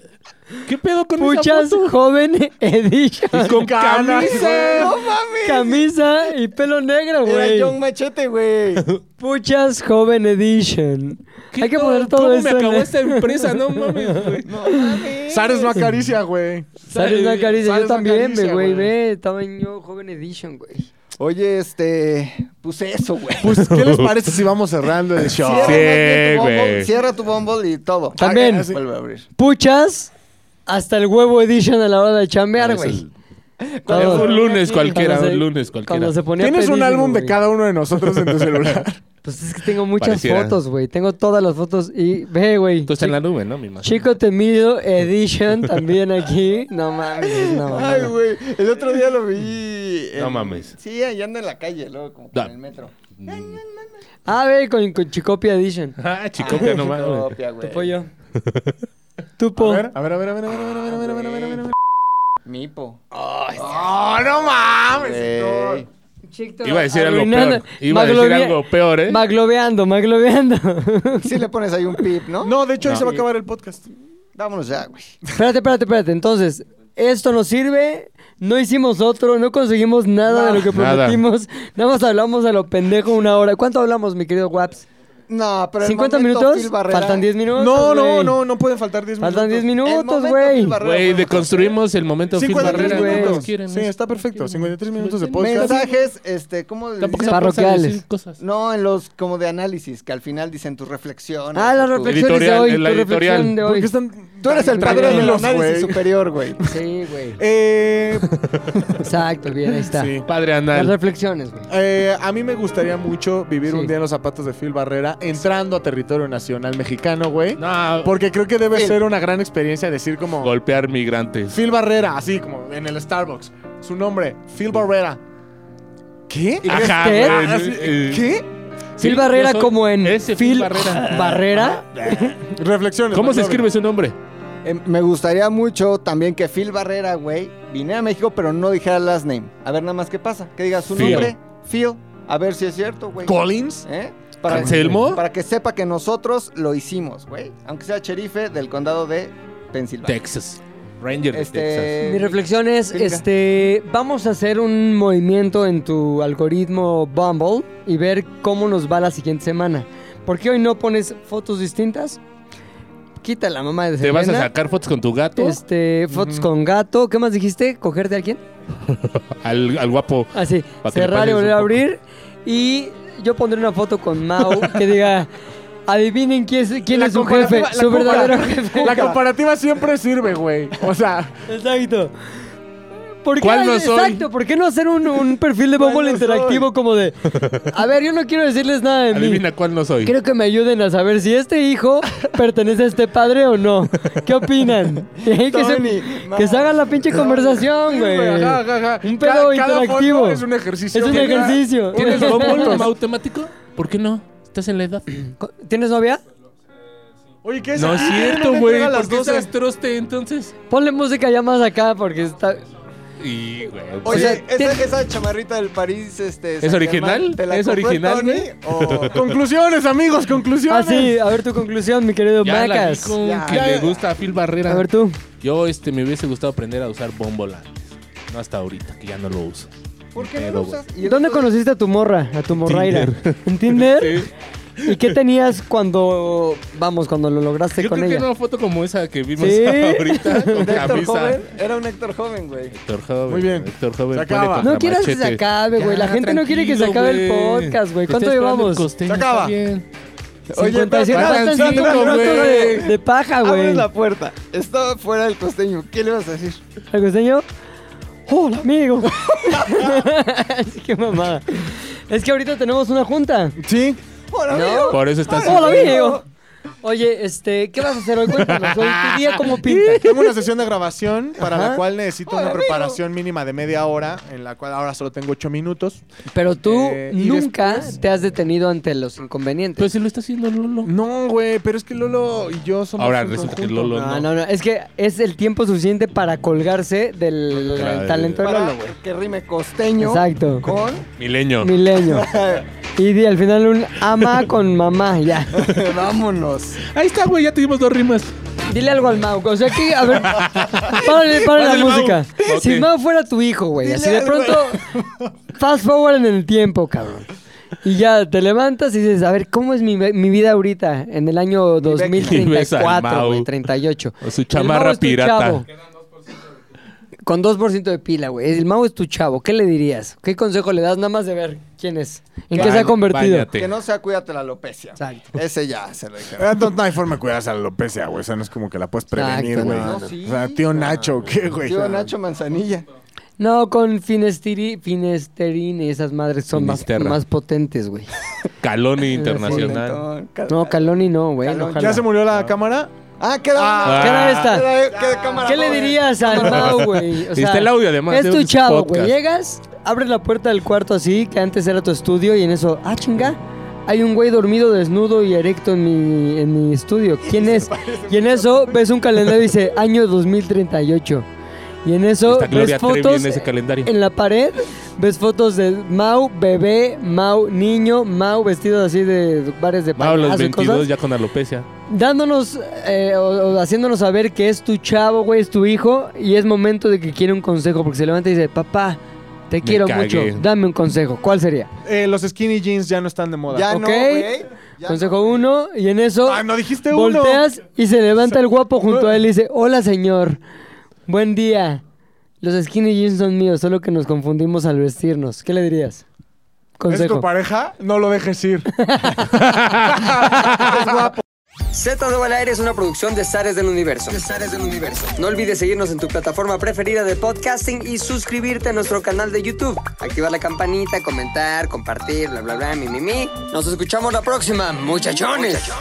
[SPEAKER 3] ¿Qué pedo con
[SPEAKER 1] Puchas Joven Edition.
[SPEAKER 3] Y con
[SPEAKER 4] Canas,
[SPEAKER 3] camisa.
[SPEAKER 2] ¡No mames!
[SPEAKER 1] Camisa y pelo negro,
[SPEAKER 2] Era
[SPEAKER 1] güey.
[SPEAKER 2] John Machete, güey.
[SPEAKER 1] Puchas Joven Edition.
[SPEAKER 3] ¿Qué
[SPEAKER 1] Hay que
[SPEAKER 3] pedo?
[SPEAKER 1] poner todo
[SPEAKER 3] ¿Cómo
[SPEAKER 1] eso.
[SPEAKER 3] me
[SPEAKER 1] en
[SPEAKER 3] acabó
[SPEAKER 1] el-
[SPEAKER 3] esta empresa? No mames, güey.
[SPEAKER 4] Sares no acaricia, güey.
[SPEAKER 1] Sale una caricia, yo
[SPEAKER 4] Sales una
[SPEAKER 1] también,
[SPEAKER 4] caricia,
[SPEAKER 1] güey,
[SPEAKER 4] güey.
[SPEAKER 1] ve, tamaño joven edition, güey.
[SPEAKER 2] Oye, este. Pues eso, güey.
[SPEAKER 4] Pues, ¿qué les parece si vamos cerrando el show?
[SPEAKER 2] Cierra más bien tu
[SPEAKER 3] güey.
[SPEAKER 2] Bumble, Cierra tu Bumble y todo.
[SPEAKER 1] También.
[SPEAKER 2] Ah, sí. Vuelve a abrir.
[SPEAKER 1] Puchas hasta el huevo edition a la hora de chambear, güey.
[SPEAKER 3] Ah, Es
[SPEAKER 1] Todo.
[SPEAKER 3] un lunes cualquiera,
[SPEAKER 1] Cuando se-
[SPEAKER 3] un lunes cualquiera.
[SPEAKER 1] Cuando se ponía
[SPEAKER 4] Tienes un
[SPEAKER 1] pedísimo,
[SPEAKER 4] álbum de
[SPEAKER 1] güey.
[SPEAKER 4] cada uno de nosotros en tu celular.
[SPEAKER 1] Pues es que tengo muchas
[SPEAKER 3] Pareciera.
[SPEAKER 1] fotos, güey. Tengo todas las fotos y ve, güey.
[SPEAKER 3] Tú estás en
[SPEAKER 1] Chi-
[SPEAKER 3] la nube, ¿no? Me imagino.
[SPEAKER 1] Chico temido edition también aquí. No mames, es una
[SPEAKER 2] Ay,
[SPEAKER 1] mamada.
[SPEAKER 2] güey. El otro día lo vi. en-
[SPEAKER 3] No mames.
[SPEAKER 2] Sí, ahí anda en la calle, luego, como que
[SPEAKER 3] Da-
[SPEAKER 2] en el metro.
[SPEAKER 1] Ah, ve con, con Chicopia edition.
[SPEAKER 3] Ah, chicopia nomás, güey.
[SPEAKER 2] Copia, güey.
[SPEAKER 1] Tu pollo. Tu
[SPEAKER 4] A
[SPEAKER 1] po.
[SPEAKER 4] ver, a ver, a ver, a ver, a ver, a ver, a ver, a ver, a ver, a ver, a ver.
[SPEAKER 2] Mipo. Ah,
[SPEAKER 4] ¡Oh, no mames!
[SPEAKER 2] Güey.
[SPEAKER 1] Chicto-
[SPEAKER 3] Iba a decir algo
[SPEAKER 1] arruinando-
[SPEAKER 3] peor. Iba a decir
[SPEAKER 1] Maglovia-
[SPEAKER 3] algo peor, ¿eh?
[SPEAKER 1] Maglobeando, maglobeando.
[SPEAKER 2] Sí le pones ahí un pip, ¿no?
[SPEAKER 4] No, de hecho, ahí
[SPEAKER 3] No.
[SPEAKER 4] se va a acabar el podcast.
[SPEAKER 2] Vámonos ya, güey.
[SPEAKER 1] Espérate, espérate, espérate. Entonces, esto nos sirve. No hicimos otro, no conseguimos nada de lo que
[SPEAKER 3] Nada.
[SPEAKER 1] prometimos. Nada más hablamos a lo pendejo una hora. ¿Cuánto hablamos, mi querido Waps?
[SPEAKER 2] No, pero el
[SPEAKER 1] ¿50
[SPEAKER 2] momento
[SPEAKER 1] minutos?
[SPEAKER 2] Phil Barrera-
[SPEAKER 1] Faltan 10 minutos.
[SPEAKER 4] No, no,
[SPEAKER 1] güey.
[SPEAKER 4] no, no pueden faltar 10 minutos.
[SPEAKER 1] Faltan 10 minutos,
[SPEAKER 2] momento
[SPEAKER 1] güey.
[SPEAKER 2] Phil Barrera,
[SPEAKER 3] Güey,
[SPEAKER 2] vamos a
[SPEAKER 3] deconstruimos el momento Phil
[SPEAKER 4] 53
[SPEAKER 3] Barrera,
[SPEAKER 1] güey.
[SPEAKER 3] ¿no?
[SPEAKER 4] minutos.
[SPEAKER 3] Nos quieren,
[SPEAKER 4] Sí,
[SPEAKER 3] ¿no?
[SPEAKER 4] está perfecto. 53 minutos de
[SPEAKER 2] hacer.
[SPEAKER 4] podcast.
[SPEAKER 2] Mensajes, este, ¿cómo le
[SPEAKER 3] Tampoco se
[SPEAKER 2] dicen?
[SPEAKER 3] pasan a decir
[SPEAKER 1] Parroquiales.
[SPEAKER 3] cosas.
[SPEAKER 2] No, en los como de análisis, que al final dicen tus reflexiones.
[SPEAKER 1] Ah, las
[SPEAKER 2] tu-
[SPEAKER 1] reflexiones de
[SPEAKER 3] Editorial,
[SPEAKER 1] hoy.
[SPEAKER 3] en la
[SPEAKER 1] tu reflexión
[SPEAKER 3] editorial.
[SPEAKER 1] de
[SPEAKER 4] ¿Por
[SPEAKER 1] hoy.
[SPEAKER 4] qué están
[SPEAKER 2] Tú eres el padre del
[SPEAKER 4] Tranquilos,
[SPEAKER 2] análisis
[SPEAKER 4] güey.
[SPEAKER 2] superior, güey.
[SPEAKER 1] Sí, güey.
[SPEAKER 4] Eh,
[SPEAKER 1] Exacto, bien, ahí está.
[SPEAKER 4] sí.
[SPEAKER 3] Padre
[SPEAKER 1] Las
[SPEAKER 3] anal.
[SPEAKER 1] reflexiones, güey.
[SPEAKER 4] Eh, a mí me gustaría mucho vivir
[SPEAKER 1] Sí.
[SPEAKER 4] un día en los zapatos de Phil Barrera entrando a territorio nacional mexicano, güey.
[SPEAKER 3] No,
[SPEAKER 4] Porque creo que debe ser una gran experiencia decir como
[SPEAKER 3] golpear migrantes.
[SPEAKER 4] Phil Barrera, así como en el Starbucks. Su nombre, Phil Barrera. ¿Qué?
[SPEAKER 3] Ajá,
[SPEAKER 1] ¿Qué?
[SPEAKER 3] güey,
[SPEAKER 4] Ah, sí,
[SPEAKER 3] eh,
[SPEAKER 4] ¿Qué?
[SPEAKER 3] sí,
[SPEAKER 1] Phil Barrera
[SPEAKER 3] yo soy
[SPEAKER 1] como en
[SPEAKER 3] ese
[SPEAKER 1] Phil
[SPEAKER 3] Phil Barrera. Ah,
[SPEAKER 1] Barrera.
[SPEAKER 4] Reflexiones.
[SPEAKER 3] ¿Cómo se
[SPEAKER 4] McLovin.
[SPEAKER 3] escribe su nombre?
[SPEAKER 2] Eh, me gustaría mucho también que Phil Barrera, güey, viniera a México, pero no dijera last name. A ver nada más qué pasa. Que diga su
[SPEAKER 3] Phil.
[SPEAKER 2] nombre, Phil. A ver si es cierto, güey.
[SPEAKER 4] Collins.
[SPEAKER 2] ¿Eh?
[SPEAKER 3] ¿Anselmo?
[SPEAKER 2] Para que sepa que nosotros lo hicimos, güey. Aunque sea sherife del condado de Pensilvania.
[SPEAKER 3] Texas. Ranger de Texas.
[SPEAKER 2] Este,
[SPEAKER 1] Mi reflexión es,
[SPEAKER 2] Venga.
[SPEAKER 1] este, vamos a hacer un movimiento en tu algoritmo Bumble y ver cómo nos va la siguiente semana. ¿Por qué hoy no pones fotos distintas? Quita la mamá de
[SPEAKER 3] ¿Te vas a
[SPEAKER 1] Selena.
[SPEAKER 3] sacar fotos con tu gato?
[SPEAKER 1] Este, fotos con gato. ¿Qué más dijiste? ¿Cogerte a alguien?
[SPEAKER 3] Al, al guapo.
[SPEAKER 1] Así,
[SPEAKER 3] Pa' que le
[SPEAKER 1] Ah, cerrar y
[SPEAKER 3] pases
[SPEAKER 1] volver a
[SPEAKER 3] un poco.
[SPEAKER 1] abrir. Y yo pondré una foto con Mau que diga, adivinen quién es, quién
[SPEAKER 4] La
[SPEAKER 1] es su jefe,
[SPEAKER 4] comparativa- la
[SPEAKER 1] su verdadero
[SPEAKER 4] compara-
[SPEAKER 1] jefe.
[SPEAKER 4] La comparativa siempre sirve, güey. O sea,
[SPEAKER 1] Exacto. ¿Por qué,
[SPEAKER 3] ¿Cuál no soy?
[SPEAKER 1] Exacto, ¿por qué no hacer un, un perfil de Bumble
[SPEAKER 4] no soy?
[SPEAKER 1] interactivo como de... A ver, yo no quiero decirles nada de mí.
[SPEAKER 3] Adivina cuál no soy.
[SPEAKER 1] Quiero que me ayuden a saber si este hijo pertenece a este padre o no. ¿Qué opinan? Y ahí que, se,
[SPEAKER 2] Tony,
[SPEAKER 1] que se haga la pinche conversación, güey.
[SPEAKER 4] ajá, ajá, ajá.
[SPEAKER 1] Un pedo
[SPEAKER 4] Ca- cada foto
[SPEAKER 1] interactivo.
[SPEAKER 4] Es un ejercicio.
[SPEAKER 1] Es un
[SPEAKER 4] ¿Tienes-
[SPEAKER 1] ejercicio.
[SPEAKER 4] ¿Tienes los
[SPEAKER 3] ¿Cómo?
[SPEAKER 4] puntos?
[SPEAKER 3] ¿Automático? ¿Por qué no? ¿Estás en la edad?
[SPEAKER 1] ¿Tienes novia?
[SPEAKER 4] Oye, ¿qué es?
[SPEAKER 3] No es
[SPEAKER 4] Ah,
[SPEAKER 3] cierto,
[SPEAKER 4] me
[SPEAKER 3] güey.
[SPEAKER 4] entrega a las
[SPEAKER 3] ¿Por qué
[SPEAKER 4] 12.
[SPEAKER 3] estás troste entonces?
[SPEAKER 1] Ponle música ya más acá porque está...
[SPEAKER 3] Y, güey.
[SPEAKER 2] Oye,
[SPEAKER 1] sea,
[SPEAKER 2] esa,
[SPEAKER 1] tiene-
[SPEAKER 2] esa chamarrita del París, este. Saint-Germain,
[SPEAKER 3] original?
[SPEAKER 2] ¿te la
[SPEAKER 3] ¿Es
[SPEAKER 2] compró el
[SPEAKER 3] original,
[SPEAKER 2] Tony?
[SPEAKER 3] güey?
[SPEAKER 2] O-
[SPEAKER 4] Conclusiones, amigos,
[SPEAKER 1] Ah,
[SPEAKER 4] conclusiones.
[SPEAKER 1] sí, a ver tu conclusión, mi querido
[SPEAKER 3] Ya la
[SPEAKER 1] Macas.
[SPEAKER 3] dijo
[SPEAKER 2] Ya.
[SPEAKER 3] que
[SPEAKER 2] Ya.
[SPEAKER 3] le gusta a Phil Barrera.
[SPEAKER 1] A ver tú.
[SPEAKER 3] Yo este, me hubiese gustado aprender a usar Bumble antes. No hasta ahorita, que ya no lo uso.
[SPEAKER 2] ¿Por qué no
[SPEAKER 3] Pero,
[SPEAKER 2] lo
[SPEAKER 3] güey.
[SPEAKER 2] usas? Y
[SPEAKER 1] ¿Dónde
[SPEAKER 2] entonces-
[SPEAKER 1] conociste a tu morra, a tu morraira? ¿En Tinder? ¿Y qué tenías cuando, vamos, cuando lo lograste
[SPEAKER 3] Yo
[SPEAKER 1] con
[SPEAKER 3] creo
[SPEAKER 1] ella?
[SPEAKER 3] que era una foto como esa que vimos
[SPEAKER 1] ¿Sí?
[SPEAKER 3] ahorita con
[SPEAKER 2] de Héctor
[SPEAKER 3] camisa.
[SPEAKER 2] joven? Era un Héctor joven, güey.
[SPEAKER 3] Héctor Joven.
[SPEAKER 4] Muy bien.
[SPEAKER 3] Héctor Joven.
[SPEAKER 4] Se
[SPEAKER 3] pone
[SPEAKER 4] acaba.
[SPEAKER 3] contra
[SPEAKER 1] No quieras que se
[SPEAKER 3] machete.
[SPEAKER 1] acabe, güey. La
[SPEAKER 3] Ya,
[SPEAKER 1] gente no quiere que se
[SPEAKER 3] tranquilo,
[SPEAKER 1] acabe el
[SPEAKER 3] güey.
[SPEAKER 1] podcast, güey.
[SPEAKER 3] Te
[SPEAKER 1] ¿Cuánto
[SPEAKER 3] estoy esperando
[SPEAKER 1] llevamos?
[SPEAKER 3] el costeño,
[SPEAKER 2] Se acaba.
[SPEAKER 3] está bien.
[SPEAKER 2] Oye, pero
[SPEAKER 1] 57
[SPEAKER 3] espérate,
[SPEAKER 1] minutos
[SPEAKER 3] espérate,
[SPEAKER 1] de,
[SPEAKER 3] güey.
[SPEAKER 1] de paja,
[SPEAKER 2] Abre
[SPEAKER 1] Ah, güey.
[SPEAKER 2] la puerta. Estaba fuera del costeño. ¿Qué le vas a decir?
[SPEAKER 1] ¿El costeño? ¡Hola, amigo! Así que mamada. Es que ahorita tenemos una junta.
[SPEAKER 4] Sí.
[SPEAKER 2] Hola, amigo.
[SPEAKER 3] Por eso estás.
[SPEAKER 1] ¡Hola, amigo! Oye, este, ¿qué vas a hacer hoy? Cuéntanos, hoy tu día cómo pinta.
[SPEAKER 4] Tengo una sesión de grabación para la
[SPEAKER 1] Ajá.
[SPEAKER 4] cual necesito una preparación mínima de media hora, en la cual ahora solo tengo ocho minutos.
[SPEAKER 1] Pero tú
[SPEAKER 4] Eh, y
[SPEAKER 1] nunca
[SPEAKER 4] después-
[SPEAKER 1] te has detenido ante los inconvenientes.
[SPEAKER 3] Pues si lo está haciendo Lolo.
[SPEAKER 4] No, güey, pero es que Lolo y yo somos.
[SPEAKER 3] Ahora
[SPEAKER 4] un
[SPEAKER 3] resulta que
[SPEAKER 4] conjunto.
[SPEAKER 3] Lolo
[SPEAKER 1] No,
[SPEAKER 3] no.
[SPEAKER 1] no, no. Es que es el tiempo suficiente para colgarse del
[SPEAKER 3] Claro.
[SPEAKER 1] talento de
[SPEAKER 2] Para
[SPEAKER 1] Lolo, güey.
[SPEAKER 2] que rime costeño
[SPEAKER 1] Exacto.
[SPEAKER 2] con
[SPEAKER 3] Milenio.
[SPEAKER 1] Milenio. Y di, al final un ama con mamá, ya.
[SPEAKER 2] vámonos.
[SPEAKER 3] Ahí está, güey. Ya tuvimos dos rimas.
[SPEAKER 1] Dile algo al Mau. O sea, que, a ver, párale, párale la
[SPEAKER 3] Pásale, Mau.
[SPEAKER 1] música.
[SPEAKER 3] Ok.
[SPEAKER 1] Si Mau fuera tu hijo, güey, así
[SPEAKER 2] Dile
[SPEAKER 1] de pronto, fast forward en el tiempo, cabrón. Y ya te levantas y dices, a ver, ¿cómo es mi, ve- mi vida ahorita en el año
[SPEAKER 3] Y ves al
[SPEAKER 1] 2034,
[SPEAKER 3] Mau.
[SPEAKER 1] güey, 38?
[SPEAKER 3] O su
[SPEAKER 1] El
[SPEAKER 3] chamarra
[SPEAKER 1] Mau es tu
[SPEAKER 3] pirata.
[SPEAKER 1] chavo. Con 2% de pila, güey. El Mau es tu chavo. ¿Qué le dirías? ¿Qué consejo le das nada más de ver quién es? ¿En qué se ha
[SPEAKER 3] Baña-
[SPEAKER 1] convertido?
[SPEAKER 3] báñate.
[SPEAKER 2] Que no sea cuídate la alopecia.
[SPEAKER 1] Exacto.
[SPEAKER 2] Ese ya se lo dijeron.
[SPEAKER 4] Ah, No, no hay forma de cuidarse a la alopecia, güey. O sea, no es como que la puedes prevenir,
[SPEAKER 1] Exacto,
[SPEAKER 4] güey.
[SPEAKER 1] no,
[SPEAKER 2] no.
[SPEAKER 4] O sea, tío Nacho, ¿qué, güey?
[SPEAKER 2] Tío Nacho Manzanilla.
[SPEAKER 1] No, con finestiri, finesterín y esas madres son más,
[SPEAKER 3] Finisterra.
[SPEAKER 1] más potentes, güey.
[SPEAKER 3] Caloni Internacional.
[SPEAKER 2] Mentón, cal-
[SPEAKER 1] No, Caloni no, güey.
[SPEAKER 2] Caloni.
[SPEAKER 1] ojalá.
[SPEAKER 4] ¿Ya se murió la cámara?
[SPEAKER 2] Ah, queda
[SPEAKER 3] Ah.
[SPEAKER 1] ¿Qué era
[SPEAKER 2] una.
[SPEAKER 1] esta?
[SPEAKER 2] Queda, queda cámara.
[SPEAKER 1] ¿Qué le
[SPEAKER 2] joven.
[SPEAKER 1] dirías al Mau, güey?
[SPEAKER 3] Y está el audio, además,
[SPEAKER 1] Es
[SPEAKER 3] de
[SPEAKER 1] tu
[SPEAKER 3] un
[SPEAKER 1] chavo, güey.
[SPEAKER 3] podcast.
[SPEAKER 1] Llegas, abres la puerta del cuarto así, que antes era tu estudio, y en eso, ah, chinga, hay un güey dormido, desnudo y erecto en mi, en mi estudio. ¿Quién es? Y en eso ves un calendario y dice, año 2038. Y en eso
[SPEAKER 3] Está
[SPEAKER 1] ves
[SPEAKER 3] Gloria Trevi
[SPEAKER 1] fotos
[SPEAKER 3] en ese calendario.
[SPEAKER 1] en la pared ves fotos de Mau bebé, Mau niño, Mau vestido así de bares de
[SPEAKER 3] Mau, los
[SPEAKER 1] payaso y
[SPEAKER 3] 22
[SPEAKER 1] cosas,
[SPEAKER 3] ya con alopecia.
[SPEAKER 1] dándonos eh, o, o haciéndonos saber que es tu chavo, güey, es tu hijo y es momento de que quiere un consejo porque se levanta y dice, "Papá, te quiero
[SPEAKER 3] cagué.
[SPEAKER 1] mucho, dame un consejo." ¿Cuál sería?
[SPEAKER 4] Eh, los skinny jeans ya no están de moda.
[SPEAKER 2] Ya
[SPEAKER 1] Ok.
[SPEAKER 2] no, güey. Ya
[SPEAKER 1] consejo uno y en eso
[SPEAKER 4] Ah, no dijiste uno.
[SPEAKER 1] volteas y se levanta el guapo junto a él y dice, "Hola, señor. Buen día." Los skinny jeans son míos, solo que nos confundimos al vestirnos. ¿Qué le dirías?
[SPEAKER 4] ¿Es
[SPEAKER 1] Consejo.
[SPEAKER 4] tu pareja? No lo dejes ir.
[SPEAKER 6] Z2 al aire es una producción de Zares del Universo. del Universo. No olvides seguirnos en tu plataforma preferida de podcasting y suscribirte a nuestro canal de YouTube. Activar la campanita, comentar, compartir, bla, bla, bla, mi, mi, mi. Nos escuchamos la próxima, muchachones.